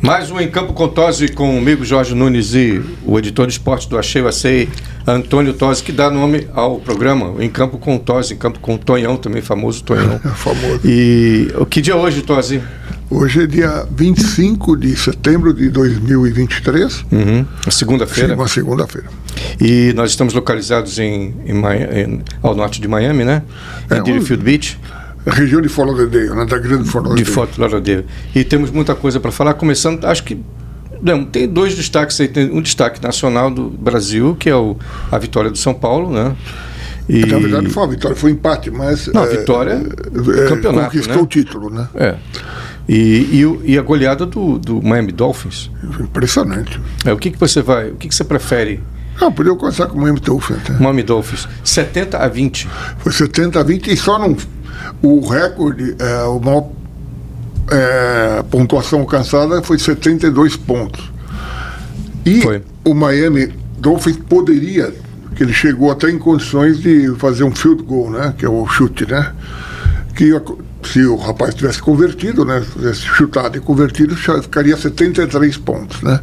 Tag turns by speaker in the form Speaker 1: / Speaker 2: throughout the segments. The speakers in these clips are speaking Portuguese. Speaker 1: Mais um em campo com Tosi, comigo Jorge Nunes e o editor de esporte do Achei Acei, Antônio Tosi, que dá nome ao programa Em Campo com Tosi, Em Campo com Tonhão, também famoso Tonhão.
Speaker 2: É famoso.
Speaker 1: E o que dia é hoje, Tosi?
Speaker 2: Hoje é dia 25 de setembro de 2023.
Speaker 1: Uhum. Segunda-feira.
Speaker 2: Uma segunda-feira.
Speaker 1: E nós estamos localizados em, em Mia- em- ao norte de Miami, né? Em
Speaker 2: É,
Speaker 1: Deerfield Beach,
Speaker 2: Região de Fort Lauderdale, né? Da grande Fort
Speaker 1: de
Speaker 2: Lauderdale.
Speaker 1: Fort Lauderdale. E temos muita coisa para falar, começando, acho que. Não, tem dois destaques aí. Tem um destaque nacional do Brasil, que é o, a vitória do São Paulo, né? E,
Speaker 2: Na verdade foi uma vitória, foi um empate, mas...
Speaker 1: Não, vitória é campeonato,
Speaker 2: Conquistou
Speaker 1: né?
Speaker 2: o título, né?
Speaker 1: É. E, e, o- e a goleada do, do Miami Dolphins.
Speaker 2: Impressionante.
Speaker 1: É, o que, que você vai. O que, que você prefere?
Speaker 2: Não, podia começar com o Miami Dolphins, né?
Speaker 1: Miami Dolphins. 70 a 20.
Speaker 2: Foi 70 a 20 e só não... O recorde, é, o maior é, pontuação alcançada foi 72 pontos. E
Speaker 1: Foi.
Speaker 2: o Miami Dolphins poderia, que ele chegou até em condições de fazer um field goal, né? Que é o chute, né? Que a- se o rapaz tivesse convertido, né? Tivesse chutado e convertido, já ficaria 73 pontos, né?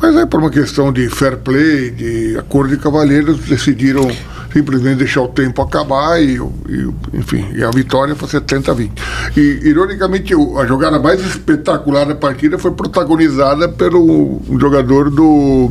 Speaker 2: Mas aí por uma questão de fair play, de acordo de cavalheiros, decidiram simplesmente deixar o tempo acabar e, o- e o- enfim, e a vitória foi 70 a 20. E ironicamente, o- a jogada mais espetacular da partida foi protagonizada pelo um jogador do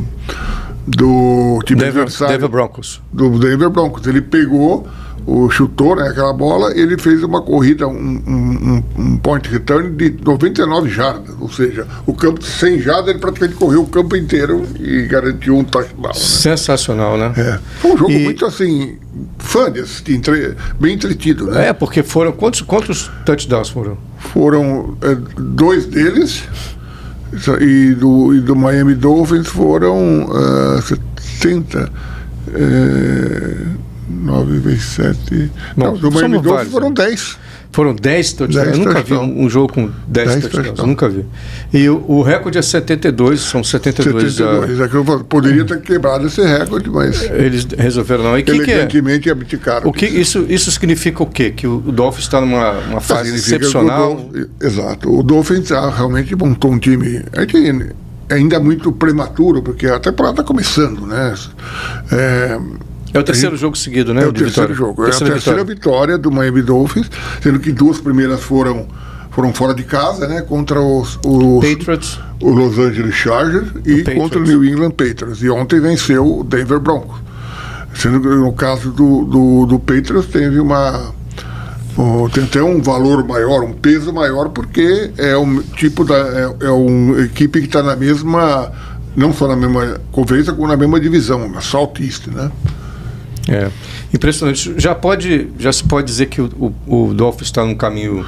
Speaker 2: do time
Speaker 1: Denver,
Speaker 2: adversário
Speaker 1: Denver Broncos.
Speaker 2: do Denver Broncos. Ele pegou, o chutou né, aquela bola, ele fez uma corrida, um, um- um- um point return de 99 jardas, ou seja, o campo de 100 jardas, ele praticamente correu o campo inteiro e garantiu um touchdown. né?
Speaker 1: Sensacional, né?
Speaker 2: É. Foi um jogo
Speaker 1: E-
Speaker 2: muito assim, fã de assistir, entre- bem entretido, né?
Speaker 1: É, porque foram. Quantos, quantos touchdowns foram?
Speaker 2: Foram é, dois deles isso- e do, e do Miami Dolphins foram ah, 70. É, 9 vezes 7.
Speaker 1: Bom,
Speaker 2: Não, do
Speaker 1: somos
Speaker 2: Miami Dolphins
Speaker 1: vários,
Speaker 2: foram
Speaker 1: né?
Speaker 2: 10.
Speaker 1: Foram 10 touchdowns.
Speaker 2: Dez
Speaker 1: eu nunca
Speaker 2: touchdowns.
Speaker 1: vi um, um jogo com 10
Speaker 2: Dez
Speaker 1: touchdowns. Eu
Speaker 2: touchdowns.
Speaker 1: nunca vi. E o, o recorde é 72, são 72. 72.
Speaker 2: 72. É que eu falo, poderia ter quebrado esse recorde, mas
Speaker 1: eles resolveram não. E o que, que é?
Speaker 2: elegantemente abdicaram.
Speaker 1: O que, isso, isso significa o quê? Que o, o Dolphins está numa uma
Speaker 2: Tá,
Speaker 1: fase
Speaker 2: significa que o
Speaker 1: excepcional.
Speaker 2: Dolphin- exato. O Dolphins ah, realmente montou um time. É que ainda é muito prematuro, porque a temporada está começando, né? É,
Speaker 1: É o terceiro jogo seguido, né?
Speaker 2: É o
Speaker 1: de
Speaker 2: terceiro
Speaker 1: vitória.
Speaker 2: jogo.
Speaker 1: Terceira
Speaker 2: é a terceira
Speaker 1: vitória.
Speaker 2: vitória. do Miami Dolphins, sendo que duas primeiras foram, foram fora de casa, né? Contra os, os-
Speaker 1: Patriots.
Speaker 2: o Los Angeles Chargers e
Speaker 1: Patriots.
Speaker 2: contra o New England Patriots. E ontem venceu o Denver Broncos. Sendo que no caso do, do, do Patriots teve uma. o- Tem até um valor maior, um peso maior, porque é um tipo da. é, é uma equipe que está na mesma. não só na mesma conferência, como na mesma divisão, na South East, né?
Speaker 1: É. Impressionante. Já, pode, já se pode dizer que o, o, o Dolphins está num caminho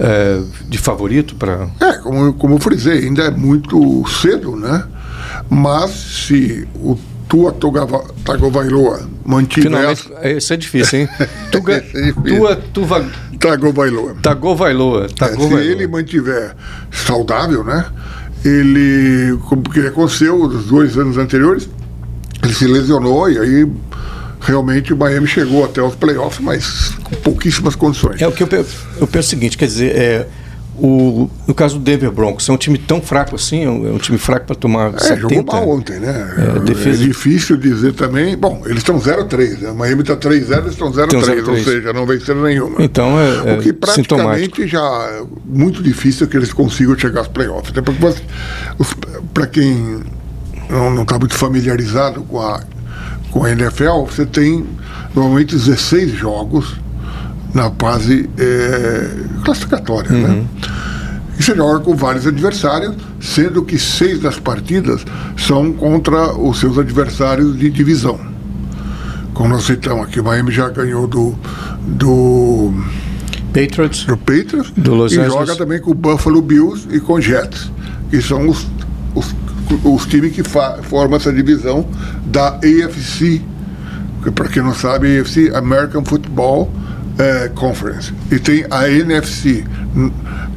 Speaker 1: é, de favorito para.
Speaker 2: É, como, como eu frisei, ainda é muito cedo, né? Mas se o Tua Togava- Tagovailoa mantiver
Speaker 1: Finalmente. É, Isso é difícil, hein? Tuga,
Speaker 2: né? Isso é difícil.
Speaker 1: tua, tuva,
Speaker 2: as- Tagovailoa,
Speaker 1: Tagovailoa.
Speaker 2: é, se
Speaker 1: Tagovailoa.
Speaker 2: ele mantiver saudável, né? Ele, como que aconteceu nos dois anos anteriores, ele se lesionou e aí realmente o Miami chegou até os playoffs, mas com pouquíssimas condições.
Speaker 1: É o que eu, pe- eu penso o seguinte, quer dizer, é, o, no caso do Denver Broncos, é um time tão fraco assim, é um, é um time fraco para tomar
Speaker 2: É,
Speaker 1: 70.
Speaker 2: jogou mal ontem, né?
Speaker 1: É,
Speaker 2: É,
Speaker 1: defesa-
Speaker 2: difícil dizer também. Bom, eles estão 0-3, né? Miami está 3-0, eles estão 0-3,
Speaker 1: Estão
Speaker 2: ou
Speaker 1: 0-3.
Speaker 2: seja, não venceram nenhuma.
Speaker 1: Então é,
Speaker 2: o que
Speaker 1: é sintomático.
Speaker 2: praticamente já é muito difícil que eles consigam chegar aos playoffs. Até porque para quem não está muito familiarizado com a, com a NFL, você tem normalmente 16 jogos na fase eh, classificatória,
Speaker 1: Uhum.
Speaker 2: né? E você joga com vários adversários, sendo que seis das partidas são contra os seus adversários de divisão. Como nós citamos aqui, o Miami já ganhou do, do,
Speaker 1: Patriots,
Speaker 2: do Patriots
Speaker 1: Do Los
Speaker 2: e
Speaker 1: Angeles.
Speaker 2: joga também com o Buffalo Bills e com o Jets, que são os, os, os times que fa- formam essa divisão da AFC, que para quem não sabe, a AFC American Football eh, Conference. E tem a NFC, N-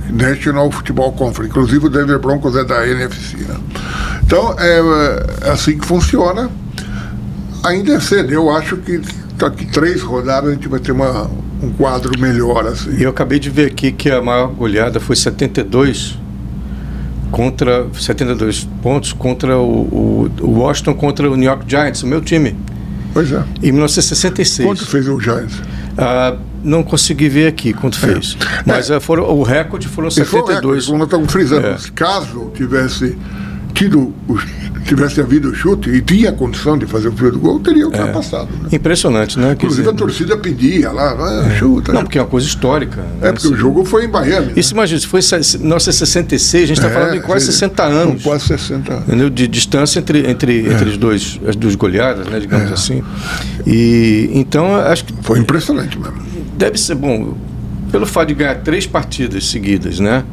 Speaker 2: National Football Conference. Inclusive o Denver Broncos é da NFC. né? Então é, é assim que funciona. Ainda é cedo, eu acho que daqui três rodadas a gente vai ter uma, um quadro melhor assim.
Speaker 1: e eu acabei de ver aqui que a maior goleada foi 72 contra 72 pontos contra o, o, o Washington contra o New York Giants, o meu time,
Speaker 2: Pois é.
Speaker 1: em 1966.
Speaker 2: Quanto fez o Giants?
Speaker 1: Ah, não consegui ver aqui quanto fez. Mas ah, foram, o recorde foram
Speaker 2: É. E foi o recorde,
Speaker 1: 72.
Speaker 2: como né? nós estamos frisando,
Speaker 1: É.
Speaker 2: caso tivesse tido o ch- tivesse havido o chute e tinha condição de fazer o field goal,
Speaker 1: É.
Speaker 2: teria ultrapassado. né?
Speaker 1: Impressionante, né? Quer
Speaker 2: Inclusive
Speaker 1: dizer,
Speaker 2: a torcida pedia lá, ah, chuta.
Speaker 1: não, porque é uma coisa histórica. né?
Speaker 2: é porque o
Speaker 1: Assim,
Speaker 2: jogo foi em Miami.
Speaker 1: Isso imagina, se foi se- 1966, a gente está
Speaker 2: É,
Speaker 1: falando em quase
Speaker 2: sim.
Speaker 1: 60
Speaker 2: né?
Speaker 1: anos.
Speaker 2: Quase É. 60 anos.
Speaker 1: entendeu? De distância entre, entre, entre os dois, as duas goleadas, né, digamos
Speaker 2: É.
Speaker 1: assim. E então eu acho que
Speaker 2: Foi impressionante mesmo.
Speaker 1: deve ser bom pelo fato de ganhar três partidas seguidas, né?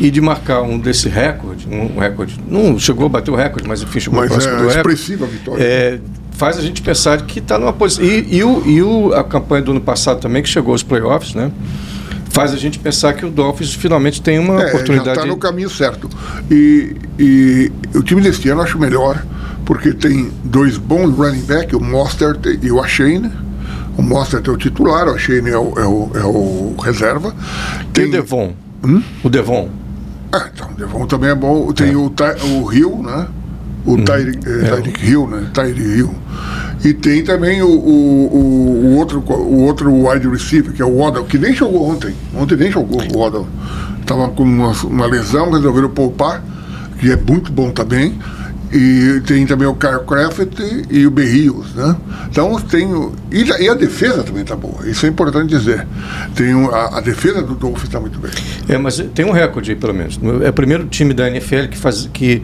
Speaker 1: E de marcar um desse recorde, um um recorde, não chegou a bater o recorde, mas enfim chegou
Speaker 2: Mas
Speaker 1: próximo
Speaker 2: é
Speaker 1: do recorde.
Speaker 2: expressiva a vitória.
Speaker 1: É, faz a gente pensar que está numa posição e, e, o, e o, a campanha do ano passado também que chegou aos playoffs, né? Faz a gente pensar que o Dolphins finalmente tem uma
Speaker 2: É, já
Speaker 1: oportunidade.
Speaker 2: está no caminho certo. E, e o time deste ano eu acho melhor, porque tem dois bons running back, o Mostert e o Ashane. O Mostert é o titular, o Ashane é o, é o, é o reserva.
Speaker 1: Tem o Devon.
Speaker 2: Hum?
Speaker 1: O Devon.
Speaker 2: Ah, então, o Devon também é bom. Tem o, Ty, o Hill, né? O Tyreek eh,
Speaker 1: É.
Speaker 2: Tyreek Hill, né? Tyreek Hill. E tem também o, o, o- o outro, co- o outro wide receiver, que é o Waddle, que nem jogou ontem. Ontem nem jogou o Waddle. Estava com uma, uma lesão, resolveram poupar, que é muito bom também. E tem também o Kyle Craft e o Berrios, né? Então tem. o- E, da- e a defesa também está boa, isso é importante dizer. Tem o- a, a defesa do Dolphins está muito bem.
Speaker 1: É, mas tem um recorde aí, pelo menos. É o primeiro time da NFL que, faz, que,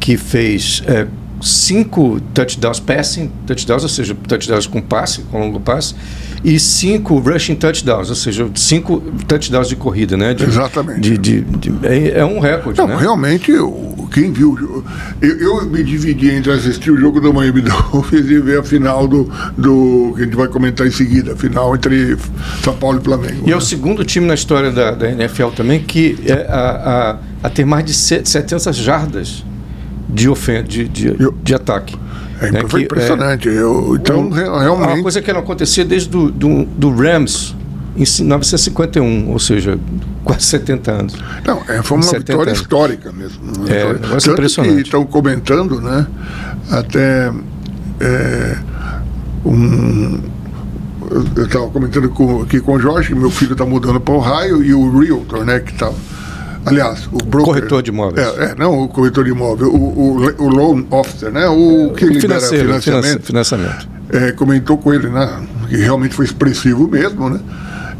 Speaker 1: que fez é, cinco touchdowns passing, touchdowns, ou seja, touchdowns com passe, com longo passe, e cinco rushing touchdowns, ou seja, cinco touchdowns de corrida, né? De-
Speaker 2: Exatamente.
Speaker 1: de- de- de- é, é um recorde,
Speaker 2: Não,
Speaker 1: né?
Speaker 2: realmente, o- quem viu. o jo- Eu, eu me dividi entre assistir o jogo do Miami Dolphins e ver a final do, do. que a gente vai comentar em seguida, a final entre São Paulo e Flamengo.
Speaker 1: E é o segundo time na história da, da NFL também que é a, a, a ter mais de se- 700 jardas de, ofen de, de,
Speaker 2: Eu-
Speaker 1: de ataque.
Speaker 2: É,
Speaker 1: né?
Speaker 2: foi
Speaker 1: Que
Speaker 2: impressionante. eu- então, re-
Speaker 1: É uma
Speaker 2: realmente.
Speaker 1: coisa que não acontecia desde do, do, do Rams em 1951, ou seja, quase 70 anos.
Speaker 2: Não, é, foi uma
Speaker 1: 70
Speaker 2: vitória
Speaker 1: anos.
Speaker 2: histórica mesmo. uma
Speaker 1: É,
Speaker 2: vitória.
Speaker 1: negócio
Speaker 2: Tanto
Speaker 1: impressionante.
Speaker 2: que estão comentando, né? Até é, um. eu- Eu estava comentando com- aqui com o Jorge, que meu filho está mudando para o Ohio e o Realtor, né? Que tá, aliás, o broker,
Speaker 1: Corretor de imóveis.
Speaker 2: É, é, não o corretor de imóvel, o, o, o loan officer, né? O que
Speaker 1: É, O
Speaker 2: libera
Speaker 1: financeiro, o
Speaker 2: financiamento
Speaker 1: finance- financiamento.
Speaker 2: é, comentou com ele, né? Que realmente foi expressivo mesmo, né?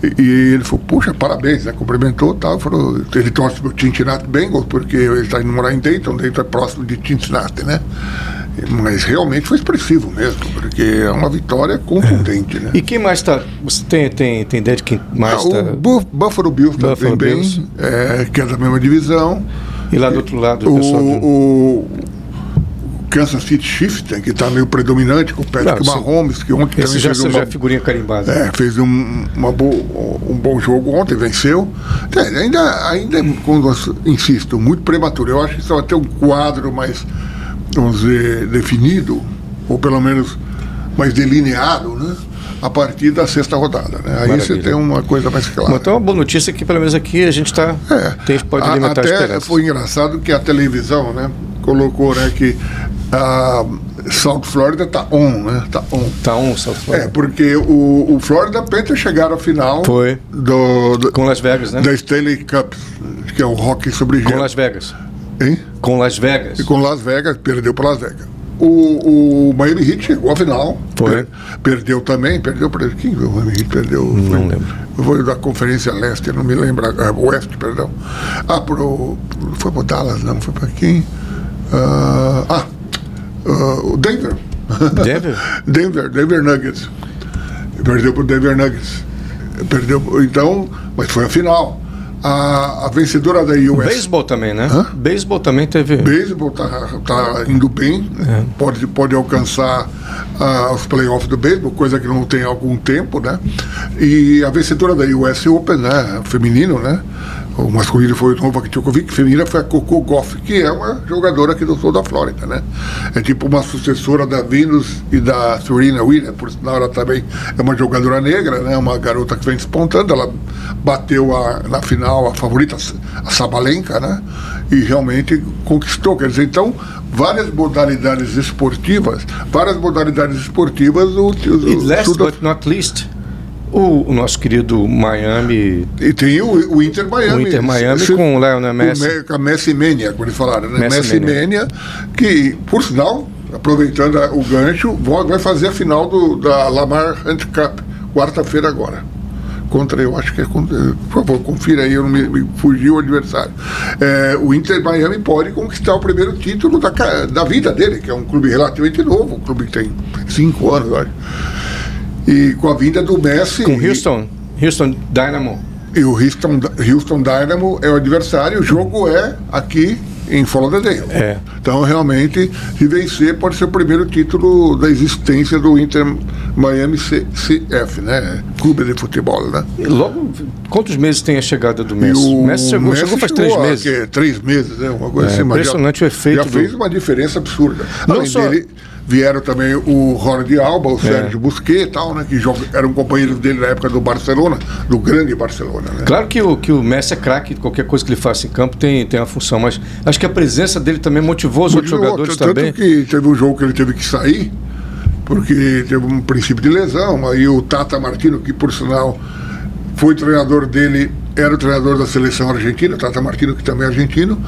Speaker 2: E, e ele falou, puxa, parabéns, né? Cumprimentou e tal. Falou, ele torce pro Cincinnati Bengals, porque ele está indo morar em Dayton, Dayton é próximo de Cincinnati, né? Mas realmente foi expressivo mesmo, porque é uma vitória contundente, né?
Speaker 1: E quem mais está. Você tem, tem, tem ideia de quem mais tá
Speaker 2: Ah,
Speaker 1: está.
Speaker 2: o Bu- Buffalo Bills também
Speaker 1: Buffalo
Speaker 2: bem,
Speaker 1: Bills.
Speaker 2: é, que é da mesma divisão.
Speaker 1: E lá do outro lado, o, pessoal. do-
Speaker 2: O, o Kansas City Chiefs, né, que está meio predominante, com o Patrick
Speaker 1: Não, esse-
Speaker 2: Mahomes, que ontem
Speaker 1: esse
Speaker 2: também
Speaker 1: já,
Speaker 2: fez
Speaker 1: já
Speaker 2: uma
Speaker 1: é figurinha carimbada.
Speaker 2: É, fez um, uma bo- um bom jogo ontem, venceu. É, ainda, ainda quando, eu insisto, muito prematuro. Eu acho que só vai ter um quadro mais, vamos dizer, definido, ou pelo menos mais delineado, né? A partir da sexta rodada, né? Aí você
Speaker 1: Maravilha.
Speaker 2: tem uma coisa mais clara.
Speaker 1: Bom, então é uma boa notícia que pelo menos aqui a gente está.
Speaker 2: É.
Speaker 1: tem- Pode
Speaker 2: A-
Speaker 1: alimentar a,
Speaker 2: Até
Speaker 1: esperança.
Speaker 2: foi engraçado que a televisão, né, colocou, né, que a South Florida tá on, né? Tá on.
Speaker 1: Tá um, só foi.
Speaker 2: É, porque o, o Florida Panthers chegaram à final
Speaker 1: Foi.
Speaker 2: do, do-
Speaker 1: Com Las Vegas, né?
Speaker 2: da Stanley Cup, que é o hockey sobre
Speaker 1: Com
Speaker 2: gelo.
Speaker 1: Las Vegas.
Speaker 2: Hein?
Speaker 1: Com Las Vegas.
Speaker 2: E com Las Vegas, perdeu para Las Vegas. O, o Miami Heat chegou à final.
Speaker 1: Foi.
Speaker 2: perdeu também, perdeu para quem que o Miami Heat perdeu? Foi-
Speaker 1: lembro.
Speaker 2: Foi da Conferência Leste, não me lembro, ah, Oeste, perdão. Ah, pro, foi para Dallas, não, foi para quem? Ah, ah, ah, o Denver.
Speaker 1: Denver?
Speaker 2: Denver, Denver Nuggets. Perdeu pro Denver Nuggets. Perdeu, pro- então, mas foi a final. A, a vencedora da US
Speaker 1: Beisebol também, né? Beisebol também teve.
Speaker 2: Baseball tá, tá indo bem, pode, pode alcançar ah, os playoffs do beisebol, coisa que não tem há algum tempo, né? E a vencedora da US Open, né? Feminino, né? O masculino foi o Novak Djokovic, feminina foi a Coco Goff, que é uma jogadora aqui do sul da Flórida, né? É tipo uma sucessora da Venus e da Serena Williams, por sinal ela também é uma jogadora negra, né? Uma garota que vem despontando, ela bateu a, na final a favorita, a Sabalenka, né? E realmente conquistou, quer dizer, então várias modalidades esportivas, várias modalidades esportivas o, o,
Speaker 1: E last but not least, o, o nosso querido Miami
Speaker 2: E tem o, o Inter Miami.
Speaker 1: O Inter Miami com o Lionel Messi.
Speaker 2: o Me- com a Messi Mania, como eles falaram, né?
Speaker 1: Messi
Speaker 2: Messi
Speaker 1: Mania.
Speaker 2: Mania, que, por sinal, aproveitando a- o gancho, vo- vai fazer a final do, da Lamar Hunt Cup, quarta-feira agora. Contra, eu acho que é contra. Por favor, confira aí, eu não me, me fugi o adversário. É, o Inter Miami pode conquistar o primeiro título da, ca- da vida dele, que é um clube relativamente novo, um clube que tem cinco anos, eu acho. E com a vinda do Messi.
Speaker 1: com
Speaker 2: e-
Speaker 1: Houston, Houston Dynamo.
Speaker 2: e o Houston, Houston Dynamo é o adversário, o jogo é aqui em Florida
Speaker 1: É.
Speaker 2: Então, realmente, se vencer, pode ser o primeiro título da existência do Inter Miami C- CF, né? Clube de futebol, né?
Speaker 1: E Logo, quantos meses tem a chegada do
Speaker 2: E
Speaker 1: Messi? Messi chegou, chegou faz três
Speaker 2: chegou há,
Speaker 1: meses.
Speaker 2: que, três meses, né? Uma coisa
Speaker 1: É,
Speaker 2: assim, mas já-
Speaker 1: impressionante o efeito
Speaker 2: Já
Speaker 1: do-
Speaker 2: fez uma diferença absurda.
Speaker 1: Não
Speaker 2: Além
Speaker 1: só- É.
Speaker 2: dele, vieram também o Jorge Alba, o Sérgio Busquet e tal, né? Que joga, eram companheiros dele na época do Barcelona, do grande Barcelona, né?
Speaker 1: Claro que o, que o Messi é craque, qualquer coisa que ele faça em campo tem, tem uma função, mas acho que a presença dele também motivou os outros
Speaker 2: Motivou,
Speaker 1: jogadores
Speaker 2: tanto
Speaker 1: também.
Speaker 2: que teve um jogo que ele teve que sair, porque teve um princípio de lesão. Aí o Tata Martino, que por sinal foi treinador dele, era o treinador da seleção argentina, Tata Martino, que também é argentino,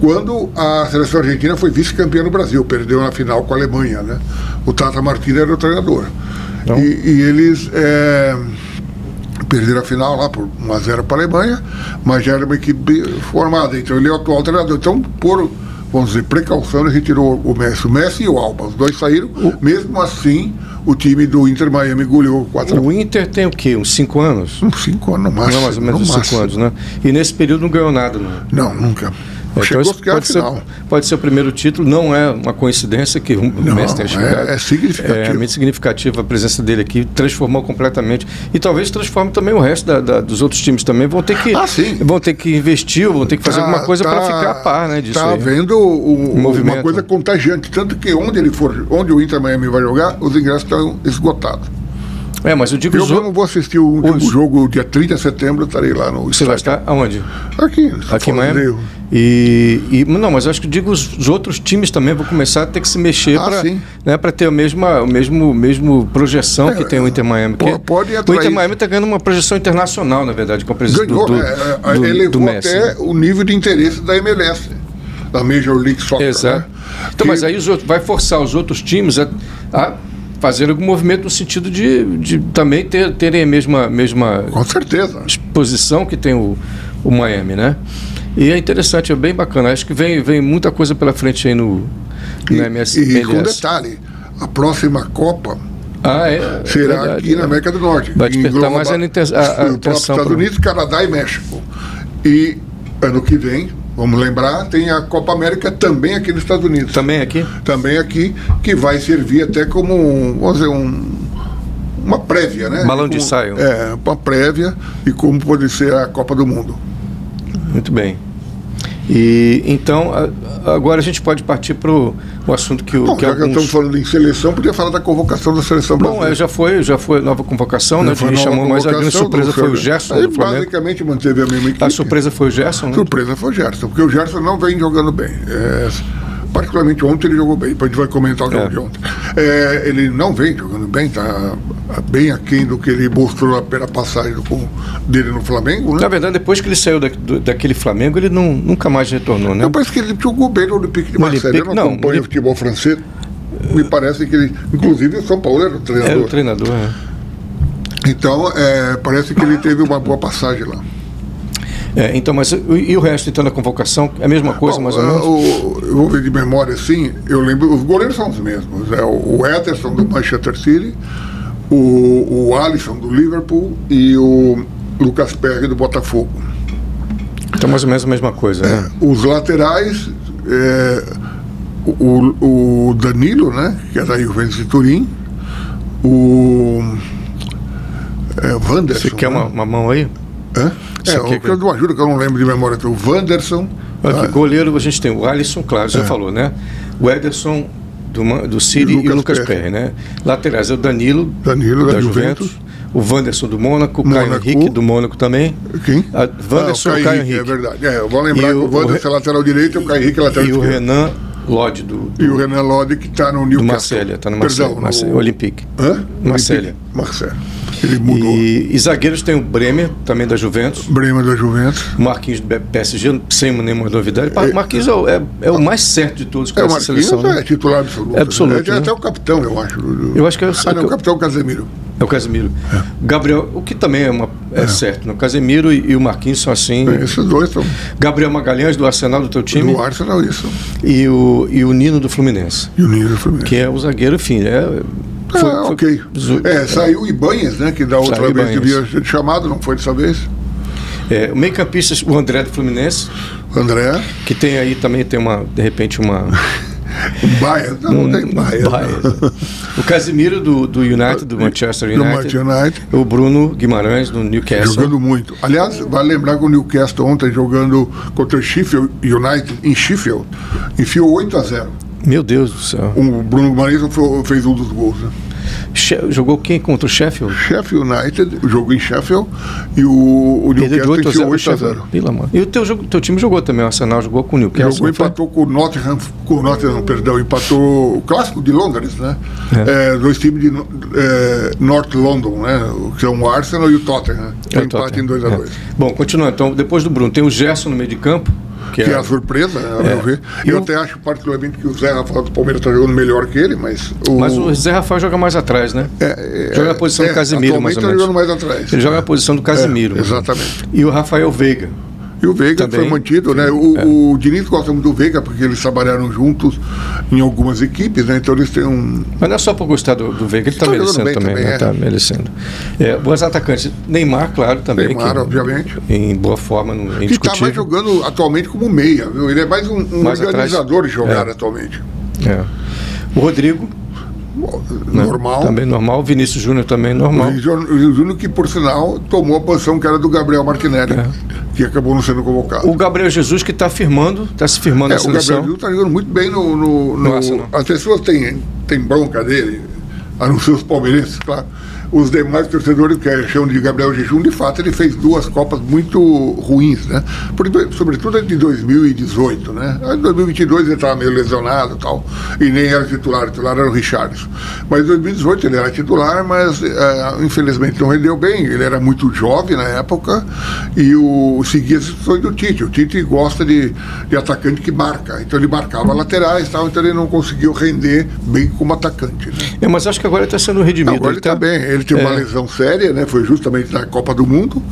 Speaker 2: quando a seleção argentina foi vice-campeã no Brasil, perdeu na final com a Alemanha, né? O Tata Martino era o treinador.
Speaker 1: Então.
Speaker 2: E, e eles. eh, Perderam a final lá por 1x0 para a Alemanha, mas já era uma equipe formada, então ele é o atual treinador. Então, por, vamos dizer, precaução, ele retirou o Messi. O Messi e o Alba, os dois saíram. Mesmo assim, o time do Inter Miami goleou 4
Speaker 1: O Inter tem o quê? Uns cinco anos?
Speaker 2: a 5 anos no máximo.
Speaker 1: Não, mais ou menos
Speaker 2: no
Speaker 1: uns cinco
Speaker 2: máximo.
Speaker 1: anos, né? E nesse período não ganhou nada, não.
Speaker 2: Não, nunca.
Speaker 1: Então,
Speaker 2: Chegou
Speaker 1: isso
Speaker 2: a ficar na
Speaker 1: pode, ser,
Speaker 2: final.
Speaker 1: pode ser o primeiro título, não é uma coincidência que o Messi tenha
Speaker 2: é-
Speaker 1: chegado.
Speaker 2: é significativo.
Speaker 1: É realmente significativo a presença dele aqui, transformou completamente. E talvez transforme também o resto da- da- dos outros times também. Vão ter que,
Speaker 2: Ah, sim.
Speaker 1: vão ter que investir, vão ter que fazer alguma coisa para ficar a par né, disso.
Speaker 2: Está
Speaker 1: aí.
Speaker 2: Tá, havendo o- o-
Speaker 1: Movimento.
Speaker 2: uma coisa contagiante. Tanto que onde ele for, onde o Inter Miami vai jogar, os ingressos estão esgotados.
Speaker 1: É, mas eu digo
Speaker 2: Eu
Speaker 1: os outros.
Speaker 2: mesmo vou assistir o último
Speaker 1: os-
Speaker 2: jogo dia 30 de setembro, eu estarei lá no
Speaker 1: Você vai
Speaker 2: estádio.
Speaker 1: estar aonde?
Speaker 2: Aqui,
Speaker 1: Aqui em
Speaker 2: Fala
Speaker 1: Miami?
Speaker 2: Deus.
Speaker 1: E, e- não, mas eu acho que eu digo os, os outros times também vão começar a ter que se mexer
Speaker 2: Ah,
Speaker 1: para
Speaker 2: sim. É,
Speaker 1: né, pra ter a mesma, o mesmo, mesmo projeção que tem o Inter Miami.
Speaker 2: po-
Speaker 1: porque
Speaker 2: pode
Speaker 1: o
Speaker 2: atrair-
Speaker 1: Inter Miami está ganhando uma projeção internacional, na verdade, com a presença
Speaker 2: Ganhou,
Speaker 1: do, do,
Speaker 2: né?
Speaker 1: do- do
Speaker 2: elevou
Speaker 1: Messi.
Speaker 2: até
Speaker 1: né?
Speaker 2: o nível de interesse da MLS, da Major League Soccer.
Speaker 1: Exato.
Speaker 2: né?
Speaker 1: Então,
Speaker 2: Que-
Speaker 1: mas aí os outros, vai forçar os outros times a, a fazer algum movimento no sentido de, de também ter, terem a mesma, mesma
Speaker 2: Com certeza.
Speaker 1: exposição que tem o, o Miami, né? E é interessante, é bem bacana. Acho que vem, vem muita coisa pela frente aí no, no
Speaker 2: E,
Speaker 1: MS.
Speaker 2: e com
Speaker 1: MLS.
Speaker 2: detalhe, a próxima Copa
Speaker 1: Ah, é. é
Speaker 2: será
Speaker 1: verdade,
Speaker 2: aqui na
Speaker 1: né?
Speaker 2: América do Norte.
Speaker 1: Vai
Speaker 2: que
Speaker 1: despertar
Speaker 2: engloba
Speaker 1: mais a inten- a- a
Speaker 2: o próprio
Speaker 1: atenção
Speaker 2: Estados
Speaker 1: pro-
Speaker 2: Unidos, Canadá e México. E ano que vem, vamos lembrar, tem a Copa América também aqui nos Estados Unidos.
Speaker 1: Também aqui?
Speaker 2: também aqui, que vai servir até como um, vamos dizer, um- uma prévia, né?
Speaker 1: Balão de
Speaker 2: Como-
Speaker 1: ensaio.
Speaker 2: É, uma prévia e como pode ser a Copa do Mundo.
Speaker 1: Muito bem. E então, a- agora a gente pode partir para o assunto que o.
Speaker 2: Bom,
Speaker 1: que
Speaker 2: já que
Speaker 1: alguns...
Speaker 2: estamos falando em seleção, podia falar da convocação da seleção
Speaker 1: Bom, é,
Speaker 2: brasileira.
Speaker 1: já foi, já foi nova convocação, né?
Speaker 2: Foi
Speaker 1: Me
Speaker 2: nova
Speaker 1: chamou, mas a grande
Speaker 2: convocação do
Speaker 1: surpresa foi o
Speaker 2: Flamengo.
Speaker 1: Gerson
Speaker 2: Ele
Speaker 1: do Flamengo.
Speaker 2: É, basicamente manteve a mesma equipe.
Speaker 1: A surpresa foi o Gerson, né?
Speaker 2: Surpresa foi o Gerson, porque o Gerson não vem jogando bem. É, particularmente ontem ele jogou bem, depois a gente vai comentar o jogo
Speaker 1: É.
Speaker 2: de ontem. É, ele não vem jogando bem, tá bem aquém do que ele mostrou pela passagem com- dele no Flamengo,
Speaker 1: Na
Speaker 2: né?
Speaker 1: verdade, depois que ele saiu da- do- daquele Flamengo, ele não, nunca mais retornou, né?
Speaker 2: Eu parece que ele jogou bem no Olympique de
Speaker 1: No
Speaker 2: Marseille,
Speaker 1: Olympique,
Speaker 2: eu
Speaker 1: não,
Speaker 2: não acompanho
Speaker 1: ele-
Speaker 2: o futebol francês. Me parece que ele, inclusive o São Paulo era É o
Speaker 1: Era
Speaker 2: treinador.
Speaker 1: o treinador, né?
Speaker 2: Então, é, parece que ele teve uma boa passagem lá.
Speaker 1: É, então, mas e, e o resto, então, da convocação? É a mesma coisa,
Speaker 2: Bom,
Speaker 1: mais ou
Speaker 2: ah,
Speaker 1: menos?
Speaker 2: o- eu vou ver de memória assim, eu lembro, os goleiros são os mesmos. É o, o Ederson do Manchester City, o, o Alisson do Liverpool e o Lucas Perry do Botafogo.
Speaker 1: Então, mais ou menos a mesma coisa, né?
Speaker 2: Os laterais, é, o, o Danilo, né, que é da Juventus de Turim, o é, Wanderson.
Speaker 1: Você quer
Speaker 2: né?
Speaker 1: É, uma, uma mão aí?
Speaker 2: Hã?
Speaker 1: Isso
Speaker 2: É,
Speaker 1: aqui
Speaker 2: o que eu
Speaker 1: é-
Speaker 2: dou ajuda, que eu não lembro de memória. é O Wanderson.
Speaker 1: Aqui,
Speaker 2: tá?
Speaker 1: goleiro, a gente tem o Alisson, claro, já falou, né? O Ederson do, Ma- do City
Speaker 2: E
Speaker 1: e
Speaker 2: Lucas
Speaker 1: o Lucas
Speaker 2: Perry.
Speaker 1: Perry, né? Laterais é o Danilo,
Speaker 2: Danilo,
Speaker 1: da,
Speaker 2: da
Speaker 1: Juventus,
Speaker 2: Juventus.
Speaker 1: o Wanderson do Mônaco, o Caio
Speaker 2: Mônaco.
Speaker 1: Henrique do Mônaco também.
Speaker 2: Quem?
Speaker 1: A Wanderson,
Speaker 2: Ah,
Speaker 1: o Caio Henrique.
Speaker 2: É verdade. É, eu vou lembrar
Speaker 1: E
Speaker 2: que o
Speaker 1: o-
Speaker 2: Wanderson é lateral direito e o Caio Henrique é lateral
Speaker 1: E o
Speaker 2: esquerdo.
Speaker 1: Renan Lodge do,
Speaker 2: E o
Speaker 1: do,
Speaker 2: Renan Lodi, que está no Newcastle.
Speaker 1: do Marselha, tá no Marselha,
Speaker 2: Perdão,
Speaker 1: Marselha,
Speaker 2: no...
Speaker 1: Olympique.
Speaker 2: Hã?
Speaker 1: Marselha.
Speaker 2: Marcelo. Ele mudou.
Speaker 1: E, e zagueiros tem o Bremer, também da Juventus.
Speaker 2: Brema da Juventus.
Speaker 1: O Marquinhos do PSG, sem nenhuma novidade. O Marquinhos é, o- é- é o mais certo de todos com
Speaker 2: É, o
Speaker 1: essa
Speaker 2: Marquinhos
Speaker 1: seleção. né?
Speaker 2: é titular absoluto.
Speaker 1: É absoluto,
Speaker 2: Ele é
Speaker 1: né?
Speaker 2: até o capitão, eu acho. do-
Speaker 1: Eu acho que é o-
Speaker 2: Ah, não, o capitão Casemiro.
Speaker 1: É o Casemiro. Gabriel, o que também é, uma- é certo, né? O Casemiro e, e o Marquinhos são assim.
Speaker 2: É, Esses dois são
Speaker 1: Gabriel Magalhães, do Arsenal, do teu time,
Speaker 2: do Arsenal, isso.
Speaker 1: e o, e o Nino do Fluminense,
Speaker 2: E o Nino do Fluminense.
Speaker 1: que é o zagueiro, enfim, é.
Speaker 2: Ah,
Speaker 1: foi- foi-
Speaker 2: ok.
Speaker 1: zo-
Speaker 2: É, saiu o Ibanhas, né? Que da outra
Speaker 1: Saiu
Speaker 2: vez
Speaker 1: Ibanhas.
Speaker 2: devia ser chamado, não foi dessa vez.
Speaker 1: é, o meio-campista, o André do Fluminense,
Speaker 2: André,
Speaker 1: que tem aí também, tem uma, de repente, uma. Hum,
Speaker 2: Baia. Não, né? não tem Baia.
Speaker 1: Baia. O Casemiro do, do United, do Manchester
Speaker 2: É, Do
Speaker 1: United.
Speaker 2: Manchester United.
Speaker 1: O Bruno Guimarães, do Newcastle.
Speaker 2: Jogando muito. Aliás, vale lembrar que o Newcastle ontem jogando contra o Sheffield United em Sheffield enfiou 8 a 0.
Speaker 1: Meu Deus do céu.
Speaker 2: O Bruno Guimarães fo- fez um dos gols. Né?
Speaker 1: She- Jogou quem contra o Sheffield?
Speaker 2: Sheffield United, o jogo em Sheffield e o, o
Speaker 1: Perdeu de 8 a
Speaker 2: Newcastle
Speaker 1: 0.
Speaker 2: enfiou 8 a 0.
Speaker 1: Sheffield. Pela mão. E o teu, jogo, teu time jogou também, o Arsenal jogou com o Newcastle.
Speaker 2: Jogou,
Speaker 1: não foi?
Speaker 2: empatou com o Nottingham, com o Nottingham, perdão, empatou o clássico de Londres, né? É, dois times de no- é, North London, né? O Que são o Arsenal e o Tottenham.
Speaker 1: É
Speaker 2: Foi
Speaker 1: o
Speaker 2: empate
Speaker 1: Tottenham.
Speaker 2: em 2 a 2
Speaker 1: É. Bom, continua então. Depois do Bruno, tem o Gerson no meio de campo, que,
Speaker 2: Que é
Speaker 1: é,
Speaker 2: a surpresa, né, a meu ver.
Speaker 1: E
Speaker 2: Eu
Speaker 1: o-
Speaker 2: até acho particularmente que o Zé Rafael do Palmeiras está jogando melhor que ele, mas o.
Speaker 1: Mas o Zé Rafael joga mais atrás, né?
Speaker 2: é, é,
Speaker 1: joga na posição
Speaker 2: é,
Speaker 1: do Casemiro, mais
Speaker 2: atualmente
Speaker 1: ou
Speaker 2: tá
Speaker 1: menos.
Speaker 2: jogando mais atrás.
Speaker 1: Ele é joga na posição do Casemiro.
Speaker 2: Exatamente.
Speaker 1: E o Rafael Veiga.
Speaker 2: E o Veiga
Speaker 1: Também. É.
Speaker 2: foi mantido, né? O, o Diniz gosta muito do Veiga, porque eles trabalharam juntos em algumas equipes, né? Então eles têm um,
Speaker 1: Mas não é só por gostar do, do Veiga, ele está
Speaker 2: Tá jogando
Speaker 1: merecendo
Speaker 2: bem
Speaker 1: também,
Speaker 2: também,
Speaker 1: né?
Speaker 2: é.
Speaker 1: Tá merecendo. É, bons atacantes. Neymar, claro, também.
Speaker 2: Neymar,
Speaker 1: que-
Speaker 2: obviamente.
Speaker 1: Em boa forma, não é
Speaker 2: Que está mais
Speaker 1: indiscutível.
Speaker 2: jogando atualmente como meia, viu? Ele é mais um, um
Speaker 1: Mais
Speaker 2: organizador
Speaker 1: atrás.
Speaker 2: de jogar
Speaker 1: É.
Speaker 2: atualmente.
Speaker 1: É. O Rodrigo, né?
Speaker 2: Normal.
Speaker 1: também normal. O Vinícius Júnior também normal.
Speaker 2: E o Júnior que, por sinal, tomou a posição que era do Gabriel Martinelli,
Speaker 1: É.
Speaker 2: que acabou não sendo convocado.
Speaker 1: O Gabriel Jesus que está firmando, está se firmando
Speaker 2: É,
Speaker 1: na
Speaker 2: o Gabriel
Speaker 1: seleção.
Speaker 2: Júnior está jogando muito bem no. no- no-
Speaker 1: Arsenal.
Speaker 2: as pessoas têm, têm bronca dele, a não ser os palmeirenses, claro. Os demais torcedores que acham de Gabriel Jejum, de fato, ele fez duas Copas muito ruins, né? Por- sobretudo a de 2018, né? A de 2022 ele estava meio lesionado e tal, e nem era titular, o titular era o Richardson. Mas em 2018 ele era titular, mas eh, infelizmente não rendeu bem, ele era muito jovem na época e o, seguia as instruções do Tite. O Tite gosta de, de atacante que marca, então ele marcava laterais e tal, então ele não conseguiu render bem como atacante, né?
Speaker 1: É, mas acho que agora está sendo redimido.
Speaker 2: Agora ele está
Speaker 1: tá-
Speaker 2: bem. Ele teve uma
Speaker 1: É.
Speaker 2: lesão séria, né? Foi justamente na Copa do Mundo.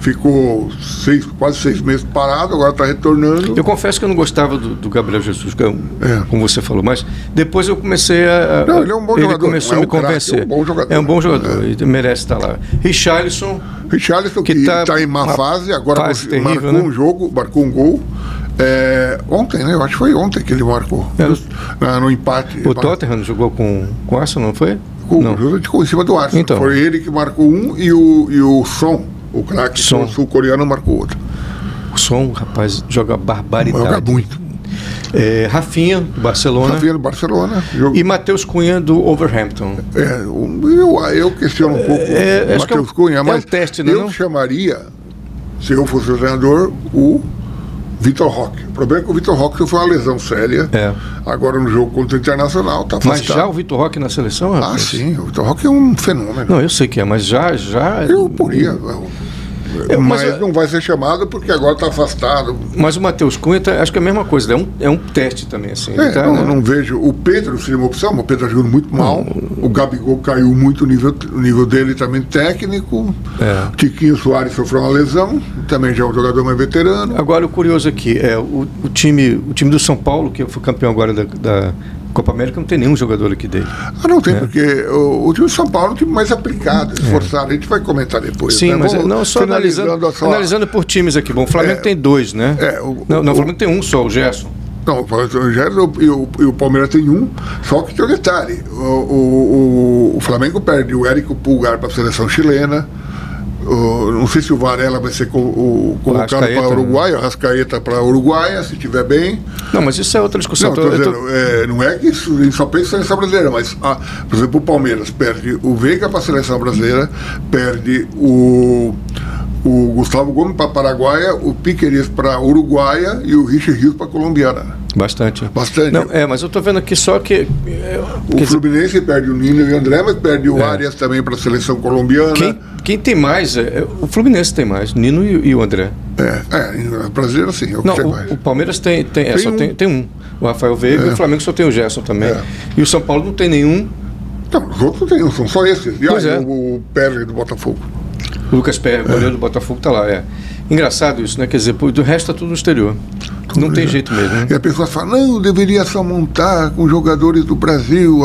Speaker 2: Ficou seis, quase seis meses parado, agora está retornando.
Speaker 1: Eu confesso que eu não gostava do, do Gabriel Jesus, que é um-
Speaker 2: É.
Speaker 1: como você falou, mas depois eu comecei a. a-
Speaker 2: Não, ele é um bom jogador,
Speaker 1: começou
Speaker 2: não
Speaker 1: a
Speaker 2: é
Speaker 1: me
Speaker 2: um craque,
Speaker 1: convencer.
Speaker 2: é um bom jogador.
Speaker 1: É um bom jogador, ele merece estar lá. Richarlison,
Speaker 2: Richarlison,
Speaker 1: Que
Speaker 2: que está
Speaker 1: tá
Speaker 2: em má
Speaker 1: uma
Speaker 2: fase, agora
Speaker 1: fase
Speaker 2: cons-
Speaker 1: terrível,
Speaker 2: marcou
Speaker 1: né?
Speaker 2: um jogo, marcou um gol. É, ontem, né? Eu acho que foi ontem que ele marcou.
Speaker 1: É.
Speaker 2: Just- na- no empate.
Speaker 1: o Tottenham jogou com, com o Arsenal, não foi?
Speaker 2: Com,
Speaker 1: não.
Speaker 2: justamente com- em cima do Arsenal.
Speaker 1: Então.
Speaker 2: Foi ele que marcou um e o, e o Son, o craque
Speaker 1: Son.
Speaker 2: sul-coreano, marcou outro.
Speaker 1: O som, rapaz, joga barbaridade.
Speaker 2: Joga muito.
Speaker 1: É, Rafinha, do Barcelona.
Speaker 2: Tá vendo Barcelona? Jogo,
Speaker 1: E Matheus Cunha, do Overhampton.
Speaker 2: É, um- eu, eu questiono um pouco
Speaker 1: É,
Speaker 2: o
Speaker 1: acho que é um-
Speaker 2: Matheus Cunha,
Speaker 1: é um
Speaker 2: mas
Speaker 1: teste, né,
Speaker 2: eu
Speaker 1: não?
Speaker 2: chamaria, se eu fosse o treinador, o Vitor Roque. O problema é que o Vitor Roque foi uma lesão séria.
Speaker 1: É.
Speaker 2: Agora no jogo contra o Internacional, tá
Speaker 1: Mas
Speaker 2: afastado.
Speaker 1: já o Vitor Roque na seleção?
Speaker 2: Ah,
Speaker 1: rapaz?
Speaker 2: sim, o Vitor Roque é um fenômeno.
Speaker 1: Não, eu sei que é, mas já. já
Speaker 2: Eu poria. eu-
Speaker 1: É, mas
Speaker 2: mas
Speaker 1: é-
Speaker 2: não vai ser chamado porque agora está afastado.
Speaker 1: Mas o Matheus Cunha, tá- acho que é a mesma coisa, é um, é um teste também, assim. ele
Speaker 2: É,
Speaker 1: tá,
Speaker 2: não,
Speaker 1: né?
Speaker 2: não vejo. O Pedro seria uma opção, mas o Pedro tá jogando muito mal. O Gabigol caiu muito o nível, o nível dele também técnico.
Speaker 1: É.
Speaker 2: O Tiquinho Soares sofreu uma lesão, também já é um jogador mais veterano.
Speaker 1: Agora, o curioso aqui é o, o time, o time do São Paulo, que foi campeão agora da, da Copa América, não tem nenhum jogador aqui dele.
Speaker 2: Ah, não tem,
Speaker 1: é.
Speaker 2: porque o, o time de São Paulo é um time mais aplicado, esforçado. A gente vai comentar depois.
Speaker 1: Sim,
Speaker 2: né?
Speaker 1: mas é-
Speaker 2: Vamos
Speaker 1: não só
Speaker 2: finalizando
Speaker 1: analisando,
Speaker 2: a sua-
Speaker 1: analisando por times aqui. Bom, o Flamengo
Speaker 2: É.
Speaker 1: tem dois, né?
Speaker 2: É, o-
Speaker 1: não, não,
Speaker 2: o-
Speaker 1: o Flamengo tem um só, o Gerson.
Speaker 2: Não, o Flamengo tem o Gerson e o, e o Palmeiras tem um, só que tem um detalhe. O, o, o- o Flamengo perde o Érico Pulgar para a seleção chilena, o- não sei se o Varela vai ser co- o- colocado
Speaker 1: Arrascaeta,
Speaker 2: para
Speaker 1: né?
Speaker 2: Uruguai, o Rascaeta para Uruguaia, se tiver bem.
Speaker 1: Não, mas isso é outra discussão.
Speaker 2: Não,
Speaker 1: Tô-
Speaker 2: tô
Speaker 1: eu tô-
Speaker 2: dizendo, é, não é que isso, a gente só pensa na seleção brasileira, mas, ah, por exemplo, o Palmeiras perde o Veiga para a seleção brasileira, perde o, o Gustavo Gomes para Paraguaia, o Piqueires para Uruguaia e o Richard Rios para Colombiana.
Speaker 1: Bastante.
Speaker 2: Bastante.
Speaker 1: Não, é, mas eu tô vendo aqui só que. é,
Speaker 2: O
Speaker 1: quer dizer, É.
Speaker 2: Fluminense perde o Nino e o André, mas perde o Arias também para a seleção colombiana.
Speaker 1: quem, quem tem mais? É, é, o Fluminense tem mais, Nino e, e o André.
Speaker 2: É, é, brasileiro sim, é o que
Speaker 1: Não,
Speaker 2: tem
Speaker 1: o,
Speaker 2: mais.
Speaker 1: o Palmeiras tem, tem, é,
Speaker 2: Tem
Speaker 1: só
Speaker 2: um.
Speaker 1: Tem, tem um. O Rafael Veiga e o Flamengo só tem o Gerson também.
Speaker 2: É.
Speaker 1: E o São Paulo não tem nenhum.
Speaker 2: Não, Então, os outros não tem, são só esses. E
Speaker 1: Pois
Speaker 2: aí,
Speaker 1: é.
Speaker 2: o, o Pérez do Botafogo.
Speaker 1: O Lucas Pérez, goleiro do Botafogo, tá lá. É. Engraçado isso, né? Quer dizer, pô, do resto tá tudo no exterior. Não
Speaker 2: é.
Speaker 1: tem jeito mesmo, né?
Speaker 2: E a pessoa fala, não, deveria só montar com jogadores do Brasil.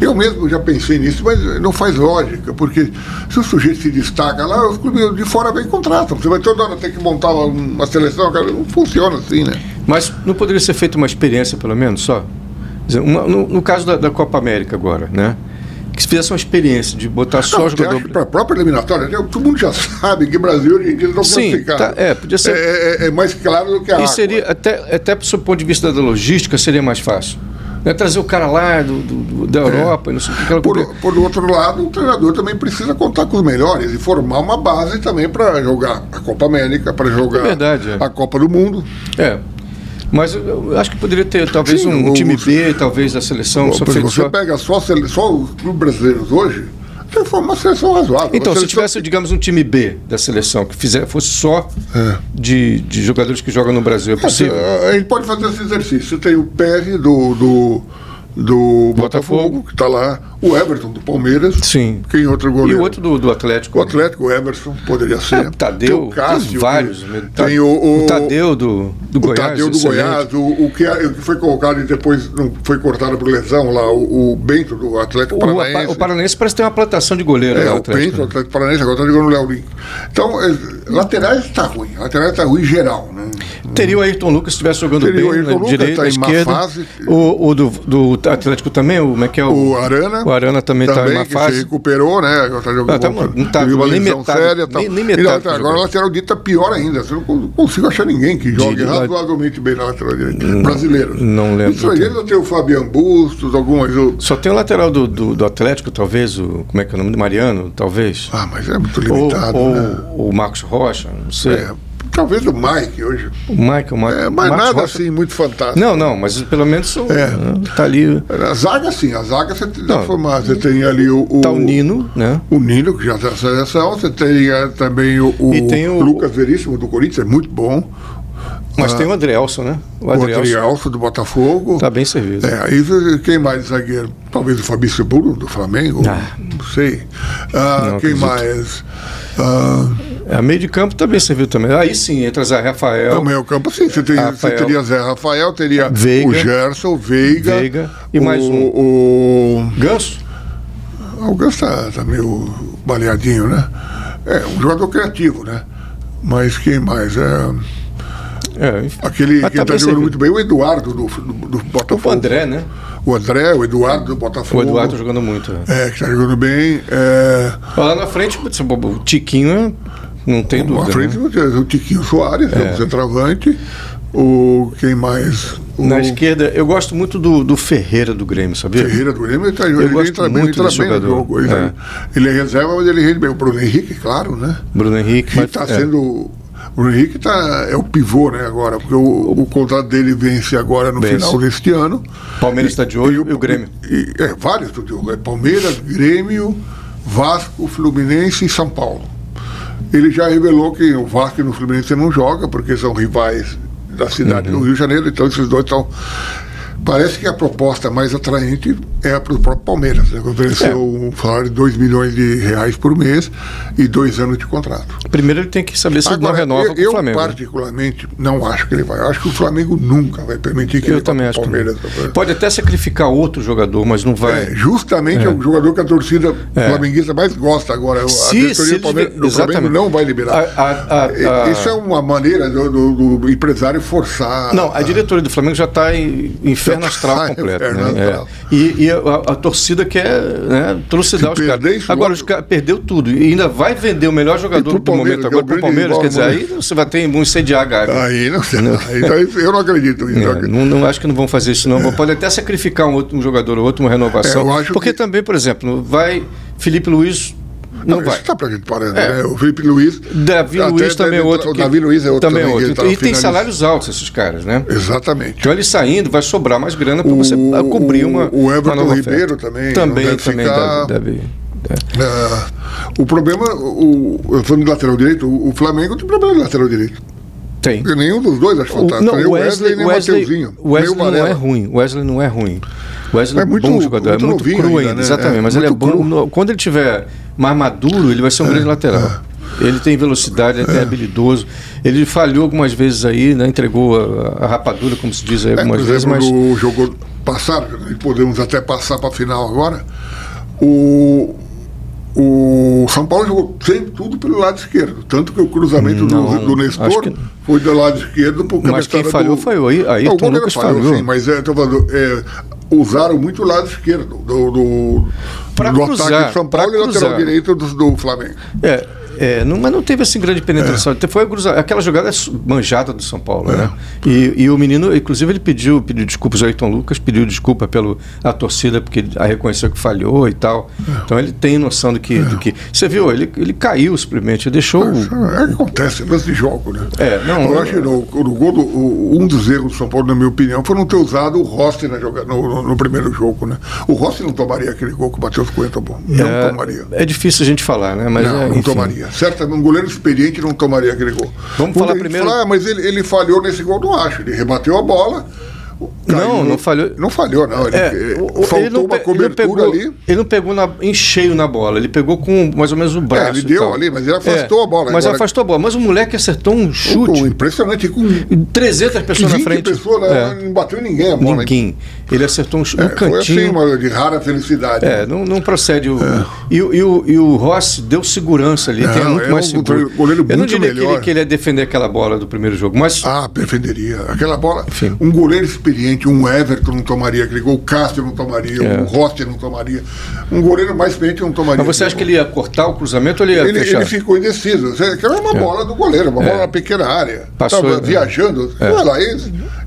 Speaker 2: Eu mesmo já pensei nisso, mas não faz lógica, porque se o sujeito se destaca lá, os clubes de fora vem e contratam. Você vai toda hora ter que montar uma, uma seleção, cara, não funciona assim, né?
Speaker 1: Mas não poderia ser feita uma experiência, pelo menos, só? Quer dizer, uma- no, no caso da, da Copa América agora, né? Que se fizesse uma experiência de botar só
Speaker 2: Não,
Speaker 1: o jogador.
Speaker 2: Para a própria eliminatória, né, todo mundo já sabe que Brasil hoje em dia não
Speaker 1: Sim,
Speaker 2: classifica.
Speaker 1: tá, é, podia ser-
Speaker 2: É, é- é mais claro do que a água.
Speaker 1: E seria, até, até do seu ponto de vista da logística, seria mais fácil. Né? Trazer o cara lá do, do- do- da Europa, e não sei o que. aquela
Speaker 2: É. Por,
Speaker 1: coisa.
Speaker 2: por outro lado, o treinador também precisa contar com os melhores e formar uma base também para jogar a Copa América, para jogar
Speaker 1: Verdade, é.
Speaker 2: a Copa do Mundo.
Speaker 1: É. Mas eu eu acho que poderia ter talvez
Speaker 2: Sim,
Speaker 1: um
Speaker 2: o-
Speaker 1: time B, talvez da seleção, só
Speaker 2: Por exemplo,
Speaker 1: feito
Speaker 2: você
Speaker 1: só.
Speaker 2: pega só, a sele- só os clubes brasileiros hoje, você forma uma seleção razoável.
Speaker 1: Então,
Speaker 2: Uma
Speaker 1: se
Speaker 2: seleção-
Speaker 1: tivesse, digamos, um time B da seleção, que fizer, fosse só
Speaker 2: É.
Speaker 1: de, de jogadores que jogam no Brasil, é possível?
Speaker 2: Ah, A gente pode fazer esse exercício. Você tem o PR do, do, do Botafogo,
Speaker 1: Botafogo.
Speaker 2: que está lá, o Everton do Palmeiras.
Speaker 1: Sim.
Speaker 2: Quem outro
Speaker 1: E
Speaker 2: goleiro?
Speaker 1: o outro do, do Atlético.
Speaker 2: O Atlético, o Emerson, poderia ser.
Speaker 1: É, Tadeu,
Speaker 2: tem o Cássio,
Speaker 1: tem vários.
Speaker 2: que-
Speaker 1: né?
Speaker 2: Tem o, o,
Speaker 1: Tadeu do, do
Speaker 2: O
Speaker 1: Goiás.
Speaker 2: Tadeu do
Speaker 1: excelente.
Speaker 2: Goiás, o, o que, é, o que foi colocado e depois não foi cortado por lesão lá, o, o Bento do Atlético
Speaker 1: O, o,
Speaker 2: Paranaense.
Speaker 1: Apa- o Paranaense parece ter uma plantação de goleiro.
Speaker 2: é,
Speaker 1: lá,
Speaker 2: o
Speaker 1: Atlético. né?
Speaker 2: Bento do Atlético Paranaense, agora tá jogando o Léo Link. Então, é, laterais está ruim, laterais está ruim em geral, né?
Speaker 1: Teria o Ayrton Lucas se estivesse jogando
Speaker 2: Teria
Speaker 1: bem,
Speaker 2: o Ayrton
Speaker 1: na
Speaker 2: Lucas,
Speaker 1: direita,
Speaker 2: tá
Speaker 1: na
Speaker 2: em má
Speaker 1: esquerda.
Speaker 2: fase.
Speaker 1: O, o do, do Atlético também, o, como é que é o,
Speaker 2: O Arana.
Speaker 1: o Arana também está em
Speaker 2: Também
Speaker 1: má
Speaker 2: que se
Speaker 1: fase.
Speaker 2: recuperou, né? Agora tá jogando
Speaker 1: Ah, tá,
Speaker 2: contra-
Speaker 1: não tá
Speaker 2: teve uma
Speaker 1: nem
Speaker 2: lesão
Speaker 1: metade-
Speaker 2: séria, e tal.
Speaker 1: nem- nem
Speaker 2: E
Speaker 1: metade
Speaker 2: lá-
Speaker 1: que
Speaker 2: agora
Speaker 1: jogou.
Speaker 2: a lateral direita tá pior ainda. Você não con- consigo achar ninguém que jogue
Speaker 1: De-
Speaker 2: razoavelmente bem na lateral direita. Brasileiro. né?
Speaker 1: não lembro.
Speaker 2: Estrangeiro eu tenho o Fabian Bustos, algumas outras.
Speaker 1: Só tem o lateral do, do, do Atlético, talvez, o, como é que é o nome do Mariano, talvez.
Speaker 2: Ah, mas é muito
Speaker 1: ou
Speaker 2: limitado,
Speaker 1: ou
Speaker 2: né?
Speaker 1: o Marcos Rocha, não sei.
Speaker 2: É, talvez o Mike hoje.
Speaker 1: O Michael, Mar
Speaker 2: É, mas
Speaker 1: Marcos
Speaker 2: nada
Speaker 1: Rocha.
Speaker 2: assim muito fantástico.
Speaker 1: Não, não, mas pelo menos o,
Speaker 2: É.
Speaker 1: tá ali.
Speaker 2: A zaga sim, a zaga você tem
Speaker 1: Não.
Speaker 2: que formar. Você tem ali o. o
Speaker 1: Tá o Nino, né?
Speaker 2: O Nino, que já está na seleção, você tem eh, também o, o
Speaker 1: E tem o-
Speaker 2: Lucas Veríssimo do Corinthians, é muito bom.
Speaker 1: Mas tem o Adrielson, né? O
Speaker 2: Ah. O
Speaker 1: Adrielson
Speaker 2: Adrielso do Botafogo.
Speaker 1: tá bem servido.
Speaker 2: É, isso, quem mais zagueiro? Talvez o Fabrício Bruno do Flamengo.
Speaker 1: Ah.
Speaker 2: Não sei. Ah,
Speaker 1: Não
Speaker 2: quem
Speaker 1: acredito.
Speaker 2: mais? Ah,
Speaker 1: A meio de campo tá bem servido também. Aí sim, entra Zé Rafael,
Speaker 2: no é meio campo, sim. Você, tem, você
Speaker 1: Rafael.
Speaker 2: teria Zé Rafael, teria
Speaker 1: Veiga.
Speaker 2: o Gerson, o Veiga.
Speaker 1: Veiga e mais
Speaker 2: o,
Speaker 1: um.
Speaker 2: O,
Speaker 1: Ganso.
Speaker 2: o Gans tá, tá meio baleadinho, né? É, um jogador criativo, né? Mas quem mais? É,
Speaker 1: É, enfim.
Speaker 2: aquele
Speaker 1: Mas
Speaker 2: que
Speaker 1: tá
Speaker 2: tá
Speaker 1: bem
Speaker 2: jogando
Speaker 1: servido.
Speaker 2: muito bem, o Eduardo do, do, do Botafogo.
Speaker 1: O André, né?
Speaker 2: O André, o Eduardo do
Speaker 1: O
Speaker 2: Botafogo.
Speaker 1: Eduardo jogando muito. né?
Speaker 2: É, que tá jogando bem. É,
Speaker 1: Lá na frente, putz, o Tiquinho é- não tem
Speaker 2: à
Speaker 1: dúvida.
Speaker 2: frente
Speaker 1: né?
Speaker 2: o Tiquinho Soares, é. o centroavante. O quem mais? O
Speaker 1: né? Na esquerda, eu gosto muito do, do Ferreira do Grêmio, sabia?
Speaker 2: Ferreira do Grêmio, ele, tá, ele
Speaker 1: gosto
Speaker 2: entra bem,
Speaker 1: muito
Speaker 2: entra
Speaker 1: desse
Speaker 2: bem no
Speaker 1: jogador.
Speaker 2: jogo. Ele,
Speaker 1: É.
Speaker 2: ele é reserva, mas ele rende bem. O Bruno Henrique, claro, né?
Speaker 1: Bruno Henrique.
Speaker 2: Que
Speaker 1: mas-
Speaker 2: está
Speaker 1: é.
Speaker 2: tá sendo. O Bruno Henrique tá, é o pivô, né, agora, porque o, o contrato dele vence agora no
Speaker 1: Vence.
Speaker 2: final deste ano.
Speaker 1: Palmeiras está de olho e o Grêmio.
Speaker 2: E, é, vários do jogo. É Palmeiras, Grêmio, Vasco, Fluminense e São Paulo. Ele já revelou que o Vasco e o Fluminense não joga, porque são rivais da cidade
Speaker 1: Uhum.
Speaker 2: do Rio de Janeiro, então esses dois estão. Parece que a proposta mais atraente é a para o próprio Palmeiras. Né? Ofereceu
Speaker 1: É.
Speaker 2: um salário de 2 milhões de reais por mês e dois anos de contrato.
Speaker 1: Primeiro ele tem que saber se ele não
Speaker 2: Agora,
Speaker 1: renova
Speaker 2: eu,
Speaker 1: com o
Speaker 2: eu
Speaker 1: Flamengo. né?
Speaker 2: particularmente não acho que ele vai. Eu acho que o Flamengo nunca vai permitir que
Speaker 1: Eu
Speaker 2: ele vá
Speaker 1: também
Speaker 2: pro
Speaker 1: acho. que não.
Speaker 2: Palmeiras. tá
Speaker 1: Pode até sacrificar outro jogador, mas não vai.
Speaker 2: É, justamente é. o jogador que a torcida
Speaker 1: É.
Speaker 2: flamenguista mais gosta agora. a diretoria do,
Speaker 1: ele
Speaker 2: Palmeiras,
Speaker 1: tiver-
Speaker 2: do Flamengo
Speaker 1: exatamente.
Speaker 2: não vai liberar.
Speaker 1: A- a- a-
Speaker 2: E-
Speaker 1: a-
Speaker 2: Isso é uma maneira do, do- do empresário forçar.
Speaker 1: Não, a diretoria do Flamengo já está tá inferno astral
Speaker 2: Ah,
Speaker 1: completo.
Speaker 2: inferno
Speaker 1: né?
Speaker 2: astral.
Speaker 1: É. E, e a, a torcida quer né, trucidar
Speaker 2: Se
Speaker 1: os
Speaker 2: perder,
Speaker 1: caras.
Speaker 2: isso
Speaker 1: Agora,
Speaker 2: não-
Speaker 1: os caras perdeu tudo. E ainda vai vender o melhor jogador
Speaker 2: pro
Speaker 1: do momento
Speaker 2: Palmeiras, que é
Speaker 1: agora
Speaker 2: o
Speaker 1: para o
Speaker 2: grande né?
Speaker 1: Palmeiras. Quer dizer,
Speaker 2: rival,
Speaker 1: aí você vai ter um incendiar a Gávea.
Speaker 2: Aí não sei. Aí, aí eu não acredito nisso.
Speaker 1: É, não, não acho que não vão fazer isso, não. Pode até sacrificar um, outro, um jogador ou outro, uma renovação.
Speaker 2: É, eu acho
Speaker 1: Porque
Speaker 2: que-
Speaker 1: também, por exemplo, vai Felipe Luiz. Não,
Speaker 2: Não,
Speaker 1: vai.
Speaker 2: Isso tá pra gente parando,
Speaker 1: É.
Speaker 2: né? O Felipe Luiz.
Speaker 1: Davi
Speaker 2: até
Speaker 1: Luiz também é
Speaker 2: deve
Speaker 1: outro.
Speaker 2: entrar- O
Speaker 1: que-
Speaker 2: Davi Luiz é outro
Speaker 1: também. é
Speaker 2: que
Speaker 1: outro.
Speaker 2: tá
Speaker 1: E tem
Speaker 2: finalizando.
Speaker 1: salários altos esses caras, né?
Speaker 2: Exatamente.
Speaker 1: Então ele saindo, vai sobrar mais grana para você ah,
Speaker 2: O-
Speaker 1: cobrir uma.
Speaker 2: o- o Everton
Speaker 1: uma nova
Speaker 2: Ribeiro
Speaker 1: oferta.
Speaker 2: também, não
Speaker 1: Também,
Speaker 2: deve
Speaker 1: também
Speaker 2: ficar-
Speaker 1: deve. deve- é.
Speaker 2: Ah, o problema, o, eu falando de lateral direito, o o Flamengo tem problema de lateral direito.
Speaker 1: Tem.
Speaker 2: Porque nenhum dos dois acho fantástico.
Speaker 1: não, é
Speaker 2: nem o Wesley, nem o Mateuzinho.
Speaker 1: Wesley
Speaker 2: nem o
Speaker 1: não
Speaker 2: Varela.
Speaker 1: é ruim. Wesley não é ruim. Wesley é,
Speaker 2: É muito-
Speaker 1: bom jogador,
Speaker 2: muito
Speaker 1: é muito
Speaker 2: novinho
Speaker 1: cru
Speaker 2: ainda,
Speaker 1: ainda,
Speaker 2: né?
Speaker 1: exatamente.
Speaker 2: É,
Speaker 1: mas ele é
Speaker 2: muito
Speaker 1: bom.
Speaker 2: cru. É,
Speaker 1: no- quando ele tiver mais maduro, ele vai ser um grande lateral. Ele tem velocidade, ele é habilidoso. Ele falhou algumas vezes aí, né? Entregou a, a rapadura, como se diz aí
Speaker 2: É, por
Speaker 1: algumas
Speaker 2: exemplo,
Speaker 1: vezes, mas.
Speaker 2: no jogo passado, e podemos até passar para a final agora, o, o São Paulo jogou sempre tudo pelo lado esquerdo. Tanto que o cruzamento do-
Speaker 1: Não,
Speaker 2: do,
Speaker 1: acho
Speaker 2: Nestor
Speaker 1: que-
Speaker 2: foi do lado esquerdo por
Speaker 1: Mas quem falhou foi o Ai- Ayrton Lucas falhou.
Speaker 2: Sim, mas é, tô falando, é, usaram muito o lado esquerdo do, do,
Speaker 1: Pra
Speaker 2: do
Speaker 1: cruzar,
Speaker 2: ataque do São
Speaker 1: pra
Speaker 2: Paulo e lateral
Speaker 1: cruzar.
Speaker 2: direito do, do Flamengo.
Speaker 1: É, é, não, mas não teve assim grande penetração.
Speaker 2: É.
Speaker 1: Até Foi a cruza- aquela jogada é su- manjada do São Paulo, né? E, e o menino, inclusive, ele pediu, pediu desculpas ao Ayrton Lucas, pediu desculpa pelo a torcida, porque ele a reconheceu que falhou e tal.
Speaker 2: É.
Speaker 1: Então ele tem noção do que. do que- Você viu, ele, ele caiu simplesmente, ele deixou. o-
Speaker 2: É que acontece, é lance de jogo, né?
Speaker 1: É, não,
Speaker 2: eu
Speaker 1: eu-
Speaker 2: acho que no, no gol do- o- um dos erros do São Paulo, na minha opinião, foi não ter usado o Rossi na joga- no, no- no primeiro jogo, né? O Rossi não tomaria aquele gol que bateu os 50 bom. Não tomaria.
Speaker 1: É, é difícil a gente falar, né? Mas
Speaker 2: Não,
Speaker 1: é,
Speaker 2: não
Speaker 1: enfim.
Speaker 2: tomaria. Certamente, um goleiro experiente não tomaria aquele gol.
Speaker 1: Vamos
Speaker 2: Muita
Speaker 1: falar
Speaker 2: gente
Speaker 1: primeiro-
Speaker 2: fala, ah, mas ele, ele falhou nesse gol, não acho. Ele rebateu a bola. caiu
Speaker 1: Não,
Speaker 2: no-
Speaker 1: não falhou.
Speaker 2: Não falhou, não. Ele,
Speaker 1: É,
Speaker 2: eh,
Speaker 1: o- o-
Speaker 2: faltou
Speaker 1: ele não
Speaker 2: uma
Speaker 1: pe- ele não
Speaker 2: cobertura
Speaker 1: pegou,
Speaker 2: ali.
Speaker 1: Ele não pegou na- em cheio na bola, ele pegou com mais ou menos o braço.
Speaker 2: É, ele
Speaker 1: e
Speaker 2: deu
Speaker 1: tal. É,
Speaker 2: ali, mas ele afastou a bola.
Speaker 1: Mas
Speaker 2: Agora-
Speaker 1: afastou a bola. Mas o moleque acertou um chute.
Speaker 2: Pô, impressionante. Com
Speaker 1: 300 pessoas na
Speaker 2: 20
Speaker 1: frente.
Speaker 2: pessoas, né?
Speaker 1: É.
Speaker 2: não bateu em ninguém a bola.
Speaker 1: Ninguém. Ele acertou um, ch- um
Speaker 2: É, Foi assim,
Speaker 1: cantinho.
Speaker 2: uma de rara felicidade.
Speaker 1: É, não, não procede. O, e, o- e o, e o Rossi deu segurança ali, que é
Speaker 2: Não,
Speaker 1: muito
Speaker 2: é
Speaker 1: mais
Speaker 2: um
Speaker 1: seguro.
Speaker 2: goleiro
Speaker 1: Eu não
Speaker 2: muito
Speaker 1: diria que ele- Que,
Speaker 2: melhor.
Speaker 1: ele, ia defender aquela bola do primeiro jogo, mas
Speaker 2: Ah, defenderia. Aquela bola.
Speaker 1: Enfim.
Speaker 2: Um goleiro experiente, um Everton não tomaria aquele gol, o Cássio não tomaria,
Speaker 1: É.
Speaker 2: o Rossi não tomaria. Um goleiro mais experiente não tomaria.
Speaker 1: mas você acha que ele ia cortar o cruzamento ou ele ia
Speaker 2: ele,
Speaker 1: fechar? É.
Speaker 2: ele ficou indeciso. Você- que Era uma bola do goleiro, uma bola na pequena área.
Speaker 1: Passou,
Speaker 2: Tava
Speaker 1: é.
Speaker 2: viajando. Vai lá, e,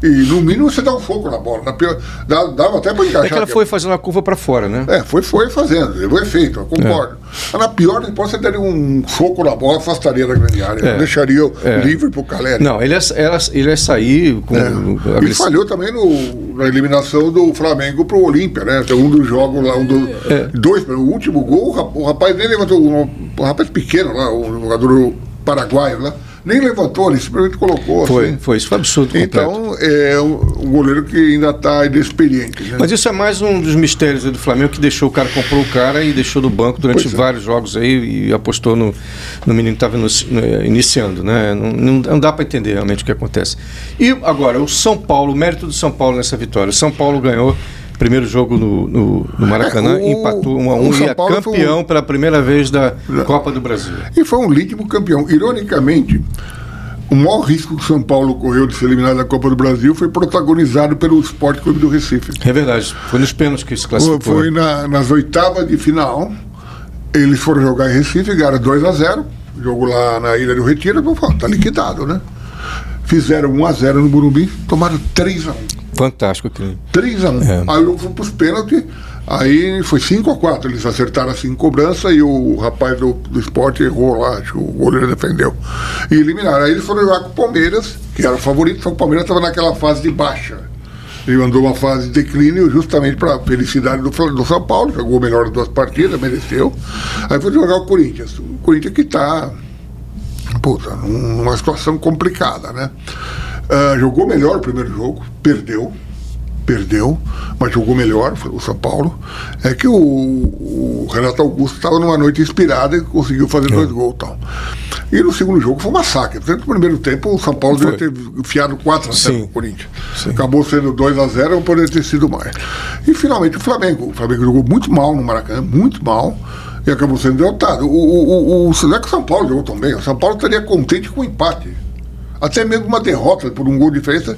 Speaker 2: e no mínimo você dá um fogo na bola. Na pior- dá- dava até para encaixar.
Speaker 1: É que ela
Speaker 2: aquela-
Speaker 1: foi fazendo a curva pra fora, né?
Speaker 2: É, foi, foi fazendo, levou efeito, eu
Speaker 1: É.
Speaker 2: concordo. Mas Na pior, depois você daria um soco na bola, afastaria da grande área.
Speaker 1: É.
Speaker 2: Deixaria o
Speaker 1: É.
Speaker 2: livre pro Caleri.
Speaker 1: Não, ele ia, ela- ele ia sair com.
Speaker 2: É. E
Speaker 1: agressi-
Speaker 2: falhou também no- na eliminação do Flamengo pro Olímpia, né? Tem um dos jogos lá, um dos.
Speaker 1: É.
Speaker 2: Dois, o último gol, o rap- o rapaz nem levantou, um, um rapaz pequeno lá, o jogador paraguaio lá, nem levantou, ele simplesmente colocou
Speaker 1: Foi,
Speaker 2: assim.
Speaker 1: foi. Isso foi absurdo. completo.
Speaker 2: Então, é um, um goleiro que ainda está inexperiente. Né?
Speaker 1: Mas isso é mais um dos mistérios aí do Flamengo que deixou o cara, comprou o cara e deixou no banco durante
Speaker 2: Pois é.
Speaker 1: vários jogos aí e apostou no, no menino que estava iniciando, né? Não, não- não dá para entender realmente o que acontece. E agora, o São Paulo, o mérito do São Paulo nessa vitória. O São Paulo ganhou o primeiro jogo no, no- no Maracanã,
Speaker 2: É, o-
Speaker 1: empatou 1 a
Speaker 2: o
Speaker 1: 1 e
Speaker 2: São
Speaker 1: é
Speaker 2: Paulo foi um-
Speaker 1: campeão pela primeira vez da Copa do Brasil.
Speaker 2: E foi um líquido campeão. Ironicamente, o maior risco que o São Paulo correu de ser eliminado da Copa do Brasil foi protagonizado pelo Esporte Clube do Recife.
Speaker 1: É verdade, foi nos pênaltis que se classificou.
Speaker 2: Foi na- nas oitavas de final. Eles foram jogar em Recife, ganharam 2 a 0 Jogo lá na Ilha do Retiro, não fala, tá liquidado, né? Fizeram 1 a 0 no Burumbi, tomaram 3 a 1
Speaker 1: Fantástico aquilo.
Speaker 2: 3 a 1
Speaker 1: É.
Speaker 2: Aí eu fui pros pênaltis, aí foi 5 a 4 Eles acertaram assim em cobrança e o rapaz do, do esporte errou lá, acho que o goleiro defendeu. E eliminaram. Aí eles foram jogar com o Palmeiras, que era o favorito, só que o Palmeiras estava naquela fase de baixa. Ele mandou uma fase de declínio justamente para a felicidade do, Fla- do São Paulo, jogou melhor as duas partidas, mereceu. Aí foi jogar o Corinthians. O Corinthians que tá está puta, num- numa situação complicada, né? Ah, jogou melhor o primeiro jogo, perdeu, perdeu, mas jogou melhor, foi o São Paulo. É que o, o Renato Augusto estava numa noite inspirada e conseguiu fazer dois gols e tal. E no segundo jogo foi um massacre. Tanto que no primeiro tempo o São Paulo devia
Speaker 1: Foi.
Speaker 2: ter enfiado 4 a 0
Speaker 1: Sim.
Speaker 2: no né, Corinthians. Acabou sendo 2 a 0 poderia ter sido mais. E finalmente o Flamengo. O Flamengo jogou muito mal no Maracanã, muito mal, e acabou sendo derrotado. O, o, o, o, não é que o São Paulo jogou também. O São Paulo estaria contente com o empate. Até mesmo uma derrota por um gol um de diferença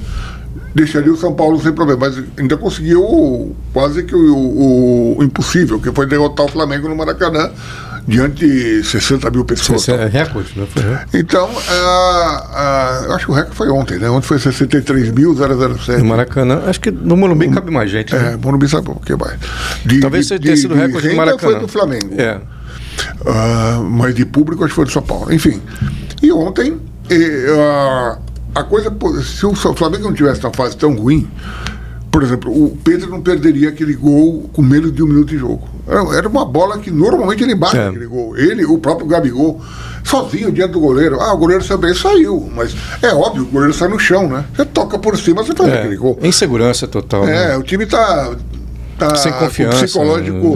Speaker 2: deixaria o São Paulo sem problema, mas ainda conseguiu quase que o, o- o impossível, que foi derrotar o Flamengo no Maracanã diante de 60 mil pessoas.
Speaker 1: Esse é recorde, né? Foi recorde.
Speaker 2: Então, ah, ah, eu acho que o recorde foi ontem, né? Ontem foi 63.007.
Speaker 1: No Maracanã, acho que no Morumbi cabe mais gente. né?
Speaker 2: É, Morumbi sabe por que mais. De-
Speaker 1: Talvez
Speaker 2: de-
Speaker 1: tenha
Speaker 2: de-
Speaker 1: sido
Speaker 2: de
Speaker 1: recorde do
Speaker 2: renda
Speaker 1: Maracanã.
Speaker 2: foi do Flamengo.
Speaker 1: É.
Speaker 2: Ah, mas de público acho que foi do São Paulo. Enfim. E ontem, eh, ah, a coisa. pô, Se o São- Flamengo não tivesse uma fase tão ruim, por exemplo, o Pedro não perderia aquele gol com menos de um minuto de jogo. Era, era uma bola que normalmente ele bate
Speaker 1: É.
Speaker 2: aquele gol. Ele, o próprio Gabigol, sozinho diante do goleiro. Ah, o goleiro também saiu. Mas é óbvio, o goleiro sai no chão, né? Você toca por cima, você faz aquele gol.
Speaker 1: É. Insegurança total. né?
Speaker 2: É, o time tá, tá
Speaker 1: Sem
Speaker 2: com
Speaker 1: confiança,
Speaker 2: o psicológico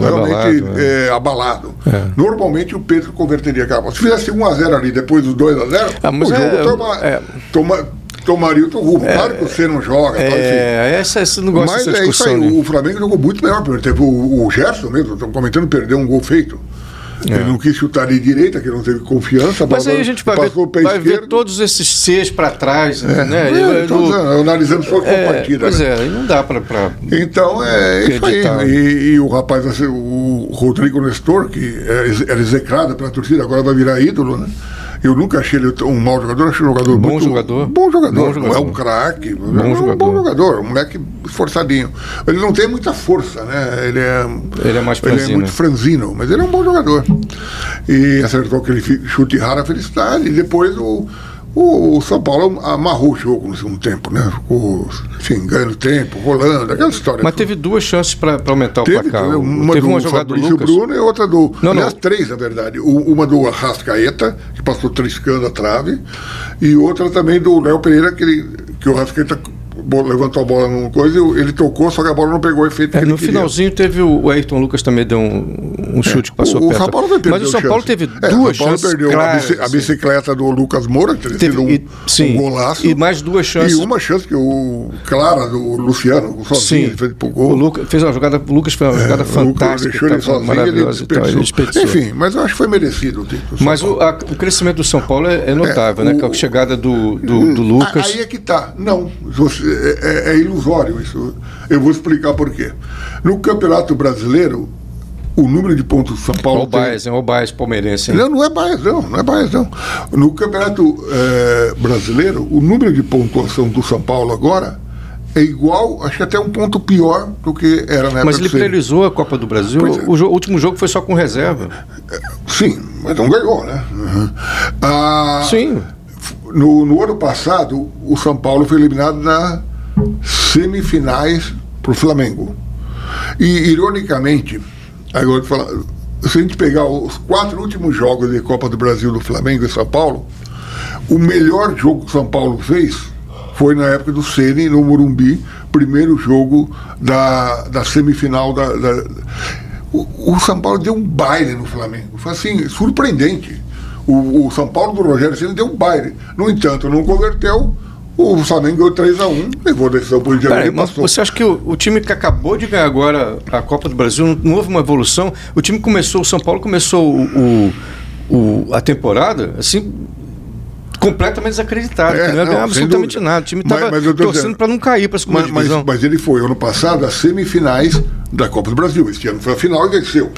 Speaker 1: né,
Speaker 2: realmente
Speaker 1: abalado,
Speaker 2: é, abalado.
Speaker 1: É.
Speaker 2: Normalmente o Pedro converteria aquela bola. Se fizesse 1x0 ali, depois do 2x0,
Speaker 1: Ah,
Speaker 2: o
Speaker 1: mas
Speaker 2: jogo
Speaker 1: é-
Speaker 2: toma,
Speaker 1: é.
Speaker 2: toma- tomaria outro rumo. claro que você não joga, tal, enfim.
Speaker 1: É, essa, esse não gosta
Speaker 2: Mas
Speaker 1: dessa
Speaker 2: é isso aí,
Speaker 1: discussão. né?
Speaker 2: o Flamengo jogou muito melhor. primeiro tempo. o, o Gerson mesmo, estão comentando, perdeu um gol feito. Ele não quis chutar de direita, que não teve confiança.
Speaker 1: É. Mas
Speaker 2: bola
Speaker 1: aí a gente vai, ver,
Speaker 2: passou o pé
Speaker 1: vai ver
Speaker 2: esquerdo.
Speaker 1: todos esses Cs para trás, né?
Speaker 2: É,
Speaker 1: Ele-
Speaker 2: então,
Speaker 1: do-
Speaker 2: analisando só com
Speaker 1: é,
Speaker 2: a partida. né?
Speaker 1: pois é, aí não dá para... Pra...
Speaker 2: Então é isso aí.
Speaker 1: Acreditar.
Speaker 2: E, e o rapaz, assim, o Rodrigo Nestor, que era ex- era execrado pela torcida, agora vai virar ídolo, né? Eu nunca achei ele um mau jogador, achei um jogador
Speaker 1: Bom
Speaker 2: muito-
Speaker 1: jogador.
Speaker 2: Bom jogador.
Speaker 1: Bom
Speaker 2: Não é um
Speaker 1: jogador.
Speaker 2: craque. é um
Speaker 1: jogador.
Speaker 2: bom jogador, um moleque esforçadinho. Ele não tem muita força, né? Ele é,
Speaker 1: Ele é mais
Speaker 2: ele é
Speaker 1: franzino.
Speaker 2: muito franzino, mas ele é um bom jogador. E acertou aquele fi- chute rara felicidade. E depois o, o, o São Paulo amarrou o jogo no segundo tempo, né? Ficou, enfim, ganhando tempo, rolando, aquela história.
Speaker 1: Mas teve duas chances para aumentar o placar.
Speaker 2: né?
Speaker 1: O-
Speaker 2: uma
Speaker 1: teve
Speaker 2: do
Speaker 1: uma jogada do
Speaker 2: Fabrício
Speaker 1: Lucas.
Speaker 2: Bruno e outra do.
Speaker 1: Não,
Speaker 2: aliás,
Speaker 1: não.
Speaker 2: três, na verdade. U- Uma do Arrascaeta, que passou triscando a trave, e outra também do Léo Pereira, que, ele, que o Arrascaeta bo- levantou a bola numa coisa, e ele tocou, só que a bola não pegou o efeito
Speaker 1: É,
Speaker 2: que ele
Speaker 1: no
Speaker 2: queria. É,
Speaker 1: finalzinho teve o o Ayrton Lucas também deu um, um chute que passou
Speaker 2: o, o É,
Speaker 1: perto.
Speaker 2: São Paulo vai perder
Speaker 1: Mas o São Paulo teve duas chances
Speaker 2: perdeu um a
Speaker 1: claras,
Speaker 2: bici- a,
Speaker 1: assim.
Speaker 2: bicicleta do Lucas Moura, que teria
Speaker 1: Teve-
Speaker 2: sido um,
Speaker 1: e- sim.
Speaker 2: um golaço.
Speaker 1: E mais duas chances.
Speaker 2: E uma chance que o Clara, do Luciano, sozinho,
Speaker 1: Sim,
Speaker 2: ele fez pro gol.
Speaker 1: o Lucas fez uma jogada, o Lucas fez uma jogada
Speaker 2: É, O Lucas
Speaker 1: fantástica,
Speaker 2: deixou ele
Speaker 1: e tal,
Speaker 2: sozinho, ele
Speaker 1: maravilhosa e tal,
Speaker 2: desperdiçou.
Speaker 1: ele desperdiçou.
Speaker 2: Enfim, mas eu acho que foi merecido o título. do
Speaker 1: Mas
Speaker 2: São Paulo.
Speaker 1: o, a- o crescimento do São Paulo é, é notável, né?
Speaker 2: o-
Speaker 1: Com a chegada do, do, do
Speaker 2: Ah,
Speaker 1: Lucas.
Speaker 2: Aí é que tá. Não, você- é, é- é ilusório isso. Eu vou explicar por quê. No Campeonato Brasileiro, o número de pontos que o São
Speaker 1: Olha É o
Speaker 2: Paulo tem
Speaker 1: Baez, hein? Olha o Baez palmeirense. hein?
Speaker 2: Não, não é Baez, não. Não é Baez, não. No Campeonato eh, Brasileiro, o número de pontuação do São Paulo agora é igual, acho que até um ponto pior do que era na época
Speaker 1: Mas ele
Speaker 2: do Ceni.
Speaker 1: priorizou a Copa do Brasil.
Speaker 2: Pois é.
Speaker 1: O, jo- o último jogo foi só com reserva.
Speaker 2: Sim, mas não ganhou, né? Uhum. Ah,
Speaker 1: Sim.
Speaker 2: No, no ano passado, o São Paulo foi eliminado nas semifinais para o Flamengo. E, ironicamente, agora eu vou falar, se a gente pegar os quatro últimos jogos de Copa do Brasil do Flamengo e São Paulo, o melhor jogo que o São Paulo fez foi na época do Ceni no Morumbi, primeiro jogo da, da semifinal da. da- o, o São Paulo deu um baile no Flamengo. Foi assim, surpreendente. O, o São Paulo do Rogério Ceni deu um baile. No entanto, não converteu. O Flamengo ganhou 3x1, levou a decisão para o Rio de
Speaker 1: Peraí,
Speaker 2: Janeiro e
Speaker 1: mas
Speaker 2: passou.
Speaker 1: você acha que o, o time que acabou de ganhar agora a Copa do Brasil, não, não houve uma evolução? O time começou, o São Paulo começou o, o- o- a temporada, assim, completamente desacreditado.
Speaker 2: É,
Speaker 1: que não ia
Speaker 2: não,
Speaker 1: ganhar
Speaker 2: sem
Speaker 1: absolutamente
Speaker 2: dúvida.
Speaker 1: nada. O time
Speaker 2: Mas-
Speaker 1: estava
Speaker 2: mas eu tô
Speaker 1: torcendo
Speaker 2: dizendo-
Speaker 1: para não cair para a segunda
Speaker 2: Mas, mas-
Speaker 1: divisão.
Speaker 2: mas ele foi, ano passado, às semifinais da Copa do Brasil. Este ano foi a final e venceu.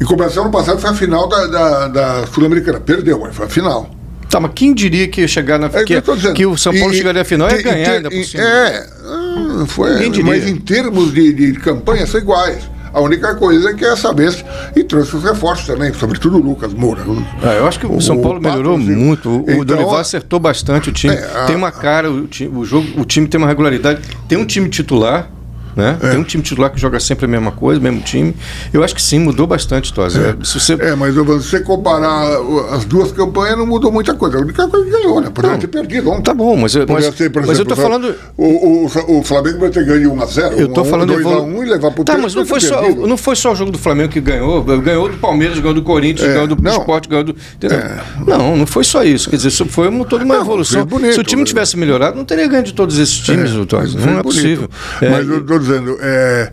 Speaker 2: E começou ano passado, foi a final da, da- da Sul-Americana. Perdeu, mas foi a final.
Speaker 1: Tá, mas quem diria que ia chegar na
Speaker 2: É
Speaker 1: que,
Speaker 2: eu tô dizendo.
Speaker 1: que o São Paulo
Speaker 2: E-
Speaker 1: chegaria à final e ia
Speaker 2: e-
Speaker 1: ganhar
Speaker 2: e-
Speaker 1: ainda por
Speaker 2: e-
Speaker 1: cima?
Speaker 2: É, ah, foi,
Speaker 1: Ninguém diria.
Speaker 2: mas em termos de, de campanha são iguais. A única coisa é que essa vez, e trouxe os reforços também, sobretudo o Lucas Moura.
Speaker 1: Ah, eu acho que o, São Paulo
Speaker 2: Pato,
Speaker 1: melhorou
Speaker 2: assim,
Speaker 1: muito. O, o
Speaker 2: então,
Speaker 1: Dorival acertou bastante o time.
Speaker 2: É, a-
Speaker 1: tem uma cara, o, ti- o jogo, o time tem uma regularidade. Tem um time titular, né?
Speaker 2: É.
Speaker 1: Tem um time titular que joga sempre a mesma coisa, mesmo time. Eu acho que sim, mudou bastante, Tosi. Se você-
Speaker 2: É, mas ô, Vanzo, se você comparar o- as duas campanhas, não mudou muita coisa. A única coisa que ganhou, né? Poderia
Speaker 1: Não.
Speaker 2: ter perdido ontem.
Speaker 1: Tá bom, mas, eu- mas,
Speaker 2: Poderia ter, assim, por
Speaker 1: mas eu
Speaker 2: exemplo,
Speaker 1: tô falando.
Speaker 2: O, o, o Flamengo vai ter ganho 1x0.
Speaker 1: Eu tô falando
Speaker 2: 2x1
Speaker 1: evolu-
Speaker 2: e levar pro
Speaker 1: Tá,
Speaker 2: pênalti,
Speaker 1: mas não
Speaker 2: vai
Speaker 1: foi,
Speaker 2: ter
Speaker 1: só,
Speaker 2: perdido.
Speaker 1: não foi só o jogo do Flamengo que ganhou. Ganhou do Palmeiras, ganhou do Corinthians,
Speaker 2: É,
Speaker 1: ganhou do
Speaker 2: não. É.
Speaker 1: Sport, ganhou do. entendeu? Não, não foi só isso. Quer dizer, isso foi uma, toda uma
Speaker 2: Não,
Speaker 1: evolução.
Speaker 2: fez bonito,
Speaker 1: Se o time
Speaker 2: né?
Speaker 1: tivesse melhorado, não teria ganho de todos esses times, é,
Speaker 2: Mas
Speaker 1: Não
Speaker 2: foi
Speaker 1: é
Speaker 2: bonito.
Speaker 1: possível. É,
Speaker 2: Mas eu estou dizendo, é,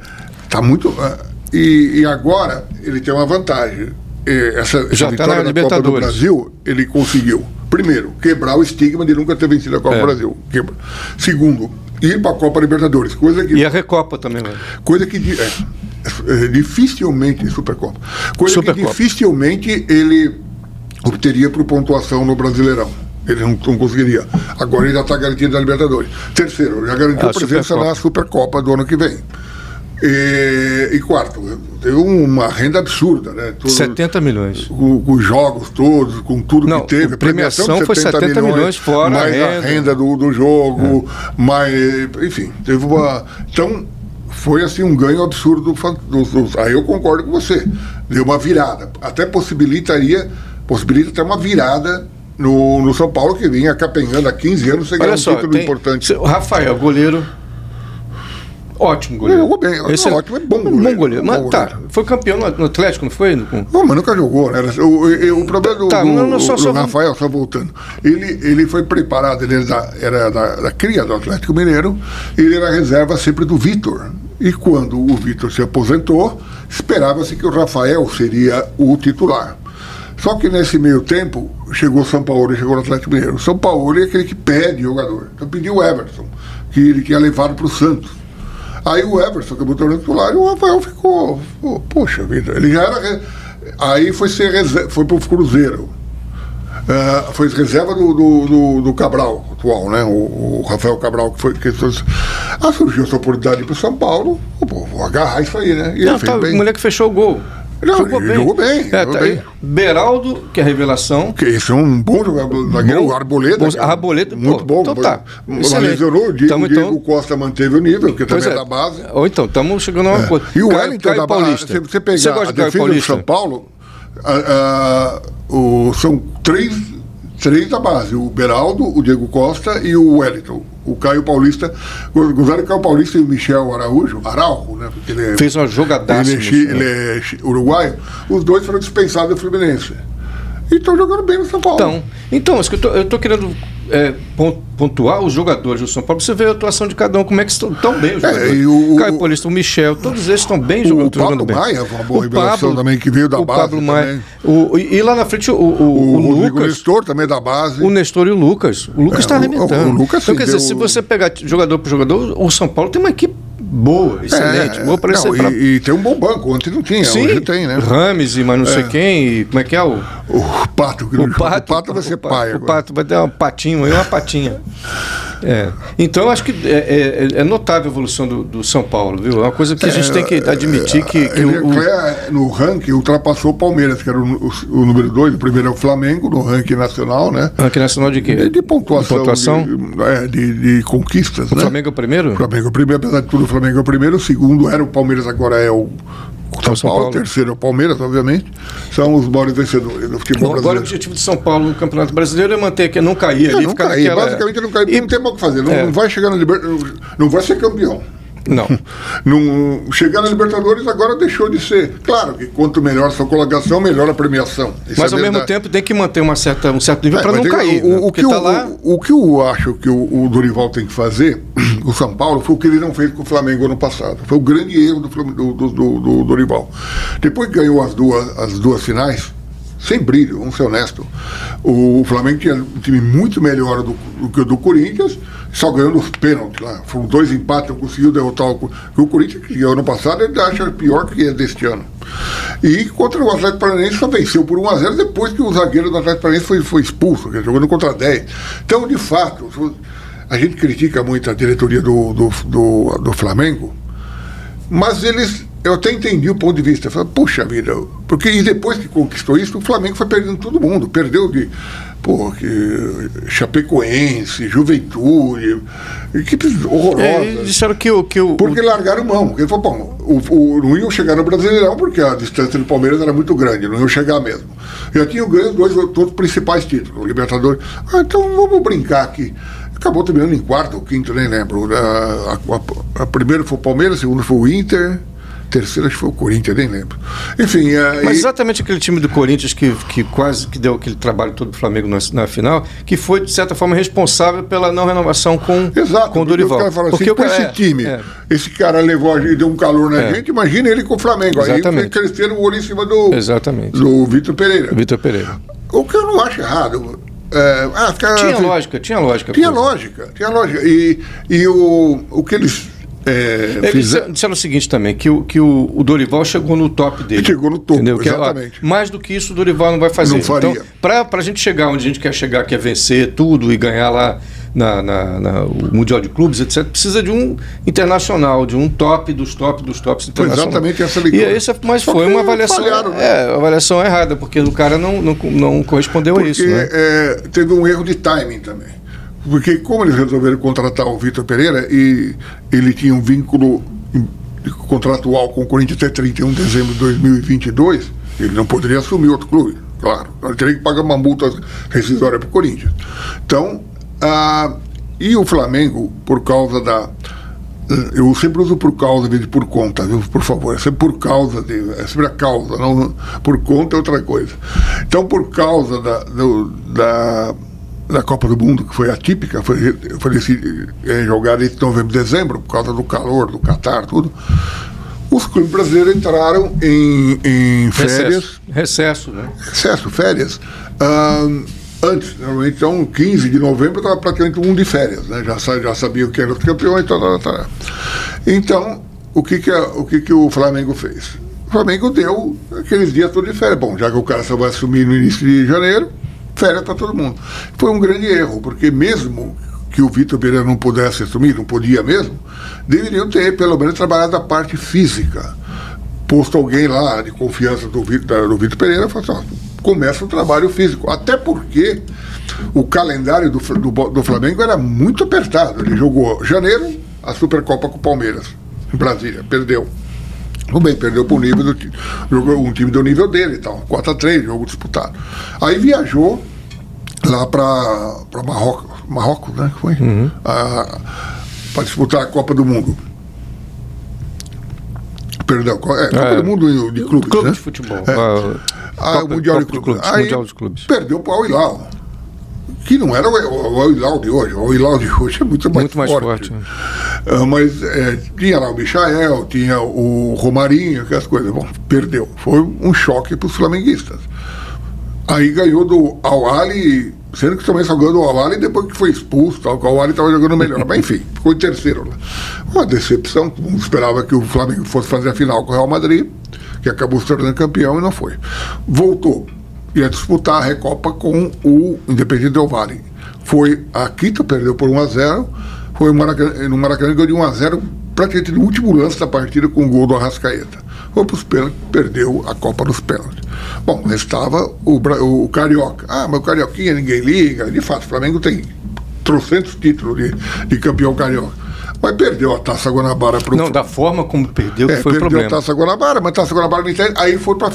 Speaker 2: tá muito. ah, E, e agora ele tem uma vantagem. E essa essa
Speaker 1: Já tá
Speaker 2: vitória
Speaker 1: na
Speaker 2: da Copa do
Speaker 1: Libertadores.
Speaker 2: Brasil, ele conseguiu, primeiro, quebrar o estigma de nunca ter vencido a Copa
Speaker 1: É.
Speaker 2: do Brasil. Quebra. Segundo, ir para a Copa Libertadores, coisa que
Speaker 1: E a Recopa também, né?
Speaker 2: coisa que di- é, é, dificilmente Supercopa, coisa que
Speaker 1: Supercopa.
Speaker 2: dificilmente ele obteria por pontuação no Brasileirão. Ele não, não conseguiria. Agora ele já está garantido na Libertadores. Terceiro, já garantiu
Speaker 1: A
Speaker 2: presença
Speaker 1: Supercopa.
Speaker 2: na Supercopa do ano que vem. E, e quarto, teve uma renda absurda, né? Todo-
Speaker 1: 70 milhões.
Speaker 2: com, com os jogos todos, com tudo
Speaker 1: Não,
Speaker 2: que teve.
Speaker 1: a premiação
Speaker 2: de
Speaker 1: foi 70 milhões, fora a
Speaker 2: mais
Speaker 1: renda. É.
Speaker 2: do, do jogo, mais. Enfim, teve uma. Então, foi assim um ganho absurdo. do fan- do- do- aí eu concordo com você. Deu uma virada. Até possibilitaria, possibilita até uma virada. No, no São Paulo, que vinha capengando há 15 anos, sem ganhar um
Speaker 1: Olha só,
Speaker 2: título
Speaker 1: tem,
Speaker 2: importante.
Speaker 1: seu Rafael, goleiro. Ótimo goleiro.
Speaker 2: Jogou bem,
Speaker 1: Esse um
Speaker 2: ótimo, é bom
Speaker 1: Bom
Speaker 2: goleiro,
Speaker 1: goleiro.
Speaker 2: bom
Speaker 1: Mas
Speaker 2: goleiro.
Speaker 1: tá, foi campeão no no Atlético, não foi? Com-
Speaker 2: Não, mas nunca jogou, né? Era- O, o- o problema do,
Speaker 1: Tá,
Speaker 2: do-
Speaker 1: não, não, só-
Speaker 2: do
Speaker 1: só-
Speaker 2: Rafael, só voltando. Ele, ele foi preparado, ele era, da, era da, da cria do Atlético Mineiro, ele era reserva sempre do Vitor. E quando o Vitor se aposentou, esperava-se que o Rafael seria o titular. Só que nesse meio tempo, chegou o São Paulo e chegou o Atlético Mineiro. O São Paulo é aquele que pede jogador. Então pediu o Everton, que ele tinha levado para o Santos. Aí o Everson acabou tornando titular e o Rafael ficou. pô, Poxa vida, ele já era. re- Aí foi, ser reserva, foi pro Cruzeiro. Ah, foi reserva do, do, do- do Cabral atual, né? O, o Rafael Cabral que foi. Que, ah, surgiu essa oportunidade pro São Paulo. Pô, vou agarrar isso aí, né? E ele
Speaker 1: Não,
Speaker 2: fez
Speaker 1: tá,
Speaker 2: bem.
Speaker 1: o moleque fechou o gol.
Speaker 2: Não, ele jogou bem, jogou
Speaker 1: tá,
Speaker 2: bem.
Speaker 1: e Beraldo, que é a revelação.
Speaker 2: Que esse é um bom jogador, zagueiro,
Speaker 1: Bom,
Speaker 2: Arboleda.
Speaker 1: bom,
Speaker 2: cara.
Speaker 1: Arboleda, pô,
Speaker 2: muito bom.
Speaker 1: então tá,
Speaker 2: Mas
Speaker 1: excelente.
Speaker 2: lesionou, o Diego,
Speaker 1: Tamo,
Speaker 2: Diego
Speaker 1: então-
Speaker 2: Costa manteve o nível, que também
Speaker 1: Pois
Speaker 2: é
Speaker 1: é.
Speaker 2: da base. É.
Speaker 1: Ou então, estamos chegando a uma coisa.
Speaker 2: E o
Speaker 1: Caio-
Speaker 2: Wellington
Speaker 1: Caio
Speaker 2: da Paulista.
Speaker 1: Paulista.
Speaker 2: Se você pegar
Speaker 1: Você
Speaker 2: a
Speaker 1: gosta de Caio
Speaker 2: defesa do São
Speaker 1: Paulista?
Speaker 2: Paulo, a- a- o- são três, três da base: o Beraldo, o Diego Costa e o Wellington. O Caio Paulista, o Gonzalo Caio Paulista e o Michel Araújo, Araujo, né? Porque ele é,
Speaker 1: Fez uma jogadaça.
Speaker 2: ele é,
Speaker 1: nisso,
Speaker 2: chi-
Speaker 1: né?
Speaker 2: ele é chi- uruguaio. Os dois foram dispensados do Fluminense. E estão jogando bem no São Paulo.
Speaker 1: Então, então isso que eu tô, eu tô querendo é, pon- pontuar os jogadores do São Paulo, pra você ver a atuação de cada um, como é que estão tão bem os
Speaker 2: É,
Speaker 1: jogadores.
Speaker 2: e o-
Speaker 1: Caio Paulista, o Michel, todos eles estão bem jogando,
Speaker 2: o
Speaker 1: tão jogando
Speaker 2: Pablo
Speaker 1: bem.
Speaker 2: Maia foi uma boa
Speaker 1: O
Speaker 2: revelação
Speaker 1: Pablo-
Speaker 2: também, que veio da
Speaker 1: o
Speaker 2: base
Speaker 1: Pablo Maia.
Speaker 2: também.
Speaker 1: O- e e lá na frente o, o,
Speaker 2: O,
Speaker 1: o,
Speaker 2: Rodrigo
Speaker 1: Lucas.
Speaker 2: Nestor também é da base.
Speaker 1: O Nestor e o Lucas. O Lucas
Speaker 2: É,
Speaker 1: está
Speaker 2: o-
Speaker 1: arrebentando.
Speaker 2: o Lucas
Speaker 1: então, quer
Speaker 2: deu-
Speaker 1: dizer, se você pegar t- jogador por jogador, o São Paulo tem uma equipe boa, excelente.
Speaker 2: É,
Speaker 1: boa para
Speaker 2: não,
Speaker 1: esse pra-
Speaker 2: e, e tem um bom banco, antes não tinha, hoje tem, né?
Speaker 1: Rames e mais não sei quem, e como é que é o,
Speaker 2: O Pato, que não
Speaker 1: o
Speaker 2: joga.
Speaker 1: pato,
Speaker 2: o pato vai ser
Speaker 1: o pato-
Speaker 2: pai
Speaker 1: O
Speaker 2: agora.
Speaker 1: pato vai ter um patinho e uma patinha. É. Então eu acho que é, é- é notável a evolução do, do São Paulo, viu? É uma coisa que a gente tem que admitir que, que
Speaker 2: é, Ele
Speaker 1: o, o-
Speaker 2: até, no ranking ultrapassou o Palmeiras, que era o, o- o número dois, o primeiro é o Flamengo, no ranking nacional, né?
Speaker 1: aqui nacional de
Speaker 2: E
Speaker 1: quê?
Speaker 2: de pontuação.
Speaker 1: De pontuação?
Speaker 2: De, é, de- de conquistas,
Speaker 1: O
Speaker 2: né?
Speaker 1: Flamengo é o primeiro?
Speaker 2: O Flamengo é o primeiro, apesar de tudo, o Flamengo é o primeiro, o segundo era o Palmeiras, agora é o. São,
Speaker 1: São
Speaker 2: Paulo,
Speaker 1: Paulo.
Speaker 2: o terceiro é o Palmeiras, obviamente, são os maiores vencedores do
Speaker 1: Bom,
Speaker 2: futebol
Speaker 1: agora o
Speaker 2: brasileiro. É,
Speaker 1: objetivo de São Paulo no Campeonato Brasileiro é manter que não cair ali,
Speaker 2: não
Speaker 1: ficar
Speaker 2: cair,
Speaker 1: naquela-
Speaker 2: basicamente não cair, porque
Speaker 1: E-
Speaker 2: não tem mais o que fazer, não,
Speaker 1: É.
Speaker 2: não vai chegar na Libertadores, não vai ser campeão.
Speaker 1: Não.
Speaker 2: Não, chegar na Libertadores agora deixou de ser. Claro que quanto melhor a sua colocação, melhor a premiação. Isso
Speaker 1: Mas
Speaker 2: é
Speaker 1: ao mesmo
Speaker 2: verdade.
Speaker 1: tempo tem que manter uma certa, um certo nível
Speaker 2: É,
Speaker 1: para
Speaker 2: mas
Speaker 1: não
Speaker 2: tem-
Speaker 1: cair.
Speaker 2: O,
Speaker 1: né?
Speaker 2: o
Speaker 1: Porque
Speaker 2: que
Speaker 1: tá
Speaker 2: eu,
Speaker 1: lá.
Speaker 2: o que eu acho que o, o Dorival tem que fazer, o São Paulo, foi o que ele não fez com o Flamengo ano passado. Foi o grande erro do, Flam- do- do- do- do Dorival. Depois que ganhou as duas, as duas finais, sem brilho, vamos ser honesto. O Flamengo tinha um time muito melhor do, do que o do Corinthians, só ganhou nos pênaltis lá. Foram dois empates, não conseguiu derrotar o, Cor- o Corinthians, que ganhou ano passado, ele acha pior que é deste ano. E contra o Atlético Paranaense só venceu por 1x0 depois que o zagueiro do Atlético Paranaense foi, foi expulso, que ele jogando contra 10. Então, de fato, a gente critica muito a diretoria do, do, do, do Flamengo, mas eles. Eu até entendi o ponto de vista. Eu Falei, puxa vida, porque e depois que conquistou isso, o Flamengo foi perdendo todo mundo. Perdeu de pô, que, Chapecoense, Juventude, equipes
Speaker 1: É,
Speaker 2: horrorosas.
Speaker 1: eles disseram que o. Que o
Speaker 2: Porque largaram mão. Porque ele falou, bom, o, o, não iam chegar no Brasileirão, porque a distância do Palmeiras era muito grande, não iam chegar mesmo. Já tinham ganho os dois, outros principais títulos, o Libertadores. Ah, então vamos brincar aqui. Acabou terminando em quarto ou quinto, nem lembro. A, a- a- a primeira foi o Palmeiras, a segunda foi o Inter, a terceira acho que foi o Corinthians, nem lembro. Enfim, ah,
Speaker 1: Mas
Speaker 2: e-
Speaker 1: exatamente aquele time do Corinthians que, que quase que deu aquele trabalho todo do Flamengo na, na final, que foi, de certa forma, responsável pela não renovação com,
Speaker 2: Exato,
Speaker 1: com o
Speaker 2: porque
Speaker 1: Dorival.
Speaker 2: Os caras falam assim,
Speaker 1: Porque o
Speaker 2: com
Speaker 1: cara-
Speaker 2: esse time,
Speaker 1: é,
Speaker 2: esse cara levou a gente, deu um calor na
Speaker 1: É.
Speaker 2: gente, imagina ele com o Flamengo. Aí
Speaker 1: Exatamente.
Speaker 2: cresceram o olho em cima do,
Speaker 1: Exatamente.
Speaker 2: do Vitor Pereira.
Speaker 1: Vitor Pereira.
Speaker 2: O que eu não acho errado. É, ah, cara,
Speaker 1: Tinha
Speaker 2: assim,
Speaker 1: lógica, tinha lógica. a
Speaker 2: Tinha
Speaker 1: coisa.
Speaker 2: lógica, tinha lógica. E, e o, o que eles é,
Speaker 1: Eles
Speaker 2: fizeram.
Speaker 1: disseram o seguinte também, que o, que o, o Dorival chegou no top dele.
Speaker 2: Chegou no topo,
Speaker 1: Que, é, ó,
Speaker 2: exatamente.
Speaker 1: mais do que isso, o Dorival não vai fazer.
Speaker 2: Não faria.
Speaker 1: Então, pra, pra gente chegar onde a gente quer chegar, que é vencer tudo e ganhar lá na, na- na- o Mundial de Clubes, etc., precisa de um internacional, de um top dos top dos tops internacional.
Speaker 2: exatamente essa
Speaker 1: E
Speaker 2: leitura.
Speaker 1: essa, mas
Speaker 2: Só
Speaker 1: foi
Speaker 2: que
Speaker 1: uma avaliação.
Speaker 2: falharam, né?
Speaker 1: É, uma avaliação errada, porque o cara não, não, não correspondeu a
Speaker 2: Porque
Speaker 1: isso, né?
Speaker 2: é, teve um erro de timing também. Porque como eles resolveram contratar o Vitor Pereira e ele tinha um vínculo em- contratual com o Corinthians até 31 de dezembro de 2022, ele não poderia assumir outro clube, claro. Ele teria que pagar uma multa rescisória para o Corinthians. Então, ah, e o Flamengo, por causa da... Eh, Eu sempre uso por causa em vez de por conta, viu? Por favor, é sempre por causa, de, é sempre a causa, não por conta é outra coisa. Então, por causa da, do- da, da Copa do Mundo, que foi atípica, foi, foi deci- é, jogada entre novembro e dezembro, por causa do calor, do Catar, tudo, os clubes brasileiros entraram em, em férias
Speaker 1: Recesso, recesso, né?
Speaker 2: excesso, férias. ah, antes, normalmente, então, 15 de novembro, estava praticamente um de férias, né? Já, sa- já sabia o que era o campeão, então, tá, tá, tá. então o, que que a- o que que o Flamengo fez? O Flamengo deu aqueles dias todos de férias. Bom, já que o cara só vai assumir no início de janeiro, férias para todo mundo. Foi um grande erro, porque mesmo que o Vitor Pereira não pudesse assumir, não podia mesmo, deveriam ter, pelo menos, trabalhado a parte física posto alguém lá de confiança do Vitor, da- do Vitor Pereira e falou assim, ó, começa o trabalho físico. Até porque o calendário do, Fla- do, Bo- do Flamengo era muito apertado. Ele jogou janeiro, a Supercopa com o Palmeiras, em Brasília, perdeu. Tudo bem, perdeu para o nível do time. Jogou um time do nível dele e tal. 4x3, jogo disputado. Aí viajou lá para Marrocos, Marrocos, né? que Foi?
Speaker 1: Uhum.
Speaker 2: para disputar a Copa do Mundo. Perdão, qual- é, Copa
Speaker 1: É.
Speaker 2: do Mundo de clubes,
Speaker 1: Clube
Speaker 2: né?
Speaker 1: de futebol.
Speaker 2: É.
Speaker 1: Ah,
Speaker 2: Ah,
Speaker 1: Copa-
Speaker 2: o Mundial de
Speaker 1: Copa
Speaker 2: Clubes.
Speaker 1: dos Clubes,
Speaker 2: Aí,
Speaker 1: Mundial dos Clubes.
Speaker 2: Perdeu para o Al-Hilal, que não era o o- o Al-Hilal de hoje. O Al-Hilal de hoje é muito mais
Speaker 1: Muito mais forte. né?
Speaker 2: ah, mas é, tinha lá o Michael, tinha o Romarinho, aquelas coisas. Bom, perdeu. Foi um choque para os flamenguistas. Aí ganhou do Awali, sendo que também só ganhou do Awali depois que foi expulso, tal, que o Awali estava jogando melhor. Mas enfim, ficou em terceiro lá. Uma decepção, todo mundo esperava que o Flamengo fosse fazer a final com o Real Madrid, que acabou se tornando campeão e não foi. Voltou, ia disputar a Recopa com o Independiente Del Valle. Foi a Quito, perdeu por 1x0, foi o Maracanã- no Maracanã ganhou de 1x0 praticamente no último lance da partida com o gol do Arrascaeta. Foi para os pênaltis, perdeu a Copa dos Pênaltis. Bom, restava o, Bra- o Carioca. Ah, mas o Carioquinha ninguém liga. De fato, o Flamengo tem trocentos títulos de, de campeão carioca. Mas perdeu a Taça Guanabara para o
Speaker 1: Não, da forma como perdeu, que
Speaker 2: é,
Speaker 1: foi o
Speaker 2: perdeu
Speaker 1: problema.
Speaker 2: a Taça Guanabara, mas a Taça Guanabara não entende. Aí foi para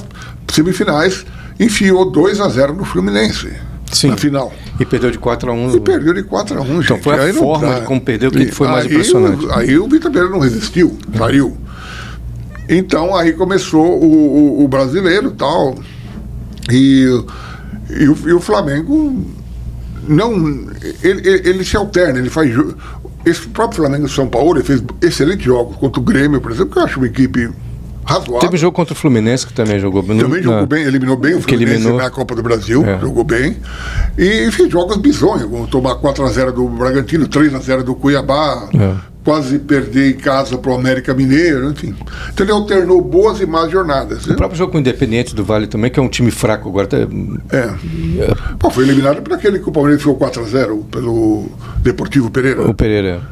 Speaker 2: semifinais, enfiou 2 a 0 no Fluminense.
Speaker 1: Sim.
Speaker 2: Na final.
Speaker 1: E perdeu de 4 a 1.
Speaker 2: tá. E perdeu de 4 a 1, gente.
Speaker 1: Então, foi a
Speaker 2: Aí não
Speaker 1: forma
Speaker 2: dá.
Speaker 1: de como perdeu que
Speaker 2: E
Speaker 1: foi mais
Speaker 2: aí
Speaker 1: impressionante.
Speaker 2: o- aí o Vitor Pereira não resistiu, saiu. Então aí começou o, o, o brasileiro tal. E, e, o, e o Flamengo não. Ele, ele, ele se alterna, ele faz. jo- Esse próprio Flamengo de São Paulo ele fez excelentes jogos contra o Grêmio, por exemplo, que eu acho uma equipe razoável.
Speaker 1: Teve um jogo contra o Fluminense que também jogou bem.
Speaker 2: Também jogou bem, né? eliminou bem o
Speaker 1: Ah. que
Speaker 2: Fluminense
Speaker 1: eliminou.
Speaker 2: na Copa do Brasil,
Speaker 1: É.
Speaker 2: jogou bem. E fez jogos bizonhos, como tomar 4x0 do Bragantino, 3x0 do Cuiabá,
Speaker 1: É.
Speaker 2: quase perder em casa para o América Mineiro, enfim. Então ele alternou boas e más jornadas. né?
Speaker 1: O próprio jogo com o Independente do Vale também, que é um time fraco agora. Tá...
Speaker 2: É. Pô, foi eliminado por aquele que o Palmeiras ficou 4x0 pelo Deportivo Pereira.
Speaker 1: O Pereira.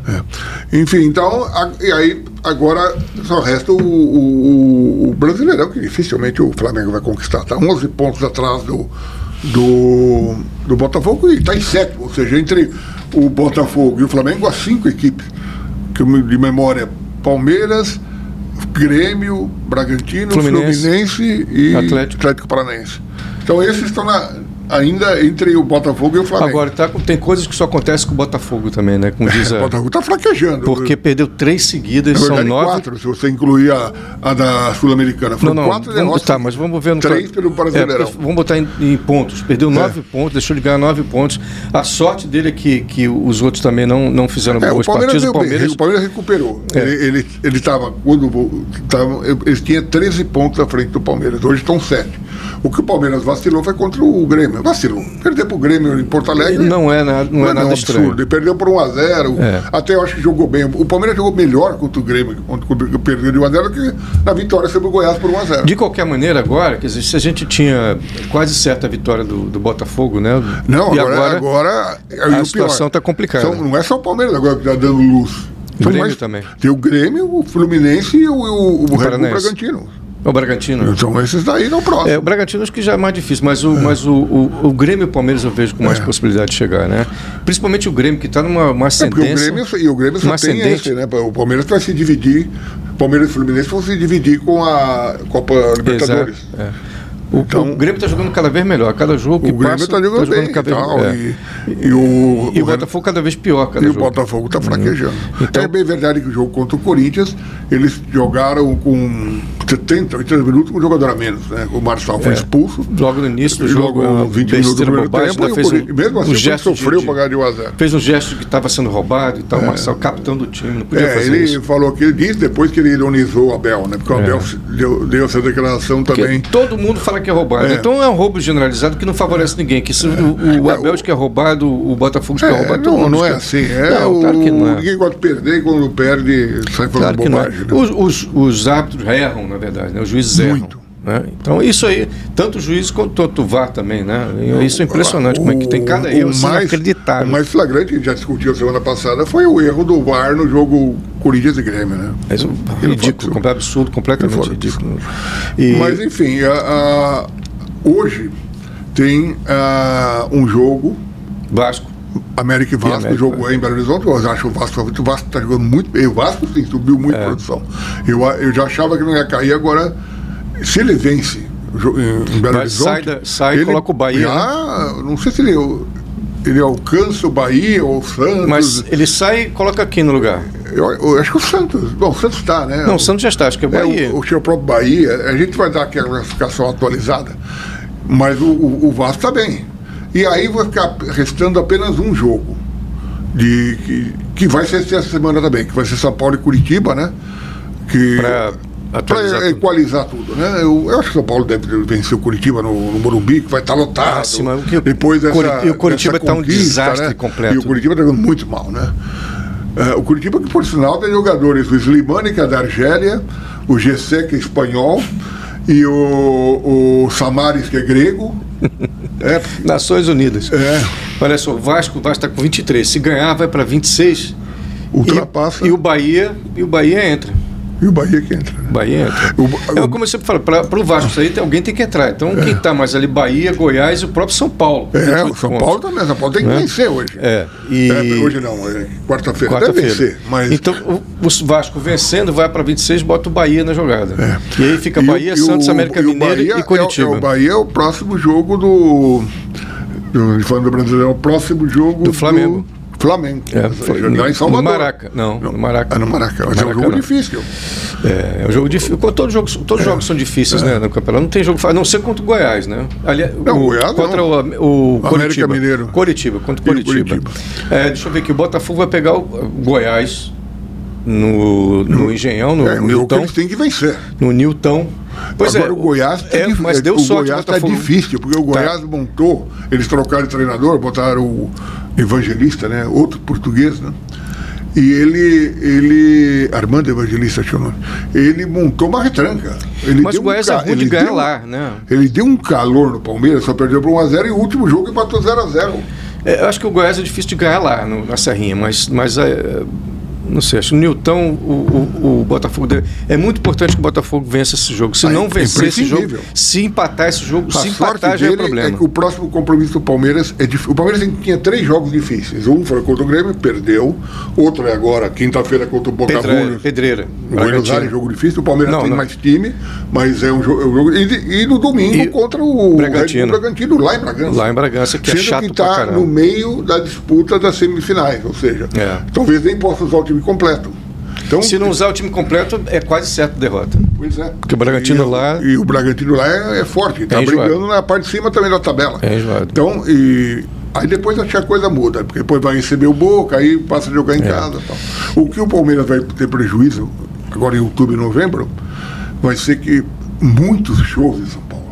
Speaker 2: É. Enfim, então, a- e aí agora só resta o, o, o- o Brasileirão, que dificilmente o Flamengo vai conquistar. Está 11 pontos atrás do, do, do Botafogo e está em sétimo, ou seja, entre o Botafogo e o Flamengo, há cinco equipes, que eu me- de memória, Palmeiras, Grêmio, Bragantino,
Speaker 1: Fluminense,
Speaker 2: Fluminense, e
Speaker 1: Atlético.
Speaker 2: Atlético. Paranaense. Então esses estão na- ainda entre o Botafogo e o Flamengo.
Speaker 1: Agora, tá, com- tem coisas que só acontecem com o Botafogo também, né? Como diz
Speaker 2: o
Speaker 1: a...
Speaker 2: É, Botafogo está fraquejando.
Speaker 1: Porque perdeu três seguidas,
Speaker 2: Na
Speaker 1: são
Speaker 2: É verdade,
Speaker 1: nove.
Speaker 2: quatro, se você incluir a, a da Sul-Americana.
Speaker 1: Não,
Speaker 2: Foram
Speaker 1: não,
Speaker 2: quatro
Speaker 1: vamos,
Speaker 2: derrotas.
Speaker 1: tá, mas vamos ver no
Speaker 2: Três pelo Brasileirão. É.
Speaker 1: É, porque vamos botar em, em pontos. Perdeu nove pontos, deixou de ganhar nove pontos. A sorte dele é que, que os outros também não, não fizeram
Speaker 2: É, o
Speaker 1: boas
Speaker 2: Palmeiras
Speaker 1: partidas.
Speaker 2: deu
Speaker 1: O Palmeiras,
Speaker 2: bem, o Palmeiras recuperou.
Speaker 1: É.
Speaker 2: Ele, ele, ele tava, quando vo- tava, ele tinha 13 pontos à frente do Palmeiras, hoje estão 7. O que o Palmeiras vacilou foi contra o Grêmio. Vacilou. Perder para o Grêmio em Porto Alegre.
Speaker 1: Não é nada, não é nada estranho.
Speaker 2: Ele perdeu por 1x0.
Speaker 1: É.
Speaker 2: Até eu acho que jogou bem. O Palmeiras jogou melhor contra o Grêmio, quando quando perdeu de 1x0, que na vitória sobre o Goiás por 1x0.
Speaker 1: De qualquer maneira, agora, quer dizer, se a gente tinha quase certa vitória do, do Botafogo, né?
Speaker 2: Não,
Speaker 1: e
Speaker 2: agora, agora, é
Speaker 1: a situação tá complicada.
Speaker 2: São- não é só o Palmeiras agora que está dando luz.
Speaker 1: O Grêmio também.
Speaker 2: Tem o Grêmio, o Fluminense e o, o, o, Red Bull
Speaker 1: Paranaense.
Speaker 2: Bragantino.
Speaker 1: é O Bragantino.
Speaker 2: Então esses daí não próximo.
Speaker 1: É, o Bragantino acho que já é mais difícil, mas o, mas o, o, o Grêmio e o Palmeiras eu vejo com mais
Speaker 2: É.
Speaker 1: possibilidade de chegar, né? Principalmente o Grêmio, que está numa uma
Speaker 2: É porque o
Speaker 1: ascendência.
Speaker 2: Grêmio, e o Grêmio só
Speaker 1: Uma
Speaker 2: tem
Speaker 1: Um ascendente.
Speaker 2: esse, né? O Palmeiras vai se dividir, Palmeiras e Fluminense vão se dividir com a Copa
Speaker 1: Exato.
Speaker 2: Libertadores.
Speaker 1: é. O,
Speaker 2: Então-
Speaker 1: o Grêmio está jogando cada vez melhor. Cada jogo que
Speaker 2: O Grêmio
Speaker 1: passa,
Speaker 2: está jogando
Speaker 1: tá
Speaker 2: bem e
Speaker 1: cada vez
Speaker 2: tal,
Speaker 1: é.
Speaker 2: e, e o,
Speaker 1: E o
Speaker 2: Red-
Speaker 1: Botafogo cada vez pior, cada
Speaker 2: e o
Speaker 1: jogo. Uhum.
Speaker 2: Botafogo está fraquejando.
Speaker 1: Então-
Speaker 2: É bem verdade que o jogo contra o Corinthians, eles jogaram com 70, 80 minutos com um jogador a menos. Né? O Marçal foi expulso.
Speaker 1: É. Logo no início do jogo,
Speaker 2: Jogou
Speaker 1: uma
Speaker 2: 20 minutos um do
Speaker 1: besteira,
Speaker 2: primeiro
Speaker 1: bobagem,
Speaker 2: tempo,
Speaker 1: ainda
Speaker 2: e o
Speaker 1: fez um,
Speaker 2: Corinthians- mesmo assim, o
Speaker 1: um
Speaker 2: Corinthians
Speaker 1: gesto
Speaker 2: sofreu
Speaker 1: de,
Speaker 2: pra ganhar de 1 a 0.
Speaker 1: Fez um gesto que estava sendo roubado e tal, o Marcelo, capitão do time, não podia
Speaker 2: É,
Speaker 1: fazer
Speaker 2: ele
Speaker 1: isso.
Speaker 2: falou que ele disse depois que ele ironizou o Abel, né? Porque o
Speaker 1: É.
Speaker 2: Abel se- deu, deu essa declaração
Speaker 1: Porque
Speaker 2: também.
Speaker 1: todo mundo fala que é roubado.
Speaker 2: É.
Speaker 1: Então é um roubo generalizado que não favorece ninguém. Que se o, o
Speaker 2: É,
Speaker 1: Abel diz que é roubado, o Botafogo diz que é,
Speaker 2: É,
Speaker 1: roubado, todo
Speaker 2: não,
Speaker 1: mundo
Speaker 2: não
Speaker 1: diz
Speaker 2: é
Speaker 1: que-
Speaker 2: assim. É
Speaker 1: não,
Speaker 2: o,
Speaker 1: claro que não é.
Speaker 2: Ninguém gosta de perder e quando perde sai falando
Speaker 1: Claro que não. é.
Speaker 2: bobagem. né?
Speaker 1: Os, os, os árbitros erram, na verdade, né? os juízes erram.
Speaker 2: Muito.
Speaker 1: né? Então, isso aí, tanto o juiz quanto tanto o VAR também, né? Isso é impressionante, como é que tem cada erro assim, inacreditável.
Speaker 2: O mais flagrante que a gente já discutiu semana passada foi o erro do VAR no jogo Corinthians e Grêmio, né?
Speaker 1: Mas, um, ridículo, completo, absurdo, completamente
Speaker 2: fora.
Speaker 1: ridículo. E,
Speaker 2: Mas enfim, a- a- hoje tem a, um jogo
Speaker 1: Vasco.
Speaker 2: América e Vasco,
Speaker 1: América,
Speaker 2: o jogo é em Belo Horizonte, eu acho o Vasco é favorito, o Vasco está jogando muito bem, o Vasco sim, subiu muito
Speaker 1: É.
Speaker 2: a produção. Eu, a- eu já achava que não ia cair, agora, se ele vence o jo- em em Belo
Speaker 1: Vai,
Speaker 2: Horizonte...
Speaker 1: sai da- sai e coloca o Bahia, né?
Speaker 2: já- não sei se ele, ele alcança o Bahia ou o Santos,
Speaker 1: Mas ele sai e coloca quem no lugar?
Speaker 2: eu, eu acho que o Santos, bom, o Santos está, né?
Speaker 1: Não, o Santos já está, acho que é
Speaker 2: É,
Speaker 1: Bahia.
Speaker 2: o, o seu próprio Bahia, a gente vai dar aqui a classificação atualizada, mas o, o, o Vasco está bem. E aí vai ficar restando apenas um jogo, de, que, que vai ser essa semana também, que vai ser São Paulo e Curitiba, né? Que,
Speaker 1: Pra atualizar
Speaker 2: pra
Speaker 1: tudo.
Speaker 2: equalizar tudo, né? Eu, eu acho que São Paulo deve vencer o Curitiba no, no Morumbi, que vai estar lotado.
Speaker 1: Ah, sim, mas o que-
Speaker 2: Depois dessa,
Speaker 1: Curi- e o Curitiba
Speaker 2: dessa
Speaker 1: tá um
Speaker 2: conquista,
Speaker 1: desastre
Speaker 2: né?
Speaker 1: completo.
Speaker 2: E o Curitiba está jogando muito mal, né? É, o Curitiba, que por sinal tem jogadores, o Slimani, que é da Argélia, o Gessé, que é espanhol, e o, o Samaris, que é grego. É,
Speaker 1: Nações Unidas.
Speaker 2: é,
Speaker 1: Olha só, o Vasco, o Vasco está com 23. Se ganhar, vai para 26.
Speaker 2: ultrapassa.
Speaker 1: E, e o Bahia, e o Bahia entra.
Speaker 2: Bahia que entra. né?
Speaker 1: O Bahia entra.
Speaker 2: O Ba-
Speaker 1: Eu, como eu sempre falo, para o Vasco sair, tem- alguém tem que entrar. Então, quem está mais ali? Bahia, Goiás e o próprio São Paulo.
Speaker 2: É, o São Paulo também. São Paulo tem que
Speaker 1: Né?
Speaker 2: vencer hoje.
Speaker 1: É, e-
Speaker 2: É, hoje não, é quarta-feira. Deve
Speaker 1: Quarta-feira.
Speaker 2: vencer, mas.
Speaker 1: Então, o, o Vasco vencendo, vai para 26, bota o Bahia na jogada. E aí fica
Speaker 2: É. E o-
Speaker 1: Bahia,
Speaker 2: e o-
Speaker 1: Santos, América
Speaker 2: o
Speaker 1: Mineiro
Speaker 2: Bahia é o-
Speaker 1: e Curitiba.
Speaker 2: É, o Bahia é o próximo jogo do. do falando do Brasileirão, é o próximo jogo
Speaker 1: Do Flamengo.
Speaker 2: do Flamengo.
Speaker 1: É,
Speaker 2: Ou seja,
Speaker 1: foi-
Speaker 2: lá em
Speaker 1: no-
Speaker 2: Salvador.
Speaker 1: no Maraca. Não, no Maraca.
Speaker 2: Ah, no Maraca. Mas é um
Speaker 1: Maraca
Speaker 2: jogo
Speaker 1: não.
Speaker 2: difícil. É.
Speaker 1: É, é um jogo difícil. Todos os jogos, todos os jogos são difíceis, né, no campeonato. Não tem jogo fácil, a não ser contra o Goiás, né? Ali,
Speaker 2: Não, Goiás
Speaker 1: contra
Speaker 2: não.
Speaker 1: o, Am- o
Speaker 2: América
Speaker 1: Coritiba.
Speaker 2: Mineiro.
Speaker 1: Coritiba, contra o
Speaker 2: E o
Speaker 1: Coritiba.
Speaker 2: Coritiba.
Speaker 1: É, deixa eu ver aqui, o Botafogo vai pegar o Goiás no, no Engenhão, no
Speaker 2: É um jogo que
Speaker 1: Nilton.
Speaker 2: eles têm que vencer.
Speaker 1: No Nilton. Pois
Speaker 2: Agora
Speaker 1: é,
Speaker 2: o Goiás tem
Speaker 1: é,
Speaker 2: que
Speaker 1: mas deu
Speaker 2: o
Speaker 1: sorte o
Speaker 2: Goiás está
Speaker 1: Botafogo. Tá.
Speaker 2: difícil, porque o Goiás montou, eles trocaram de treinador, botaram o Evangelista, né? Outro português, né? E ele, ele, Armando Evangelista, acho que é o nome. Ele montou uma retranca. Ele
Speaker 1: Mas
Speaker 2: deu
Speaker 1: o Goiás
Speaker 2: um
Speaker 1: é
Speaker 2: ca-
Speaker 1: ruim de
Speaker 2: ele
Speaker 1: ganhar
Speaker 2: deu-
Speaker 1: lá, né?
Speaker 2: Ele deu um calor no Palmeiras, só perdeu por 1x0 e o último jogo empatou 0x0.
Speaker 1: É, eu acho que o Goiás é difícil de ganhar lá no- na Serrinha, mas, mas é, não sei, acho que o Nilton, o, o- o Botafogo. deve- é muito importante que o Botafogo vença esse jogo. Se
Speaker 2: Ah,
Speaker 1: não
Speaker 2: é
Speaker 1: vencer esse jogo,
Speaker 2: imprescindível.
Speaker 1: se empatar esse jogo,
Speaker 2: A
Speaker 1: se
Speaker 2: sorte
Speaker 1: empatar já é
Speaker 2: dele
Speaker 1: problema.
Speaker 2: é que o próximo compromisso do Palmeiras é difícil. O Palmeiras tem- tinha três jogos difíceis. Um foi contra o Grêmio, perdeu. Outro é agora, quinta-feira, contra o Boca
Speaker 1: Pedra-
Speaker 2: Juniors.
Speaker 1: pedreira.
Speaker 2: O Buenos
Speaker 1: Bragantino.
Speaker 2: Aires é jogo difícil, o Palmeiras
Speaker 1: Não,
Speaker 2: tem
Speaker 1: não.
Speaker 2: mais time, mas é um jogo. é um jogo- e, e no domingo
Speaker 1: E
Speaker 2: contra o
Speaker 1: Bragantino.
Speaker 2: Red Bull Bragantino, lá em Bragança.
Speaker 1: Lá em Bragança, que é
Speaker 2: Sendo
Speaker 1: chato
Speaker 2: que
Speaker 1: pra
Speaker 2: está
Speaker 1: caramba.
Speaker 2: no meio da disputa das semifinais, ou seja,
Speaker 1: É.
Speaker 2: talvez nem possa usar o time completo. Então,
Speaker 1: Se não usar o time completo, é quase certo derrota.
Speaker 2: pois é.
Speaker 1: Porque o Bragantino
Speaker 2: E
Speaker 1: lá-
Speaker 2: E o Bragantino lá é, é forte, está
Speaker 1: É enjoado.
Speaker 2: brigando na parte de cima também da tabela.
Speaker 1: É enjoado.
Speaker 2: Então, e. Aí depois acho que a coisa muda, porque depois vai receber o Boca, aí passa a
Speaker 1: É.
Speaker 2: jogar em casa. e Tal. O que o Palmeiras vai ter prejuízo, agora em outubro e novembro, vai ser que muitos shows em São Paulo.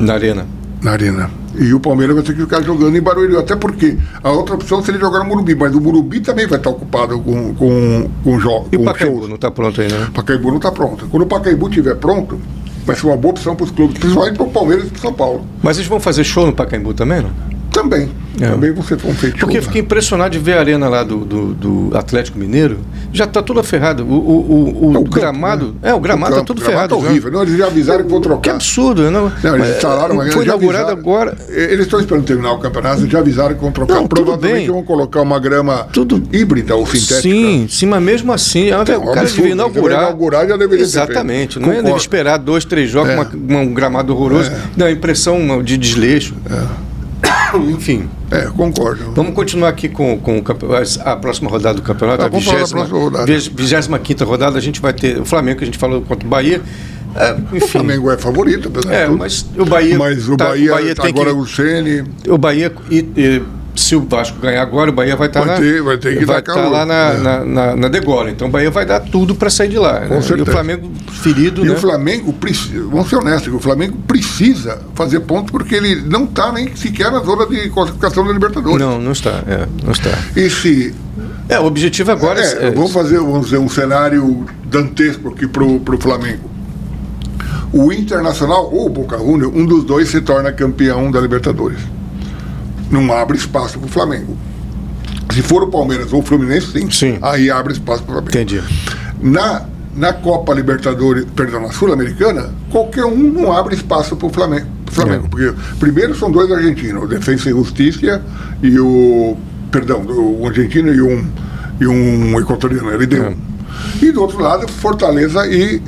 Speaker 1: na arena.
Speaker 2: na arena. E o Palmeiras vai ter que ficar jogando em Barueri, até porque a outra opção seria jogar no Murubi, mas o Murubi também vai estar ocupado com, com, com jogos.
Speaker 1: E o
Speaker 2: com
Speaker 1: Pacaembu
Speaker 2: shows.
Speaker 1: não está pronto ainda, né?
Speaker 2: Pacaembu não está pronto. Quando o Pacaembu estiver pronto, vai ser uma boa opção para os clubes, principalmente para o Palmeiras e para o São Paulo.
Speaker 1: Mas eles vão fazer show no Pacaembu também, não?
Speaker 2: Também.
Speaker 1: É.
Speaker 2: Também você foi um feito.
Speaker 1: Porque eu fiquei impressionado de ver a arena lá do, do, do Atlético Mineiro. Já está toda ferrada. O, o, o, o
Speaker 2: campo,
Speaker 1: gramado.
Speaker 2: né?
Speaker 1: É, o gramado está tudo ferrado.
Speaker 2: Tá
Speaker 1: já.
Speaker 2: horrível. Não, eles já avisaram que vão
Speaker 1: Que
Speaker 2: trocar.
Speaker 1: absurdo, né?
Speaker 2: Não, eles
Speaker 1: Mas,
Speaker 2: instalaram, mas
Speaker 1: Foi
Speaker 2: já
Speaker 1: inaugurado
Speaker 2: avisaram.
Speaker 1: agora.
Speaker 2: Eles estão esperando terminar o campeonato, eles já avisaram que vão trocar.
Speaker 1: Não, tudo
Speaker 2: Provavelmente
Speaker 1: bem.
Speaker 2: vão colocar uma grama
Speaker 1: Tudo-
Speaker 2: híbrida ou sintética.
Speaker 1: Sim, sim, mas mesmo assim, é uma-
Speaker 2: Então,
Speaker 1: o cara
Speaker 2: absurdo,
Speaker 1: devia inaugurar.
Speaker 2: deveria inaugurar, já deveria ter
Speaker 1: Exatamente.
Speaker 2: feito.
Speaker 1: Não é
Speaker 2: Concordo.
Speaker 1: dele esperar dois, três jogos,
Speaker 2: É.
Speaker 1: uma- uma- um gramado horroroso.
Speaker 2: É.
Speaker 1: Não, impressão uma- de desleixo. Enfim,
Speaker 2: É, concordo.
Speaker 1: vamos continuar aqui com, com o campe- as- a próxima rodada do campeonato,
Speaker 2: Tá,
Speaker 1: a
Speaker 2: vamos falar da
Speaker 1: 20ª
Speaker 2: próxima rodada.
Speaker 1: 25 rodada. A gente vai ter o Flamengo, que a gente falou contra o Bahia. É,
Speaker 2: O
Speaker 1: enfim.
Speaker 2: Flamengo é favorito, apesar de
Speaker 1: É,
Speaker 2: tudo.
Speaker 1: mas o Bahia.
Speaker 2: Mas o
Speaker 1: tá-
Speaker 2: Bahia,
Speaker 1: tem
Speaker 2: agora
Speaker 1: que-
Speaker 2: o Ceni
Speaker 1: o Bahia e, e se o Vasco ganhar agora, o Bahia vai estar
Speaker 2: Vai
Speaker 1: na,
Speaker 2: ter- vai ter que
Speaker 1: vai tá
Speaker 2: dar calor.
Speaker 1: lá na,
Speaker 2: É.
Speaker 1: na, na- na degola. Então o Bahia vai dar tudo para sair de lá. né? E o
Speaker 2: certeza.
Speaker 1: Flamengo ferido,
Speaker 2: E
Speaker 1: né?
Speaker 2: o Flamengo precisa, vamos ser honestos, o Flamengo precisa fazer ponto porque ele não está nem sequer na zona de classificação da Libertadores.
Speaker 1: Não, não está. É, não está.
Speaker 2: E se.
Speaker 1: É, o objetivo agora é.
Speaker 2: É, vamos fazer vamos dizer, um cenário dantesco aqui para o Flamengo. O Internacional ou o Boca Juniors, um dos dois se torna campeão da Libertadores. Não abre espaço para o Flamengo. Se for o Palmeiras ou o Fluminense, sim,
Speaker 1: Sim.
Speaker 2: aí abre espaço para o Flamengo.
Speaker 1: Entendi.
Speaker 2: na, na Copa Libertadores, perdão, na Sul-Americana, qualquer um não abre espaço para o Flamengo. pro Flamengo
Speaker 1: É.
Speaker 2: Porque primeiro são dois argentinos, o Defensa e Justiça e o. Perdão, o argentino e um, e um equatoriano, ele deu.
Speaker 1: É.
Speaker 2: E do outro lado, Fortaleza e,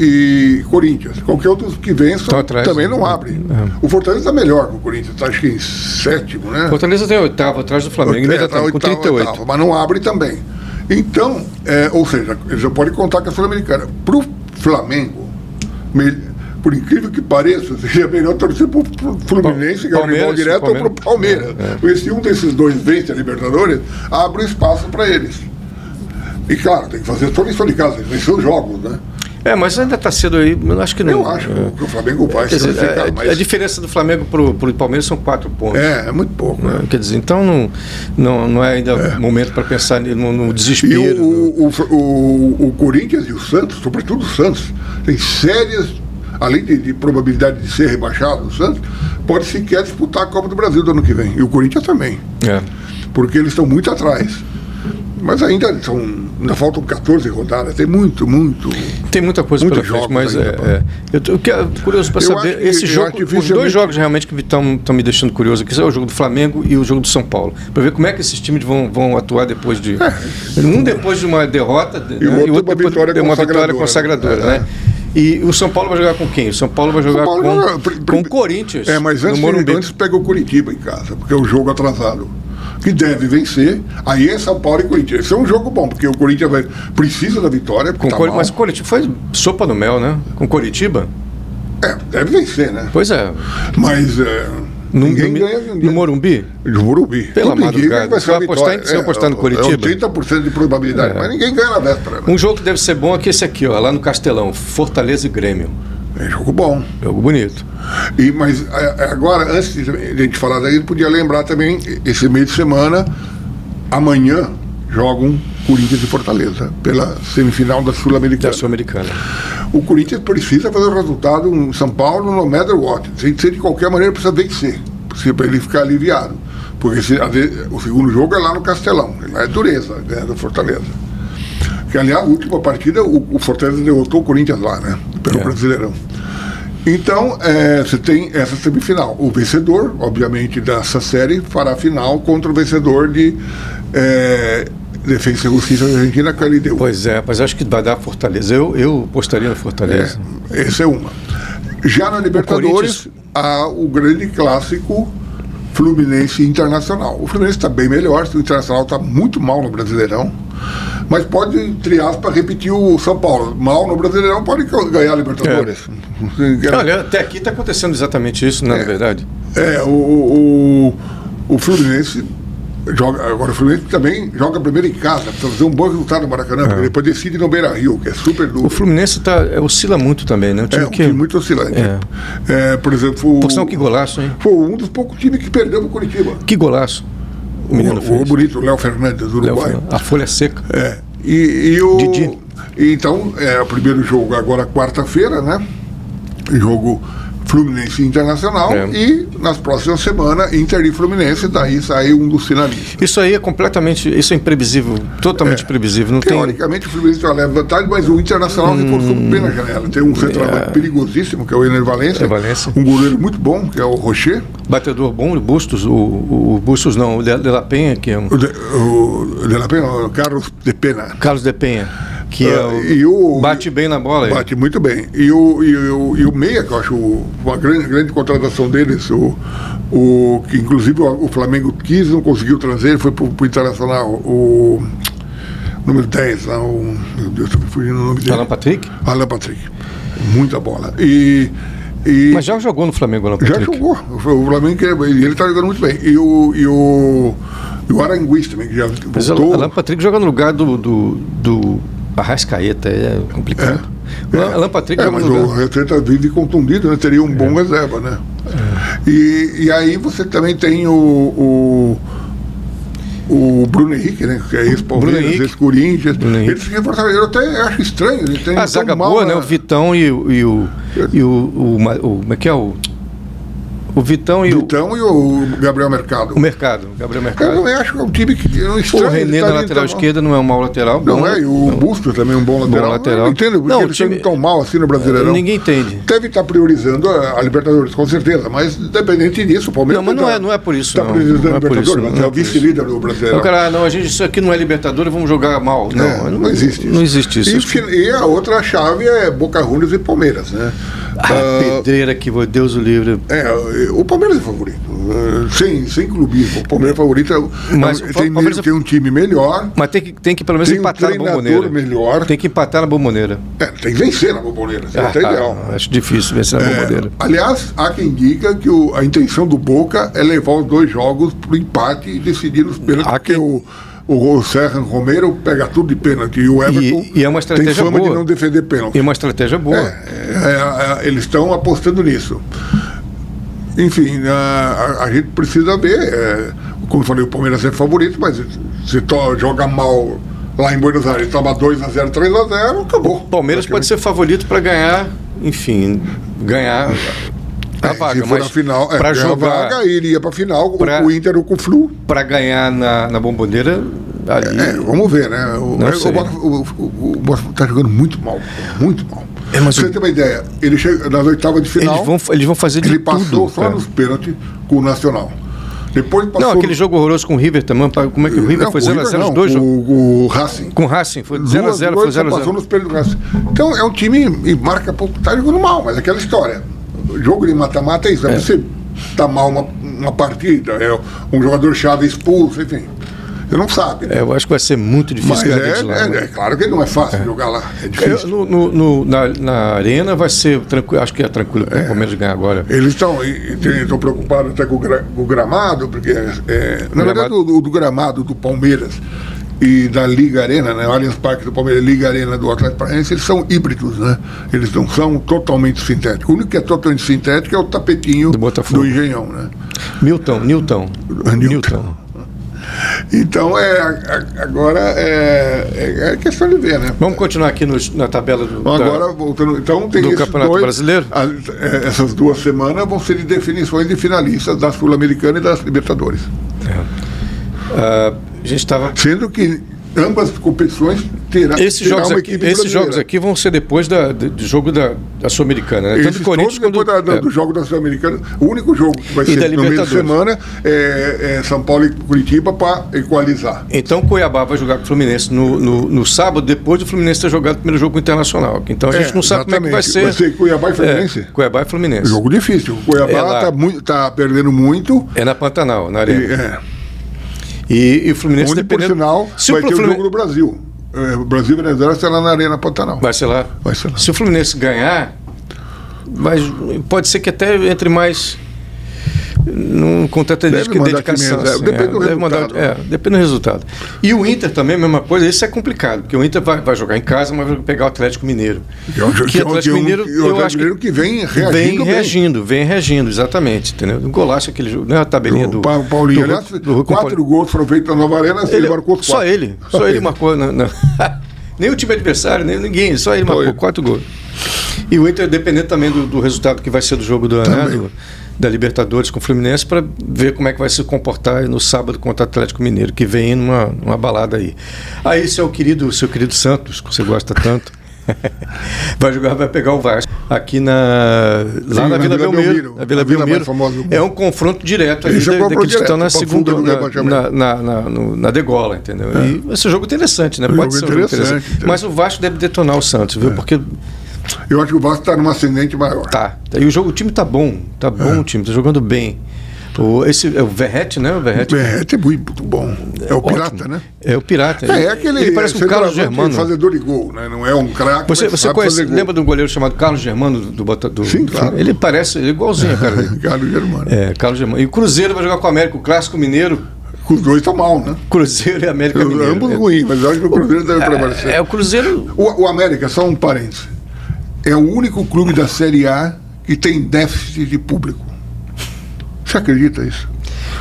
Speaker 2: e Corinthians. Qualquer outro que vença
Speaker 1: Tá atrás.
Speaker 2: também não abre.
Speaker 1: É.
Speaker 2: O Fortaleza está melhor que o Corinthians, está acho que em sétimo, né?
Speaker 1: Fortaleza tem oitavo atrás do Flamengo,
Speaker 2: É, tá
Speaker 1: imediatamente, com
Speaker 2: oitavo,
Speaker 1: 38.
Speaker 2: oitavo, mas não abre também. Então, é, ou seja, ele já pode contar com a Sul-Americana. Para o Flamengo, me- por incrível que pareça, seria melhor torcer para o Fluminense, que é o rival
Speaker 1: Palmeiras,
Speaker 2: direto, ou para o
Speaker 1: Palmeiras.
Speaker 2: Palmeiras.
Speaker 1: É, é.
Speaker 2: Porque se um desses dois vence a Libertadores, abre um espaço para eles. E claro, tem que fazer toda isso de casa, tem que vencer os jogos, né?
Speaker 1: É, mas ainda está cedo aí, eu acho que não. É,
Speaker 2: Eu acho que o Flamengo vai
Speaker 1: Quer
Speaker 2: se
Speaker 1: dizer, é,
Speaker 2: classificar,
Speaker 1: a,
Speaker 2: mas.
Speaker 1: a diferença do Flamengo pro, pro Palmeiras são quatro pontos.
Speaker 2: É, é muito pouco, né?
Speaker 1: né? Quer dizer, então não, não, não é ainda momento para pensar no, no
Speaker 2: E
Speaker 1: desespero.
Speaker 2: o,
Speaker 1: no-
Speaker 2: o, o, o Corinthians e o Santos, sobretudo o Santos, tem sérias, além de, de probabilidade de ser rebaixado, o Santos pode sequer disputar a Copa do Brasil do ano que vem. E o Corinthians também,
Speaker 1: É.
Speaker 2: porque eles estão muito atrás. Mas ainda são. Ainda faltam 14 rodadas, tem muito, muito.
Speaker 1: Tem muita coisa
Speaker 2: Muitos
Speaker 1: pela frente,
Speaker 2: jogos
Speaker 1: mas é,
Speaker 2: ainda, pá.
Speaker 1: é. eu tô eu quero- curioso para
Speaker 2: Eu
Speaker 1: saber
Speaker 2: acho que-
Speaker 1: esse
Speaker 2: eu
Speaker 1: jogo,
Speaker 2: acho
Speaker 1: os dois
Speaker 2: dificilmente-
Speaker 1: jogos realmente que estão me deixando curioso aqui, é o jogo do Flamengo e o jogo do São Paulo, para ver como é que esses times vão, vão atuar depois de um depois de uma derrota né,
Speaker 2: É. o outro uma
Speaker 1: depois
Speaker 2: vitória
Speaker 1: de uma vitória
Speaker 2: consagradora,
Speaker 1: consagradora,
Speaker 2: né?
Speaker 1: né? E o São Paulo vai jogar com quem? O São Paulo vai jogar
Speaker 2: Paulo
Speaker 1: com,
Speaker 2: joga- pri- pri-
Speaker 1: com o Corinthians.
Speaker 2: É, mas antes,
Speaker 1: no Morumbi.
Speaker 2: antes pega o Curitiba em casa, porque é um jogo atrasado. Que deve vencer, aí é São Paulo e Corinthians. Esse é um jogo bom, porque o Corinthians vai- precisa da vitória. porque
Speaker 1: Com
Speaker 2: tá
Speaker 1: Cori-
Speaker 2: mal.
Speaker 1: mas o Coritiba foi sopa no mel, né? Com o Coritiba?
Speaker 2: É, deve vencer, né?
Speaker 1: Pois é.
Speaker 2: Mas é,
Speaker 1: No,
Speaker 2: ninguém
Speaker 1: no-
Speaker 2: ganha
Speaker 1: no Morumbi?
Speaker 2: no um Morumbi.
Speaker 1: Pela
Speaker 2: Tudo indica
Speaker 1: madrugada.
Speaker 2: que vai ser
Speaker 1: Você vai
Speaker 2: uma
Speaker 1: apostar
Speaker 2: vitória.
Speaker 1: em- você vai apostar no
Speaker 2: é,
Speaker 1: Coritiba? É.
Speaker 2: É 80% de probabilidade, mas ninguém ganha na véspera. Né?
Speaker 1: Um jogo que deve ser bom aqui, esse aqui, ó, é lá no Castelão, Fortaleza e Grêmio.
Speaker 2: É jogo bom.
Speaker 1: Jogo bonito.
Speaker 2: E, mas é, é, agora, antes de a gente falar daí, podia lembrar também, esse meio de semana, amanhã jogam Corinthians e Fortaleza pela semifinal da
Speaker 1: da
Speaker 2: Sul-Americana.
Speaker 1: Sul-Americana.
Speaker 2: O Corinthians precisa fazer o resultado em São Paulo, no matter what. Tem que ser de qualquer maneira, precisa vencer. Para ele ficar aliviado. Porque se- às vezes, o segundo jogo é lá no Castelão. Lá é dureza, né, do Fortaleza. Que, aliás, a última partida, o, o Fortaleza derrotou o Corinthians lá, né? Pelo
Speaker 1: É.
Speaker 2: Brasileirão. Então, eh, você tem essa semifinal. O vencedor, obviamente, dessa série fará a final contra o vencedor de eh, Defesa e Justiça da Argentina, que é a LDU.
Speaker 1: Pois é, mas acho que vai dar Fortaleza. Eu, eu apostaria no Fortaleza.
Speaker 2: É, essa é uma. Já na Libertadores,
Speaker 1: Corinthians-
Speaker 2: há o grande clássico Fluminense e Internacional. O Fluminense está bem melhor, o Internacional está muito mal no Brasileirão. Mas pode, entre aspas, repetir o São Paulo. Mal no Brasileirão, pode ganhar a Libertadores.
Speaker 1: É. Olha, até aqui tá está é acontecendo exatamente isso, não é, na verdade?
Speaker 2: É, o, o, o Fluminense joga, agora o Fluminense também joga primeiro em casa, precisa fazer um bom resultado no Maracanã, porque depois decide no Beira Rio, que é super duro.
Speaker 1: É. O Fluminense tá, é, oscila muito também, né? Um time
Speaker 2: é um
Speaker 1: que,
Speaker 2: time muito oscilante.
Speaker 1: É.
Speaker 2: É, por exemplo, o,
Speaker 1: Por sinal, que golaço, hein?
Speaker 2: foi um dos poucos times que perdeu para Curitiba.
Speaker 1: Que golaço. O
Speaker 2: O,
Speaker 1: menino
Speaker 2: o
Speaker 1: fez.
Speaker 2: bonito Léo Fernandes, do
Speaker 1: Léo
Speaker 2: Uruguai.
Speaker 1: Fernandes. a folha seca.
Speaker 2: É. E, e o.
Speaker 1: Didi.
Speaker 2: Então, é o primeiro jogo agora quarta-feira, né? Jogo Fluminense Internacional
Speaker 1: É.
Speaker 2: e nas próximas semanas Inter e Fluminense, daí sai um dos finalistas.
Speaker 1: Isso aí é completamente. Isso é imprevisível, totalmente
Speaker 2: É.
Speaker 1: previsível. Não tem. um Hum.
Speaker 2: Teoricamente o Fluminense já leva vantagem, mas o Internacional reforçou bem na janela. Tem um centroavante perigosíssimo, que é o Ener Valencia,
Speaker 1: É Valencia.
Speaker 2: um goleiro muito bom, que é o Rocher,
Speaker 1: Batedor bom, o Bustos, o, o o Bustos não, o De, De La Penha, que é um,
Speaker 2: o, de, o, de La Pena, o Carlos de Pena.
Speaker 1: Carlos De Penha, que é
Speaker 2: Ah,
Speaker 1: o-
Speaker 2: e o-
Speaker 1: bate bem na bola. ele.
Speaker 2: Bate muito bem. E o, e o, e o Meia, que eu acho uma grande, grande contratação deles, o, o, que inclusive o, o Flamengo quis, não conseguiu trazer, ele foi pro, pro Internacional, o número 10, lá, o, meu Deus, tô me fugindo o nome dele.
Speaker 1: Alan Patrick?
Speaker 2: Alan Patrick. Muita bola. E, e
Speaker 1: Mas já jogou no Flamengo, Alan
Speaker 2: já
Speaker 1: Patrick.
Speaker 2: jogou. O Flamengo, que é- ele está jogando muito bem. E o, e o, e o Aranguiz também, que já
Speaker 1: Mas
Speaker 2: voltou.
Speaker 1: o Alan Patrick joga no lugar do, do, do Arrascaeta, é complicado. O Alan- Alan Patrick
Speaker 2: É,
Speaker 1: joga
Speaker 2: mas
Speaker 1: no
Speaker 2: o
Speaker 1: lugar. É.
Speaker 2: Retreta vive contundido, né? Teria um bom reserva, né? E, e aí você também tem o, o, o Bruno Henrique, né? Que é ex-Palmeiras,
Speaker 1: Henrique.
Speaker 2: ex-Corinthians.
Speaker 1: Bruno Henrique.
Speaker 2: Eles se reforçaram. Eu até acho estranho. Eles têm
Speaker 1: A
Speaker 2: tão
Speaker 1: zaga
Speaker 2: Então, mal é-
Speaker 1: boa, né?
Speaker 2: na-
Speaker 1: O Vitão e, o- e o. E o, o, Ma- o. Como é que é o. O Vitão e o.
Speaker 2: Vitão e o Gabriel Mercado.
Speaker 1: O Mercado, o Gabriel
Speaker 2: Eu
Speaker 1: Mercado.
Speaker 2: também acho que é um time que é um
Speaker 1: O
Speaker 2: estranho.
Speaker 1: René
Speaker 2: eles
Speaker 1: na
Speaker 2: estarem
Speaker 1: lateral
Speaker 2: tão-
Speaker 1: esquerda não é um mau lateral.
Speaker 2: tá Não
Speaker 1: bom.
Speaker 2: é? E o Busto também é um bom lateral.
Speaker 1: lateral.
Speaker 2: Eu não entendo porque
Speaker 1: Não, o
Speaker 2: eles estão
Speaker 1: time- É,
Speaker 2: tão mal assim no Brasileirão.
Speaker 1: Ninguém entende.
Speaker 2: deve estar priorizando a, a Libertadores, com certeza, mas dependente disso, o Palmeiras.
Speaker 1: Não, mas não
Speaker 2: tá-
Speaker 1: é- não é por isso,
Speaker 2: Tá
Speaker 1: não.
Speaker 2: priorizando
Speaker 1: Não
Speaker 2: a
Speaker 1: é por
Speaker 2: Libertadores,
Speaker 1: isso,
Speaker 2: mas
Speaker 1: não
Speaker 2: é
Speaker 1: é
Speaker 2: o
Speaker 1: por isso.
Speaker 2: vice-líder do Brasileiro.
Speaker 1: O cara, não, a gente, isso aqui não é Libertadores, vamos jogar mal. Não,
Speaker 2: É, não, existe isso.
Speaker 1: Não existe isso.
Speaker 2: E, fi- e a outra chave é Boca Juniors e Palmeiras, né?
Speaker 1: Ah,
Speaker 2: Ah,
Speaker 1: pedreira que vou- Deus o livre.
Speaker 2: é, o Palmeiras é favorito. Ah, Sem, sem clubismo. O Palmeiras é favorito. é-
Speaker 1: Mas
Speaker 2: é-
Speaker 1: o
Speaker 2: tem,
Speaker 1: Palmeiras é-
Speaker 2: tem um time melhor.
Speaker 1: Mas tem que, tem que pelo menos
Speaker 2: Tem um
Speaker 1: empatar na
Speaker 2: treinador
Speaker 1: bomboneira.
Speaker 2: melhor.
Speaker 1: Tem que empatar na bomboneira.
Speaker 2: É, tem que vencer na Bomboneira. Isso é ideal.
Speaker 1: Ah, acho difícil vencer na
Speaker 2: É,
Speaker 1: bomboneira.
Speaker 2: aliás, há quem diga que o- a intenção do Boca é levar os dois jogos para o empate e decidir os pênaltis,
Speaker 1: Há
Speaker 2: porque
Speaker 1: quem-
Speaker 2: o, o, o Serra Romero pega tudo de pênalti e o Everton
Speaker 1: e é uma estratégia
Speaker 2: tem fama
Speaker 1: boa.
Speaker 2: de não defender
Speaker 1: E
Speaker 2: pênalti.
Speaker 1: uma estratégia boa.
Speaker 2: É, é, é, eles estão apostando nisso. Enfim, a, a- a gente precisa ver. é, como eu falei, o Palmeiras é favorito, mas se to, joga mal lá em Buenos Aires, toma 2x0, 3x0, acabou.
Speaker 1: O Palmeiras
Speaker 2: um
Speaker 1: pode ser favorito para ganhar, enfim, ganhar a
Speaker 2: É,
Speaker 1: vaga.
Speaker 2: se for
Speaker 1: Mas
Speaker 2: na final, é,
Speaker 1: para
Speaker 2: ganhar
Speaker 1: jogar,
Speaker 2: a vaga, iria para final
Speaker 1: pra-
Speaker 2: com o Inter ou com o Flu.
Speaker 1: para ganhar na, na bomboneira, ali.
Speaker 2: É, vamos ver, né? O,
Speaker 1: Hum. Não
Speaker 2: é,
Speaker 1: sei.
Speaker 2: o Bota- o- o- o Botafogo tá jogando muito mal, muito mal.
Speaker 1: É, mas
Speaker 2: Pra você
Speaker 1: o-
Speaker 2: ter uma ideia, ele chega nas oitavas de final,
Speaker 1: eles, vão, eles vão fazer de
Speaker 2: É, ele passou
Speaker 1: tudo.
Speaker 2: só
Speaker 1: cara.
Speaker 2: nos pênaltis com o Nacional. Depois passou...
Speaker 1: Não, aquele jogo horroroso com o River também. pá, Como é que o River
Speaker 2: Não,
Speaker 1: foi
Speaker 2: com o
Speaker 1: 0x0 os
Speaker 2: não,
Speaker 1: dois
Speaker 2: com
Speaker 1: jogos?
Speaker 2: o, o Racing.
Speaker 1: Com o Racing, foi
Speaker 2: Duas
Speaker 1: 0x0, foi
Speaker 2: vezes só Passou
Speaker 1: 0x0.
Speaker 2: nos pênaltis do Racing. Então é um time e marca pouco, tá jogando mal, mas é aquela história. O jogo de mata-mata é isso, é. você tá mal uma, uma partida, é um jogador chave expulso, enfim. Você não sabe.
Speaker 1: É, eu acho que vai ser muito
Speaker 2: Mas
Speaker 1: difícil ganhar
Speaker 2: é,
Speaker 1: de lá. né?
Speaker 2: é- é claro que não é fácil jogar lá, é
Speaker 1: Eu-
Speaker 2: difícil.
Speaker 1: no- no- no- na, na arena vai ser tranquilo, acho que é tranquilo para o Palmeiras ganhar agora.
Speaker 2: Eles estão estão preocupados até com o, gra- com o gramado, porque é,
Speaker 1: Gramado.
Speaker 2: na verdade o, do- do gramado do Palmeiras e da Liga Arena, né, o Allianz Parque do Palmeiras, Liga Arena do Atlético Paranaense, eles são híbridos, né? Eles não são totalmente sintéticos. O único que é totalmente sintético é o tapetinho
Speaker 1: Do Botafogo.
Speaker 2: Engenhão, né?
Speaker 1: Milton, Newton.
Speaker 2: Ah, Newton.
Speaker 1: Newton.
Speaker 2: Então é a- a- agora é, é- é questão de ver, né?
Speaker 1: Vamos continuar aqui nos- na tabela do.
Speaker 2: Bom,
Speaker 1: da-
Speaker 2: Agora, voltando, então tem
Speaker 1: do
Speaker 2: esses
Speaker 1: Campeonato
Speaker 2: dois,
Speaker 1: Brasileiro?
Speaker 2: as- eh, essas duas semanas vão ser de definições de finalistas da Sul-Americana e das Libertadores.
Speaker 1: Ah, a gente estava.
Speaker 2: Sendo que ambas competições terá,
Speaker 1: Esses,
Speaker 2: terá
Speaker 1: jogos
Speaker 2: uma
Speaker 1: aqui,
Speaker 2: equipe
Speaker 1: esses
Speaker 2: brasileira.
Speaker 1: jogos aqui vão ser depois da, do do jogo da, da Sul-Americana, né? Tanto
Speaker 2: Esses
Speaker 1: do Corinthians
Speaker 2: todos
Speaker 1: quanto.
Speaker 2: depois da, da-
Speaker 1: é,
Speaker 2: do jogo da Sul-Americana. O único jogo que vai
Speaker 1: E da
Speaker 2: ser no meio de
Speaker 1: Libertadores.
Speaker 2: semana é, é São Paulo e Curitiba para equalizar.
Speaker 1: Então Cuiabá vai jogar com o Fluminense no, no, no sábado, depois do Fluminense ter jogado o primeiro jogo com o Internacional. Então a gente
Speaker 2: É,
Speaker 1: não sabe como é que vai
Speaker 2: exatamente.
Speaker 1: ser.
Speaker 2: Vai ser Cuiabá e Fluminense?
Speaker 1: É, Cuiabá e Fluminense.
Speaker 2: Jogo difícil. O
Speaker 1: É lá.
Speaker 2: Cuiabá está perdendo muito.
Speaker 1: É na Pantanal, na
Speaker 2: E,
Speaker 1: Arena.
Speaker 2: é.
Speaker 1: E, e o Fluminense
Speaker 2: Onde, por
Speaker 1: dependendo.
Speaker 2: sinal,
Speaker 1: se
Speaker 2: vai
Speaker 1: o
Speaker 2: ter o
Speaker 1: Fluminense,
Speaker 2: jogo do Brasil. É, o Brasil e Venezuela será na Arena Pantanal.
Speaker 1: vai ser lá.
Speaker 2: Vai ser lá.
Speaker 1: Se o Fluminense ganhar, vai- pode ser que até entre mais Não, contrato é
Speaker 2: Deve
Speaker 1: dedica-
Speaker 2: mandar
Speaker 1: dedicação.
Speaker 2: time,
Speaker 1: assim,
Speaker 2: deve- depende do
Speaker 1: deve mandar-
Speaker 2: resultado. né?
Speaker 1: é, depende do resultado. E o Inter também, a mesma coisa, isso é complicado, porque o Inter vai, vai jogar em casa, mas vai pegar o Atlético Mineiro.
Speaker 2: Que é um- que é
Speaker 1: o
Speaker 2: um-
Speaker 1: Atlético
Speaker 2: que é um-
Speaker 1: Mineiro,
Speaker 2: que é um
Speaker 1: eu
Speaker 2: Atlético
Speaker 1: acho
Speaker 2: Mineiro que vem reagindo
Speaker 1: Vem
Speaker 2: bem.
Speaker 1: reagindo, vem reagindo, exatamente. Entendeu? Um golaço aquele jogo, né? A tabelinha
Speaker 2: O
Speaker 1: do.
Speaker 2: Pa- Paulinho,
Speaker 1: do-
Speaker 2: aliás,
Speaker 1: do- do-
Speaker 2: quatro gols foram feitos na Nova Arena, ele,
Speaker 1: Ele-
Speaker 2: marcou quatro.
Speaker 1: Só ele. Só ele marcou. na- na- nem o time adversário, nem ninguém. Só ele marcou
Speaker 2: ele.
Speaker 1: quatro gols. E o Inter, dependendo também do, do resultado que vai ser do jogo do, né, do- da Libertadores com o Fluminense, para ver como é que vai se comportar no sábado contra o Atlético Mineiro, que vem numa, numa balada aí. Ah, Aí seu querido, seu querido Santos, que você gosta tanto. Vai jogar, vai pegar o Vasco aqui na. Lá
Speaker 2: Sim,
Speaker 1: na, Vila, Belmiro. Na Vila,
Speaker 2: a vila mais
Speaker 1: Belmiro.
Speaker 2: famosa do mundo.
Speaker 1: É um confronto direto ali
Speaker 2: Esse
Speaker 1: da,
Speaker 2: é um
Speaker 1: da,
Speaker 2: confronto
Speaker 1: que estão
Speaker 2: direto,
Speaker 1: na
Speaker 2: pra fuga
Speaker 1: segunda.
Speaker 2: do
Speaker 1: Na,
Speaker 2: rebaixamento.
Speaker 1: na- na, na, no- na degola, entendeu? E esse jogo é interessante, né? Pode
Speaker 2: jogo
Speaker 1: ser um jogo
Speaker 2: interessante,
Speaker 1: interessante.
Speaker 2: interessante. É.
Speaker 1: Mas o Vasco deve detonar o Santos, viu? Porque
Speaker 2: Eu acho que o Vasco está num ascendente maior.
Speaker 1: tá. E o jogo, o time tá bom. Tá bom
Speaker 2: É.
Speaker 1: o time, tá jogando bem. O, esse é o Verrete, né? O Verrete.
Speaker 2: É, é muito bom. É o
Speaker 1: ótimo.
Speaker 2: pirata, né?
Speaker 1: É o pirata.
Speaker 2: É,
Speaker 1: ele,
Speaker 2: é aquele.
Speaker 1: ele parece um Carlos
Speaker 2: centroavante
Speaker 1: Germano.
Speaker 2: Fazedor de gol, né? Não é um craque.
Speaker 1: Você,
Speaker 2: mas
Speaker 1: você
Speaker 2: sabe
Speaker 1: conhece,
Speaker 2: fazer gol.
Speaker 1: lembra de um goleiro chamado Carlos Germano do, do, Bota- do
Speaker 2: Sim, claro.
Speaker 1: Ele parece ele é igualzinho, a cara. dele.
Speaker 2: Carlos Germano.
Speaker 1: É, Carlos Germano. E o Cruzeiro vai jogar com o América, o Clássico Mineiro.
Speaker 2: Os dois estão mal, né?
Speaker 1: Cruzeiro e América Mineiro.
Speaker 2: Ambos ruins, mas eu acho que o Cruzeiro deve prevalecer.
Speaker 1: É, é, o Cruzeiro.
Speaker 2: O, o América, só um parênteses, é o único clube da Série A que tem déficit de público. Você acredita isso?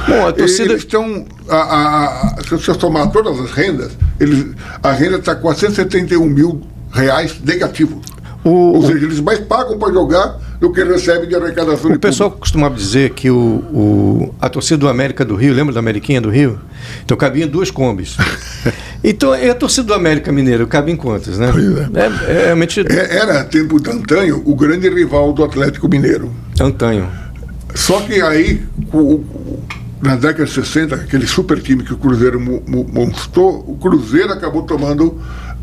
Speaker 1: Bom, a torcida.
Speaker 2: Eles estão. a- a- a- se você somar todas as rendas, eles, a renda tá está 471 mil reais negativo.
Speaker 1: O,
Speaker 2: Ou seja, eles mais pagam para jogar do que recebem de arrecadação de
Speaker 1: o pessoal costumava dizer que o, o- a torcida do América do Rio, lembra da Ameriquinha do Rio? Então cabia em duas combis. Então, e a torcida do América Mineiro, cabe em quantas, né? É, é realmente
Speaker 2: público. É, era, tempo de antanho, o grande rival do Atlético Mineiro.
Speaker 1: antanho.
Speaker 2: Só que aí, o- o- na década de 60, aquele super time que o Cruzeiro mo- mo- montou, o Cruzeiro acabou tomando,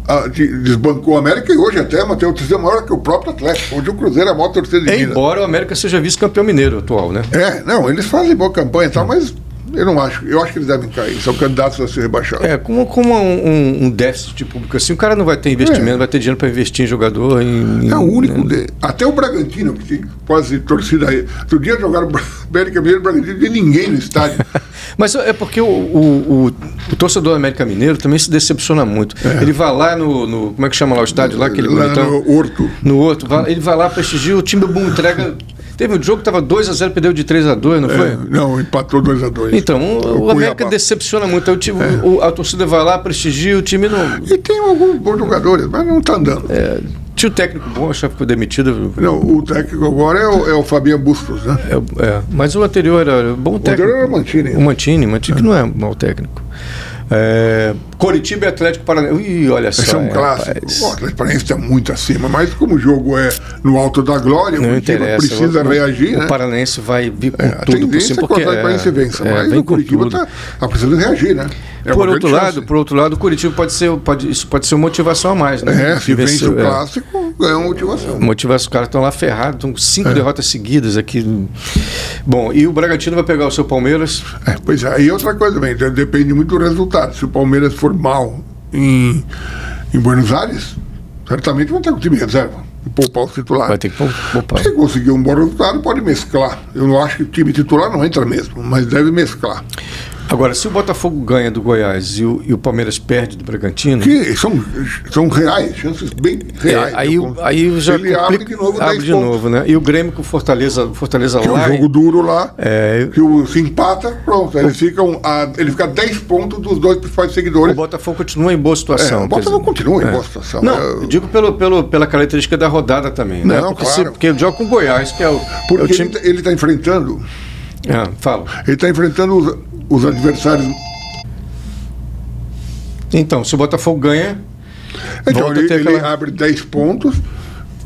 Speaker 2: a- de- desbancou a América e hoje até uma tem uma torcida maior que o próprio Atlético. Hoje o Cruzeiro é a maior torcida de Minas.
Speaker 1: Embora o América seja vice-campeão mineiro atual, né?
Speaker 2: É, não, eles fazem boa campanha e tal, mas eu não acho. Eu acho que eles devem cair, são candidatos a ser rebaixados.
Speaker 1: É, como, como um, um- um déficit público assim, o cara não vai ter investimento,
Speaker 2: É.
Speaker 1: não vai ter dinheiro para investir em jogador. Em, em-
Speaker 2: É o único.
Speaker 1: né?
Speaker 2: de- até o Bragantino, que tem quase torcida aí. Outro dia jogaram Bra- América Mineiro e Bragantino, não tinha ninguém no estádio.
Speaker 1: Mas é porque o, o, o- o torcedor do América Mineiro também se decepciona muito. Ele vai lá no, no- Como é que chama lá o estádio? Lá, aquele
Speaker 2: É. lá
Speaker 1: bonitão?
Speaker 2: no Horto.
Speaker 1: No outro. vai- ele vai lá prestigia, o time bum, entrega. Teve um jogo que estava 2x0, perdeu de 3x2, não foi?
Speaker 2: É, não, empatou 2x2.
Speaker 1: Então, o, o América decepciona muito. Aí o time-
Speaker 2: É.
Speaker 1: o- a torcida vai lá, prestigia, o time não.
Speaker 2: E tem alguns bons jogadores, mas não está andando.
Speaker 1: É, tinha o técnico bom, o chefe foi demitido.
Speaker 2: Não, o técnico agora é o, é o Fabian Bustos, né?
Speaker 1: É, é, mas o anterior era bom técnico.
Speaker 2: anterior era o Mantini. né?
Speaker 1: O Mantini, Mantini que não é mau técnico. É, Coritiba e Atlético Paranaense. Ih, olha só.
Speaker 2: São é um
Speaker 1: hein,
Speaker 2: clássico.
Speaker 1: rapaz.
Speaker 2: O Atlético Paranaense está é muito acima, mas como o jogo é no alto da glória,
Speaker 1: Não
Speaker 2: o time
Speaker 1: interessa.
Speaker 2: precisa
Speaker 1: o,
Speaker 2: reagir,
Speaker 1: O
Speaker 2: né?
Speaker 1: Paranaense vai vir com
Speaker 2: A
Speaker 1: tudo por
Speaker 2: tendência
Speaker 1: cima.
Speaker 2: é que o
Speaker 1: Porque, é,
Speaker 2: Atlético Paranaense vença, mas
Speaker 1: vem
Speaker 2: o
Speaker 1: com
Speaker 2: Curitiba
Speaker 1: tudo.
Speaker 2: está tá precisando reagir, né? É uma
Speaker 1: Por
Speaker 2: grande
Speaker 1: outro, lado,
Speaker 2: chance.
Speaker 1: por outro lado, o Curitiba pode ser, pode, isso pode ser uma motivação a mais, né?
Speaker 2: É, se vence
Speaker 1: Venceu,
Speaker 2: o
Speaker 1: é.
Speaker 2: clássico, ganha uma motivação.
Speaker 1: Motivar os caras estão lá ferrados, estão com cinco
Speaker 2: É.
Speaker 1: derrotas seguidas aqui. Bom, e o Bragantino vai pegar o seu Palmeiras.
Speaker 2: É, pois é, e outra coisa também, de- depende muito do resultado. Se o Palmeiras for mal em, em Buenos Aires, certamente vai ter com o time reserva um e poupar o titular.
Speaker 1: Vai ter que pôr- pôr.
Speaker 2: Se conseguir um bom resultado, pode mesclar. Eu não acho que o time titular não entra mesmo, mas deve mesclar.
Speaker 1: Agora, se o Botafogo ganha do Goiás e o, e o Palmeiras perde do Bragantino,
Speaker 2: Que são, são reais, chances bem
Speaker 1: é,
Speaker 2: reais.
Speaker 1: aí, o- aí já
Speaker 2: Ele abre
Speaker 1: complica-
Speaker 2: de novo
Speaker 1: abre
Speaker 2: 10
Speaker 1: de
Speaker 2: pontos.
Speaker 1: novo, né? E o Grêmio com o Fortaleza, Fortaleza
Speaker 2: Que é um
Speaker 1: lá.
Speaker 2: jogo duro lá,
Speaker 1: É,
Speaker 2: que o, se empata, pronto. Ele fica, um, a, ele fica 10 pontos dos dois principais
Speaker 1: o
Speaker 2: seguidores.
Speaker 1: Botafogo continua em boa situação.
Speaker 2: É, o
Speaker 1: quer dizer.
Speaker 2: Botafogo continua em boa situação.
Speaker 1: Não,
Speaker 2: É,
Speaker 1: eu digo pelo, pelo, pela característica da rodada também. né?
Speaker 2: Não,
Speaker 1: porque,
Speaker 2: claro.
Speaker 1: porque ele joga com o Goiás, que é o, é o
Speaker 2: Porque
Speaker 1: time.
Speaker 2: ele está enfrentando,
Speaker 1: Ah, fala.
Speaker 2: ele tá enfrentando os, os adversários.
Speaker 1: Então, se o Botafogo ganha,
Speaker 2: Então,
Speaker 1: Volta a
Speaker 2: ele,
Speaker 1: ter
Speaker 2: ele
Speaker 1: aquela-
Speaker 2: abre 10 pontos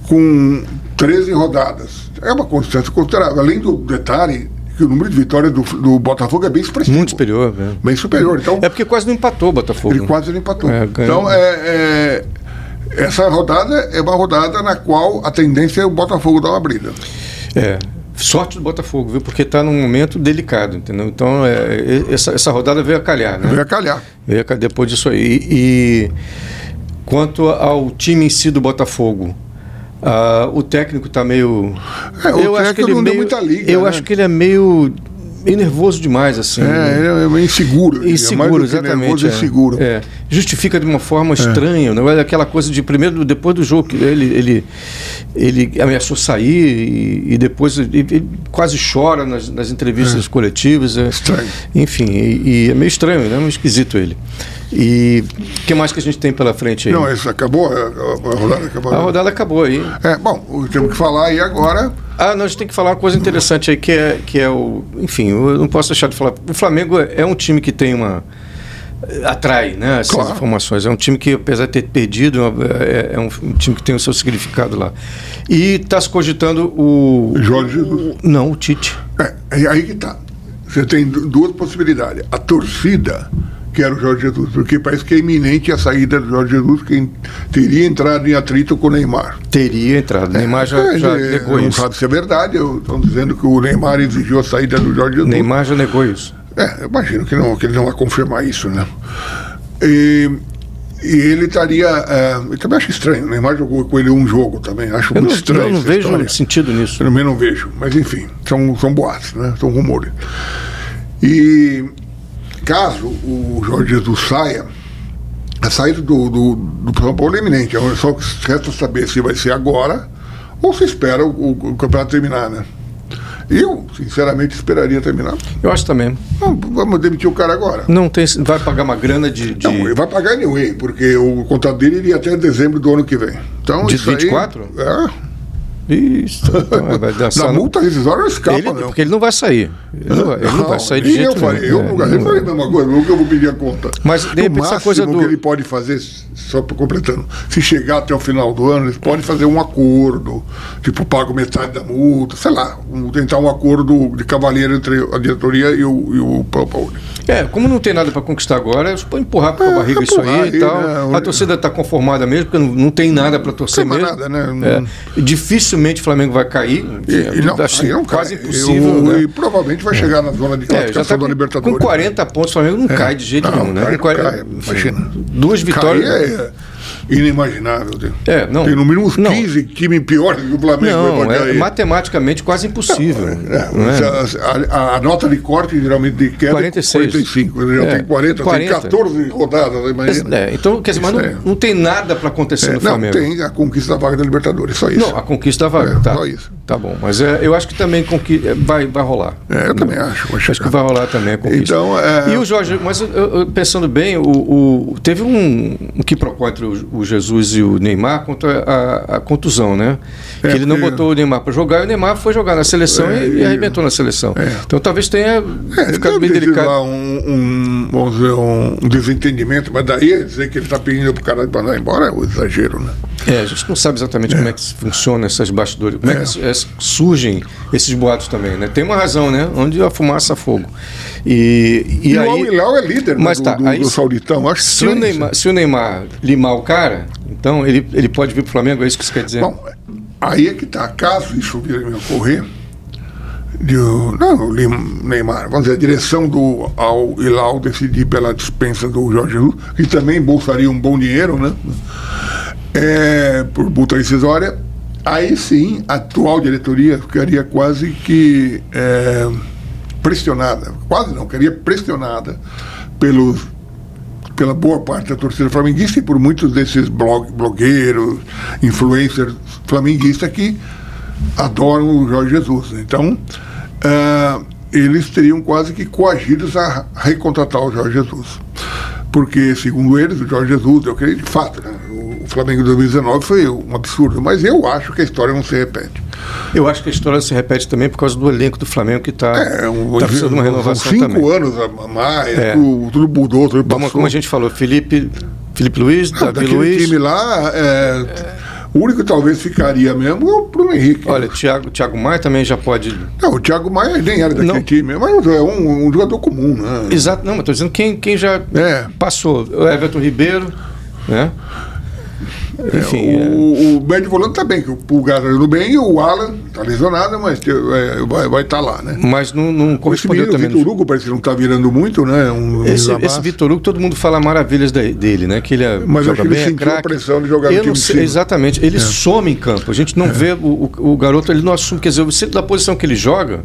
Speaker 2: com 13 rodadas. É uma constância considerável. Além do detalhe que o número de vitórias do, do Botafogo é bem expressivo.
Speaker 1: muito superior. né?
Speaker 2: Bem superior. Então,
Speaker 1: É porque quase não empatou o Botafogo.
Speaker 2: ele quase não empatou.
Speaker 1: É, ganhou.
Speaker 2: então, é, é- essa rodada é uma rodada na qual a tendência é o Botafogo dar uma briga.
Speaker 1: É. Sorte do Botafogo, viu? Porque está num momento delicado, entendeu? Então, é, e- essa, essa rodada veio a calhar, né?
Speaker 2: Vai calhar.
Speaker 1: Veio a calhar depois disso aí. E, e quanto ao time em si do Botafogo, ah, o técnico está meio.
Speaker 2: É, o técnico não deu muita liga,
Speaker 1: Eu
Speaker 2: né?
Speaker 1: acho que ele é meio e nervoso demais, assim.
Speaker 2: É, é meio inseguro.
Speaker 1: E inseguro, exatamente.
Speaker 2: Nervoso,
Speaker 1: é.
Speaker 2: inseguro.
Speaker 1: É. Justifica de uma forma estranha, não é aquela coisa de primeiro, depois do jogo, que ele, ele, ele ameaçou sair e, e depois ele, ele quase chora nas, nas entrevistas coletivas. É.
Speaker 2: Estranho.
Speaker 1: Enfim, e, e é meio estranho, né? meio esquisito ele. E o que mais que a gente tem pela frente aí?
Speaker 2: Não, é- isso acabou? A, a- a rodada acabou?
Speaker 1: a rodada acabou aí.
Speaker 2: É, bom, temos que falar aí agora.
Speaker 1: Ah, nós temos que falar uma coisa interessante aí, que é, que é o. Enfim, eu não posso deixar de falar. O Flamengo é é um time que tem uma. atrai, né? Essas
Speaker 2: Claro.
Speaker 1: informações. É um time que, apesar de ter perdido, é, é um time que tem o seu significado lá. E está se cogitando o.
Speaker 2: Jorge Jesus.
Speaker 1: Não, o Tite.
Speaker 2: É, é aí que tá. Você tem du- duas possibilidades. A torcida, que era o Jorge Jesus, porque parece que é iminente a saída do Jorge Jesus, que teria entrado em atrito com o Neymar.
Speaker 1: Teria entrado. O Neymar já,
Speaker 2: É,
Speaker 1: já
Speaker 2: ele-
Speaker 1: negou
Speaker 2: não
Speaker 1: isso.
Speaker 2: sabe se é verdade. Estão dizendo que o Neymar exigiu a saída do Jorge Jesus.
Speaker 1: Neymar já negou isso.
Speaker 2: É, eu imagino que, não, que ele não vai confirmar isso, né? E, e ele estaria. eh, eu também acho estranho, o Neymar jogou com ele um jogo também. Acho
Speaker 1: Eu
Speaker 2: muito
Speaker 1: não,
Speaker 2: estranho.
Speaker 1: eu não
Speaker 2: essa
Speaker 1: vejo assim
Speaker 2: história.
Speaker 1: sentido nisso.
Speaker 2: Eu também não vejo, mas enfim, são, são boatos, né? São rumores. E caso o Jorge Jesus saia, a saída do, do, do São Paulo é iminente. Agora Só resta saber se vai ser agora ou se espera o, o- o campeonato terminar, né? Eu, sinceramente, esperaria terminar.
Speaker 1: Eu acho também.
Speaker 2: Não, vamos demitir o cara agora.
Speaker 1: Não tem. Vai pagar uma grana de. de...
Speaker 2: Não, ele vai pagar anyway, porque o contrato dele iria até dezembro do ano que vem. Então,
Speaker 1: De
Speaker 2: isso aí-
Speaker 1: 24?
Speaker 2: é.
Speaker 1: Isso. Então, vai dar
Speaker 2: Da
Speaker 1: só-
Speaker 2: multa rescisória não escapa, né?
Speaker 1: Ele,
Speaker 2: não.
Speaker 1: porque ele não vai sair. Ele não, vai- ele não vai sair de
Speaker 2: nem
Speaker 1: jeito
Speaker 2: eu falei,
Speaker 1: nenhum.
Speaker 2: Eu,
Speaker 1: É,
Speaker 2: nunca- eu
Speaker 1: não
Speaker 2: falei a
Speaker 1: vai.
Speaker 2: mesma coisa, nunca eu vou pedir a conta.
Speaker 1: Mas, de
Speaker 2: No
Speaker 1: repente, essa
Speaker 2: máximo
Speaker 1: coisa do-
Speaker 2: que ele pode fazer, só pra- completando, se chegar até o final do ano, ele pode fazer um acordo, tipo, pago metade da multa, sei lá, um- tentar um acordo de cavalheiro entre a diretoria e o, e o Paulo.
Speaker 1: É, como não tem nada para conquistar agora, eles podem empurrar para a barriga isso
Speaker 2: É, empurrar
Speaker 1: aí e
Speaker 2: aí,
Speaker 1: tal.
Speaker 2: né,
Speaker 1: A torcida está conformada mesmo, porque não, não tem nada para torcer
Speaker 2: Não tem
Speaker 1: mesmo.
Speaker 2: mais nada, né?
Speaker 1: É. Dificilmente o Flamengo vai cair.
Speaker 2: E, e não,
Speaker 1: Acho
Speaker 2: aí é não
Speaker 1: assim, quase
Speaker 2: cai.
Speaker 1: impossível.
Speaker 2: E o-
Speaker 1: né?
Speaker 2: E provavelmente vai chegar na zona de
Speaker 1: É, já
Speaker 2: classificação
Speaker 1: tá
Speaker 2: da
Speaker 1: com, com
Speaker 2: Libertadores. É.
Speaker 1: 40 pontos, o Flamengo não cai de jeito
Speaker 2: Não,
Speaker 1: nenhum, né?
Speaker 2: cai,
Speaker 1: Com 40
Speaker 2: cai,
Speaker 1: enfim,
Speaker 2: imagina.
Speaker 1: Duas
Speaker 2: Cair
Speaker 1: vitórias. né?
Speaker 2: é inimaginável. Deus.
Speaker 1: É, não.
Speaker 2: Tem no mínimo uns
Speaker 1: Não.
Speaker 2: 15 times piores que o Flamengo. vai
Speaker 1: Não,
Speaker 2: pra
Speaker 1: é
Speaker 2: cair.
Speaker 1: matematicamente quase impossível.
Speaker 2: É,
Speaker 1: não é?
Speaker 2: isso é- A, a nota de corte geralmente de queda
Speaker 1: 46.
Speaker 2: é 45. Ele já
Speaker 1: É,
Speaker 2: tem 40,
Speaker 1: 40.
Speaker 2: tem 14 rodadas, imagina.
Speaker 1: É, então, quer dizer, mas
Speaker 2: Isso
Speaker 1: não, não tem nada para acontecer no
Speaker 2: não,
Speaker 1: Flamengo.
Speaker 2: tem a conquista da vaga da Libertadores, só isso.
Speaker 1: Não, a conquista da vaga.
Speaker 2: É,
Speaker 1: tá.
Speaker 2: só isso.
Speaker 1: Tá bom. Mas é, eu acho que também conqui... é, vai, vai rolar.
Speaker 2: É, eu também acho, vai
Speaker 1: Acho
Speaker 2: chegar.
Speaker 1: que vai rolar também a conquista.
Speaker 2: Então, é-
Speaker 1: E o Jorge, mas eu- eu- pensando bem, o, o- teve um, um quiproquó entre o, o Jesus e o Neymar contra a, a contusão, né?
Speaker 2: É,
Speaker 1: que ele não
Speaker 2: porque-
Speaker 1: botou o Neymar para jogar e o Neymar foi jogar na seleção
Speaker 2: É,
Speaker 1: e, e
Speaker 2: e-
Speaker 1: arrebentou na seleção. Então talvez tenha
Speaker 2: É,
Speaker 1: ficado bem
Speaker 2: deve ter
Speaker 1: delicado.
Speaker 2: lá um, um, vamos dizer, um desentendimento, mas daí é dizer que ele está pedindo para o cara mandar embora é um exagero, né?
Speaker 1: É, a gente não sabe exatamente como é que funciona essas bastidores, como é,
Speaker 2: É.
Speaker 1: que es- surgem esses boatos também, né? Tem uma razão, né? Onde a fumaça a fogo. E, e,
Speaker 2: E,
Speaker 1: aí,
Speaker 2: o Al-Hilal é líder né,
Speaker 1: Mas
Speaker 2: do,
Speaker 1: tá,
Speaker 2: do,
Speaker 1: aí
Speaker 2: do
Speaker 1: se-
Speaker 2: Sauditão, acho
Speaker 1: se o,
Speaker 2: estranho isso.
Speaker 1: Neymar, se o Neymar limar o cara, então ele, ele pode vir pro Flamengo, é isso que você quer dizer?
Speaker 2: Bom, aí é que tá. Caso isso vir a me ocorrer, de, o- não, o Lim- Neymar, vamos dizer, a direção do Al Hilal decidir pela dispensa do Jorge Jesus, que também bolsaria um bom dinheiro, né? É, por multa rescisória, aí sim a atual diretoria ficaria quase que é, pressionada, quase não, ficaria pressionada pelos pela boa parte da torcida flamenguista e por muitos desses blog, blogueiros, influencers flamenguistas que adoram o Jorge Jesus. né? Então, ah, eles teriam quase que coagidos a recontratar o Jorge Jesus. Porque, segundo eles, o Jorge Jesus, eu creio, de fato, né? o Flamengo de 2019 foi um absurdo, mas eu acho que a história não se repete.
Speaker 1: Eu acho que a história se repete também por causa do elenco do Flamengo que está
Speaker 2: É, um,
Speaker 1: Tá precisando de uma renovação
Speaker 2: são cinco
Speaker 1: também.
Speaker 2: anos a mais,
Speaker 1: É.
Speaker 2: tudo, tudo mudou, tudo
Speaker 1: Vamos, como a gente falou, Felipe, Felipe Luiz, Davi
Speaker 2: Tá, Daquele
Speaker 1: Luiz,
Speaker 2: time lá, é, o único que talvez ficaria mesmo é o Bruno Henrique.
Speaker 1: olha, Thiago, Thiago Maia também já pode
Speaker 2: Não, o Thiago Maia nem era daquele
Speaker 1: Não.
Speaker 2: time, mas é um, um jogador comum, né?
Speaker 1: Exato, não, mas estou dizendo quem, quem já
Speaker 2: É.
Speaker 1: passou. O Everton Ribeiro, né? Enfim, é.
Speaker 2: O, o médio volante tá bem, que o Pulgar tá indo bem, e o Alan tá lesionado, mas te- é, vai vai estar lá, né?
Speaker 1: mas não, não
Speaker 2: Esse
Speaker 1: correspondeu
Speaker 2: menino, o
Speaker 1: também.
Speaker 2: Vitor Hugo, parece que não tá virando muito, né? Um, um
Speaker 1: Esse,
Speaker 2: desabafo.
Speaker 1: esse Vitor Hugo, todo mundo fala maravilhas de- dele, né? Que ele é,
Speaker 2: Mas
Speaker 1: joga
Speaker 2: acho que ele
Speaker 1: bem, é
Speaker 2: sentiu a
Speaker 1: craque.
Speaker 2: pressão de É. jogar no
Speaker 1: Eu não
Speaker 2: time
Speaker 1: sei,
Speaker 2: sim.
Speaker 1: Exatamente, ele some em campo. A gente não vê o, o- o garoto, ele não assume. Quer dizer, o centro da posição que ele joga,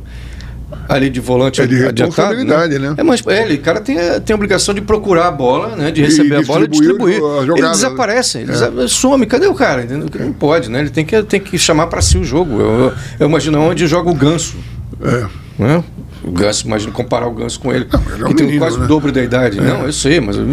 Speaker 1: ali de volante
Speaker 2: É de
Speaker 1: adiantado.
Speaker 2: responsabilidade, né?
Speaker 1: É, mas é, ele, o cara tem, a- tem a obrigação de procurar a bola, né? De receber a bola e
Speaker 2: distribuir
Speaker 1: distribuir.
Speaker 2: a jogada,
Speaker 1: ele
Speaker 2: né?
Speaker 1: desaparece, ele desa- some. Cadê o cara? Entendeu? Não pode, né? Ele tem que, tem que chamar para si o jogo. Eu, eu- eu imagino onde joga o ganso.
Speaker 2: É.
Speaker 1: né? O Ganso, imagina comparar o Ganso com ele,
Speaker 2: ele é um
Speaker 1: que tem
Speaker 2: menino,
Speaker 1: quase
Speaker 2: né?
Speaker 1: o dobro da idade. Não, eu sei, mas eu-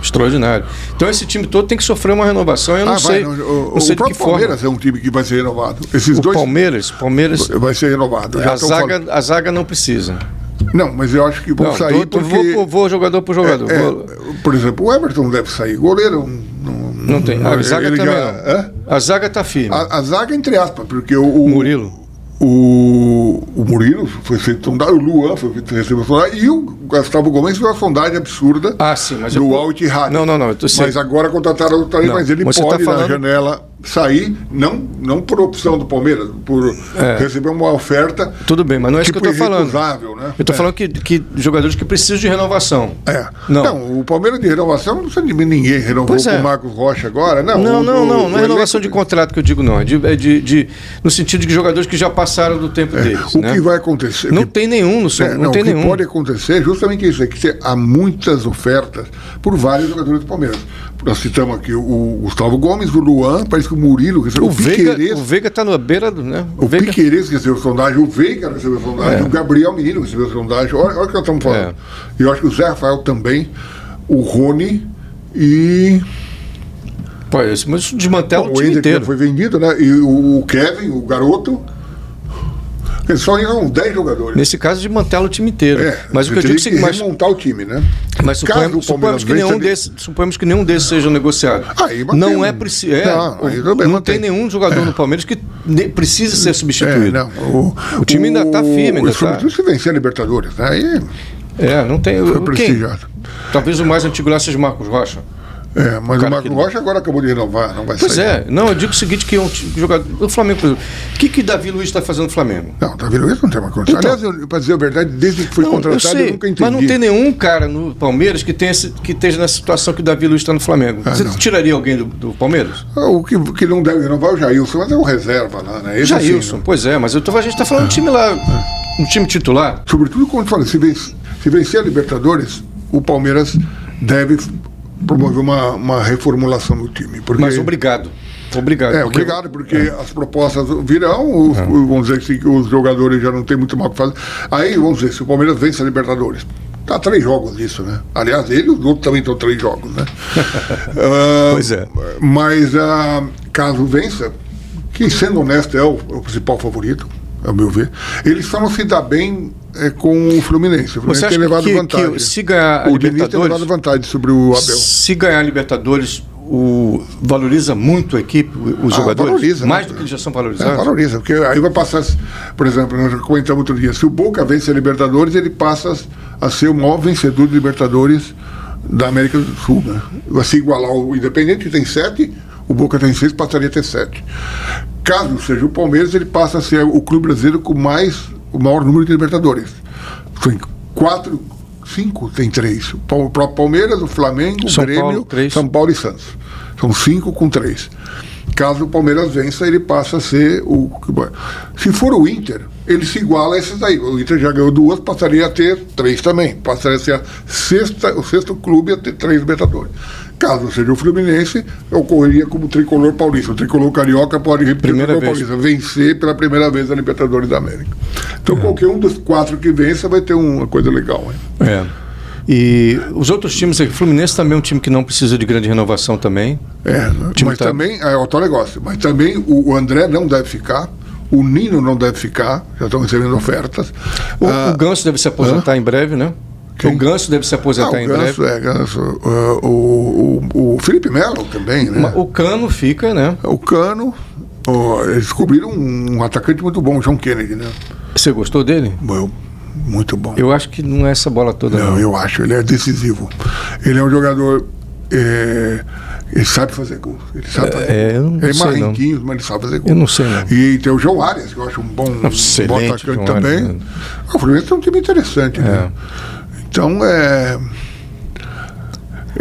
Speaker 1: extraordinário. Então esse time todo tem que sofrer uma renovação. Eu não
Speaker 2: Ah, vai,
Speaker 1: sei,
Speaker 2: não,
Speaker 1: não
Speaker 2: o
Speaker 1: sei
Speaker 2: o
Speaker 1: de que
Speaker 2: próprio
Speaker 1: forma.
Speaker 2: Palmeiras é um time que vai ser renovado. Esses
Speaker 1: O
Speaker 2: dois
Speaker 1: Palmeiras, Palmeiras,
Speaker 2: vai ser renovado. já
Speaker 1: a
Speaker 2: estão
Speaker 1: zaga, a zaga não precisa.
Speaker 2: falando. Não, mas eu acho que vão
Speaker 1: Não,
Speaker 2: sair
Speaker 1: tô- tô-
Speaker 2: porque...
Speaker 1: vou, vou- vou jogador por jogador.
Speaker 2: É,
Speaker 1: vou-
Speaker 2: por exemplo, o Everton deve sair. Goleiro não,
Speaker 1: não tem. A zaga
Speaker 2: ele
Speaker 1: também.
Speaker 2: já- Hã? Ah.
Speaker 1: não. A zaga tá firme.
Speaker 2: A, a zaga, entre aspas, porque o, o,
Speaker 1: Murilo.
Speaker 2: o, o Murilo foi feito sondagem, o Luan foi feito recebeu sondagem, e o Gustavo Gomes foi uma sondagem absurda
Speaker 1: Ah, sim, mas
Speaker 2: do
Speaker 1: eu-
Speaker 2: Alt e Rádio.
Speaker 1: Não, não, não, eu tô-
Speaker 2: mas agora contrataram o Tarek,
Speaker 1: Não,
Speaker 2: mas ele
Speaker 1: mas você tá
Speaker 2: pode na
Speaker 1: falando-
Speaker 2: janela sair, não, não por opção do Palmeiras, por receber uma oferta.
Speaker 1: Tudo bem, mas não é isso
Speaker 2: tipo,
Speaker 1: que eu tô falando.
Speaker 2: irrecusável, Né?
Speaker 1: Eu tô
Speaker 2: É.
Speaker 1: falando que, que jogadores que precisam de renovação.
Speaker 2: É.
Speaker 1: Não.
Speaker 2: Não. o Palmeiras de renovação não precisa de ninguém. Renovou
Speaker 1: Pois é.
Speaker 2: com o Marcos Rocha agora? Não,
Speaker 1: Não,
Speaker 2: o-
Speaker 1: não,
Speaker 2: o-
Speaker 1: não. Não
Speaker 2: o
Speaker 1: é renovação de
Speaker 2: elenco-
Speaker 1: contrato que eu digo, não. É de, é de, de- no sentido de que jogadores que já passaram do tempo deles.
Speaker 2: É, O
Speaker 1: né?
Speaker 2: que vai acontecer?
Speaker 1: Não
Speaker 2: que-
Speaker 1: tem nenhum no São
Speaker 2: é,
Speaker 1: não, tem
Speaker 2: o que
Speaker 1: nenhum.
Speaker 2: pode acontecer é justamente isso, é que se- há muitas ofertas por vários jogadores do Palmeiras. Nós citamos aqui o Gustavo Gomes, o Luan, parece que o Murilo, quer dizer,
Speaker 1: O,
Speaker 2: o,
Speaker 1: Veiga,
Speaker 2: Piqueires,
Speaker 1: o Veiga tá na beira do. Né?
Speaker 2: o
Speaker 1: Veiga-
Speaker 2: Piqueires recebeu sondagem, o Veiga recebeu sondagem,
Speaker 1: É.
Speaker 2: o Gabriel Menino recebeu sondagem, olha, olha o que nós estamos falando.
Speaker 1: É.
Speaker 2: E eu acho que o Zé Rafael também, o Rony e
Speaker 1: Pô, isso, mas isso desmantela
Speaker 2: Bom,
Speaker 1: o É
Speaker 2: É o
Speaker 1: um time
Speaker 2: Ender
Speaker 1: inteiro.
Speaker 2: que foi vendido, né? E o o Kevin, o garoto. eles Só eram 10 jogadores.
Speaker 1: Nesse caso, desmantela o time inteiro.
Speaker 2: É,
Speaker 1: Né? mas o que eu digo é
Speaker 2: você
Speaker 1: o
Speaker 2: teria
Speaker 1: seguinte, mas,
Speaker 2: remontar o time, né?
Speaker 1: mas
Speaker 2: Caso o
Speaker 1: suponhamos,
Speaker 2: Palmeiras
Speaker 1: suponhamos que
Speaker 2: vença,
Speaker 1: nenhum
Speaker 2: ele-
Speaker 1: desses, suponhamos que nenhum desses seja negociado.
Speaker 2: Aí mantém
Speaker 1: não é
Speaker 2: um-
Speaker 1: preciso. É,
Speaker 2: Não, aí
Speaker 1: o-
Speaker 2: também
Speaker 1: não
Speaker 2: mantém.
Speaker 1: tem nenhum jogador no Palmeiras que ne- precise ser
Speaker 2: É,
Speaker 1: substituído.
Speaker 2: não, o,
Speaker 1: Tipo O time ainda tá firme, ainda
Speaker 2: o- Sobretudo se vencer a Libertadores. né? Aí
Speaker 1: É, não tem.
Speaker 2: foi
Speaker 1: quem?
Speaker 2: prestigiado.
Speaker 1: Talvez o mais antigo lá seja o Marcos Rocha.
Speaker 2: É, mas
Speaker 1: Cara
Speaker 2: o Marco
Speaker 1: que-
Speaker 2: Rocha agora acabou de renovar, não vai
Speaker 1: Pois
Speaker 2: sair.
Speaker 1: é, não, eu digo o seguinte: que é um ti- jogador. O Flamengo, por exemplo. O que, que Davi Luiz está fazendo no Flamengo?
Speaker 2: Não, tá vendo isso? Não tem uma condição.
Speaker 1: Então-
Speaker 2: Aliás, para dizer a verdade, desde que foi
Speaker 1: Não, eu
Speaker 2: contratado, eu,
Speaker 1: sei,
Speaker 2: nunca entendi.
Speaker 1: mas não tem nenhum cara no Palmeiras que, tenha, esse- que esteja na situação que o Davi Luiz está no Flamengo.
Speaker 2: Ah,
Speaker 1: Você
Speaker 2: não.
Speaker 1: tiraria alguém do, do Palmeiras?
Speaker 2: Ah, O que, que não deve renovar é o Jailson, mas é o reserva lá, né? Esse, assim,
Speaker 1: Jailson, pois é, mas eu tô, a gente está falando de time lá,
Speaker 2: Ah.
Speaker 1: um time titular.
Speaker 2: Sobretudo quando fala, se, vence- se vencer a Libertadores, o Palmeiras deve promover uma, uma reformulação do time. Porque,
Speaker 1: Mas obrigado. Obrigado.
Speaker 2: É,
Speaker 1: porque- É.
Speaker 2: obrigado, porque as propostas virão, os, vamos dizer assim, que os jogadores já não têm muito mal o que fazer. Aí, vamos dizer, se o Palmeiras vence a Libertadores, tá três jogos isso, né? Aliás, ele e os outros também estão três jogos, né? Ah,
Speaker 1: Pois é.
Speaker 2: Mas, ah, caso vença, que sendo honesto é o, é o principal favorito, ao meu ver, ele só não se dá bem eh, com o Fluminense. O Fluminense
Speaker 1: Você acha
Speaker 2: tem levado
Speaker 1: que,
Speaker 2: vantagem.
Speaker 1: que se ganhar a
Speaker 2: o Diniz tem
Speaker 1: Libertadores,
Speaker 2: levado vantagem sobre o Abel.
Speaker 1: se ganhar a Libertadores, o, valoriza muito a equipe, os
Speaker 2: Ah,
Speaker 1: jogadores?
Speaker 2: valoriza,
Speaker 1: Mais
Speaker 2: né?
Speaker 1: do que eles já são
Speaker 2: É,
Speaker 1: valorizados?
Speaker 2: valoriza, porque aí vai passar, por exemplo, nós já comentamos outro dia, se o Boca vence a Libertadores, ele passa a ser o maior vencedor de Libertadores da América do Sul, né? Vai se igualar o Independente, que tem sete, o Boca tem seis, passaria a ter sete. Caso seja o Palmeiras, ele passa a ser o clube brasileiro com mais, o maior número de Libertadores. Tem quatro, cinco, tem três. O Pal- o próprio Palmeiras, o Flamengo,
Speaker 1: São
Speaker 2: o Grêmio,
Speaker 1: Paulo, três.
Speaker 2: São Paulo e Santos. São cinco com três. Caso o Palmeiras vença, ele passa a ser o. Se for o Inter, ele se iguala a esses aí. O Inter já ganhou duas, passaria a ter três também. Passaria a ser a sexta, o sexto clube a ter três Libertadores. Caso seja o Fluminense, ocorreria como tricolor paulista. O tricolor carioca pode repetir
Speaker 1: Primeira
Speaker 2: o tricolor
Speaker 1: vez.
Speaker 2: paulista, vencer pela primeira vez a Libertadores da América. Então, qualquer um dos quatro que vença vai ter uma coisa legal. Hein?
Speaker 1: É. E os outros times, o Fluminense também é um time que não precisa de grande renovação também.
Speaker 2: É,
Speaker 1: time
Speaker 2: mas
Speaker 1: tá-
Speaker 2: também é outro negócio. Mas também o, o André não deve ficar, o Nino não deve ficar, já estão recebendo ofertas.
Speaker 1: O,
Speaker 2: Ah,
Speaker 1: o Ganso deve se aposentar em breve, né?
Speaker 2: Quem?
Speaker 1: O Ganso deve se
Speaker 2: ah,
Speaker 1: aposentar
Speaker 2: o
Speaker 1: em breve.
Speaker 2: Ganso, é, Ganso. Ah, o, o, o Felipe Melo também, né?
Speaker 1: Ma- O Cano fica, né?
Speaker 2: O Cano. ó, eles descobriram um, um atacante muito bom, o John Kennedy, né?
Speaker 1: Você gostou dele?
Speaker 2: Bom, muito bom.
Speaker 1: Eu acho que não é essa bola toda, não.
Speaker 2: Não, eu acho, ele é decisivo. Ele é um jogador. é, ele sabe fazer gol. Ele sabe fazer
Speaker 1: é, eu não
Speaker 2: gol. Ele
Speaker 1: sei, não.
Speaker 2: marrenquinho, mas ele sabe fazer gol.
Speaker 1: Eu não sei, não.
Speaker 2: E tem o João Arias, que eu acho um bom, um
Speaker 1: Excelente,
Speaker 2: bom atacante
Speaker 1: João
Speaker 2: também.
Speaker 1: Arias, né?
Speaker 2: Ah, O Fluminense é um time interessante, né? Então é.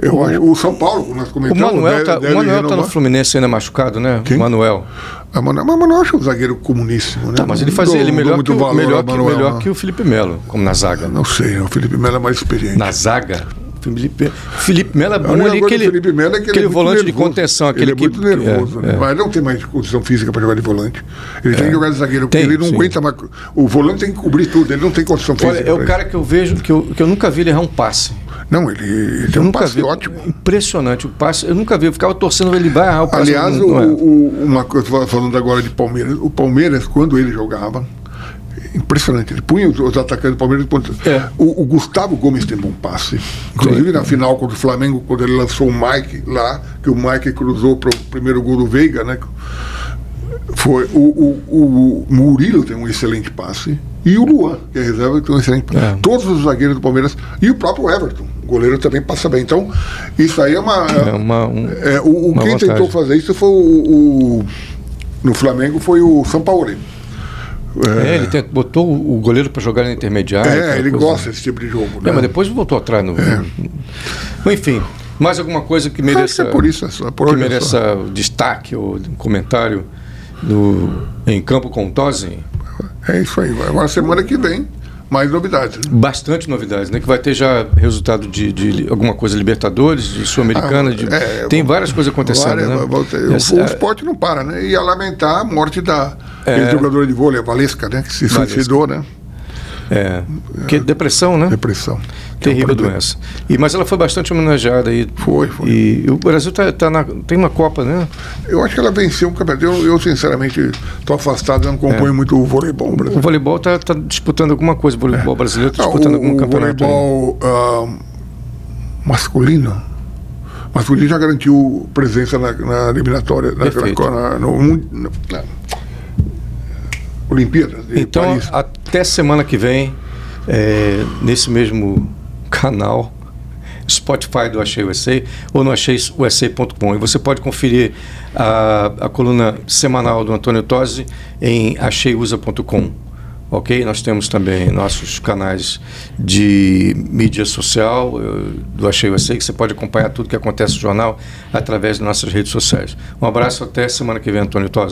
Speaker 2: Eu o, acho, o São Paulo, como nós
Speaker 1: O
Speaker 2: comentamos.
Speaker 1: Manuel
Speaker 2: Então, deve-
Speaker 1: está
Speaker 2: deve
Speaker 1: tá no
Speaker 2: renovar.
Speaker 1: Fluminense ainda machucado, né?
Speaker 2: Quem?
Speaker 1: O Manuel.
Speaker 2: Ah, Manoel- Mas o Manuel acho um zagueiro comuníssimo, né?
Speaker 1: Tá, mas ele
Speaker 2: Não
Speaker 1: fazia
Speaker 2: dou-
Speaker 1: ele
Speaker 2: não dou
Speaker 1: melhor,
Speaker 2: muito
Speaker 1: que o,
Speaker 2: valor
Speaker 1: melhor,
Speaker 2: ao
Speaker 1: que,
Speaker 2: Manuel,
Speaker 1: melhor
Speaker 2: não.
Speaker 1: que o Felipe Melo, como na zaga. né?
Speaker 2: Não sei, o Felipe Melo é mais experiente.
Speaker 1: Na zaga. Felipe, Felipe Melo é
Speaker 2: A
Speaker 1: bom
Speaker 2: única
Speaker 1: ali,
Speaker 2: coisa
Speaker 1: aquele,
Speaker 2: do Felipe Melo é que ele é
Speaker 1: aquele
Speaker 2: muito
Speaker 1: volante de
Speaker 2: nervoso.
Speaker 1: contenção. Aquele
Speaker 2: ele é
Speaker 1: que,
Speaker 2: muito nervoso, né?
Speaker 1: é,
Speaker 2: mas ele não tem mais condição física para jogar de volante. Ele tem que jogar de zagueiro, porque
Speaker 1: Tem,
Speaker 2: ele não
Speaker 1: sim.
Speaker 2: aguenta mais. O volante tem que cobrir tudo, ele não tem condição
Speaker 1: é.
Speaker 2: física.
Speaker 1: Olha, é o
Speaker 2: pra
Speaker 1: cara que eu vejo, que eu, que eu nunca vi ele errar um passe.
Speaker 2: isso. Não, ele, ele tem
Speaker 1: Eu
Speaker 2: um
Speaker 1: nunca
Speaker 2: É passe
Speaker 1: vi.
Speaker 2: ótimo.
Speaker 1: Impressionante o passe. Eu nunca vi. Eu ficava torcendo ele vai errar o é. passe.
Speaker 2: Aliás,
Speaker 1: não- não
Speaker 2: o-
Speaker 1: erra.
Speaker 2: o- uma coisa, falando agora de Palmeiras, o Palmeiras, quando ele jogava, impressionante, ele punha os, os atacantes do Palmeiras. de ponta.
Speaker 1: É.
Speaker 2: O, o Gustavo Gomes tem bom passe. Inclusive na final contra o Flamengo, quando ele lançou o Mike lá, que o Mike cruzou para o primeiro gol do Veiga, né? Foi o, o- o Murilo tem um excelente passe e o Luan, que é reserva, tem um excelente passe.
Speaker 1: É.
Speaker 2: Todos os zagueiros do Palmeiras e o próprio Everton, o goleiro também passa bem. Então, isso aí é uma.
Speaker 1: É uma, um-
Speaker 2: É, o, o
Speaker 1: Uma
Speaker 2: quem
Speaker 1: vantagem.
Speaker 2: tentou fazer isso foi o, o- No Flamengo foi o São Paulo.
Speaker 1: é, Ah, ele tem- botou o o goleiro para jogar na intermediária.
Speaker 2: É,
Speaker 1: aquela
Speaker 2: ele
Speaker 1: coisa.
Speaker 2: gosta desse tipo de jogo. Né?
Speaker 1: É, mas depois voltou atrás no. Enfim, mais alguma coisa que
Speaker 2: Acho que
Speaker 1: mereça,
Speaker 2: é por isso, é só, por
Speaker 1: que
Speaker 2: hoje é só.
Speaker 1: mereça destaque ou comentário no, em campo com o Tozen?
Speaker 2: É isso aí. Agora semana que vem, mais novidades. né?
Speaker 1: Bastante novidades, né? Que vai ter já resultado de, de li- alguma coisa Libertadores, de Sul-Americana,
Speaker 2: Ah,
Speaker 1: de-
Speaker 2: é,
Speaker 1: tem várias coisas acontecendo,
Speaker 2: Várias-
Speaker 1: né?
Speaker 2: volta- o-
Speaker 1: Essa-
Speaker 2: o esporte não para, né? E a lamentar a morte da
Speaker 1: É.
Speaker 2: aquele jogadora de vôlei, a Valesca, né? Que se
Speaker 1: Valesca.
Speaker 2: suicidou, né?
Speaker 1: é, que depressão, né?
Speaker 2: Depressão. um
Speaker 1: Terrível
Speaker 2: É, problema.
Speaker 1: doença. E, mas ela foi bastante homenageada aí.
Speaker 2: Foi, foi.
Speaker 1: E o Brasil tá, tá na, tem uma Copa, né?
Speaker 2: Eu acho que ela venceu um campeonato. Eu, eu, sinceramente, estou afastado, eu não acompanho muito o né? voleibol brasileiro.
Speaker 1: É. O voleibol tá, tá disputando alguma coisa, o voleibol brasileiro está disputando
Speaker 2: Ah, o,
Speaker 1: algum
Speaker 2: o
Speaker 1: campeonato. aí.
Speaker 2: voleibol ah, masculino. Masculino já garantiu presença na, na eliminatória, na,
Speaker 1: Perfeito.
Speaker 2: na, na, no mun- na- na Olimpíada de
Speaker 1: Então,
Speaker 2: Paris.
Speaker 1: até semana que vem, é, nesse mesmo canal, Spotify do Achei USA ou no acheiusa.com. E você pode conferir a, a coluna semanal do Antônio Tosi em acheiusa.com. Ok? Nós temos também nossos canais de mídia social eh, do Achei USA, que você pode acompanhar tudo que acontece no jornal através de nossas redes sociais. Um abraço, até semana que vem, Antônio Tosi.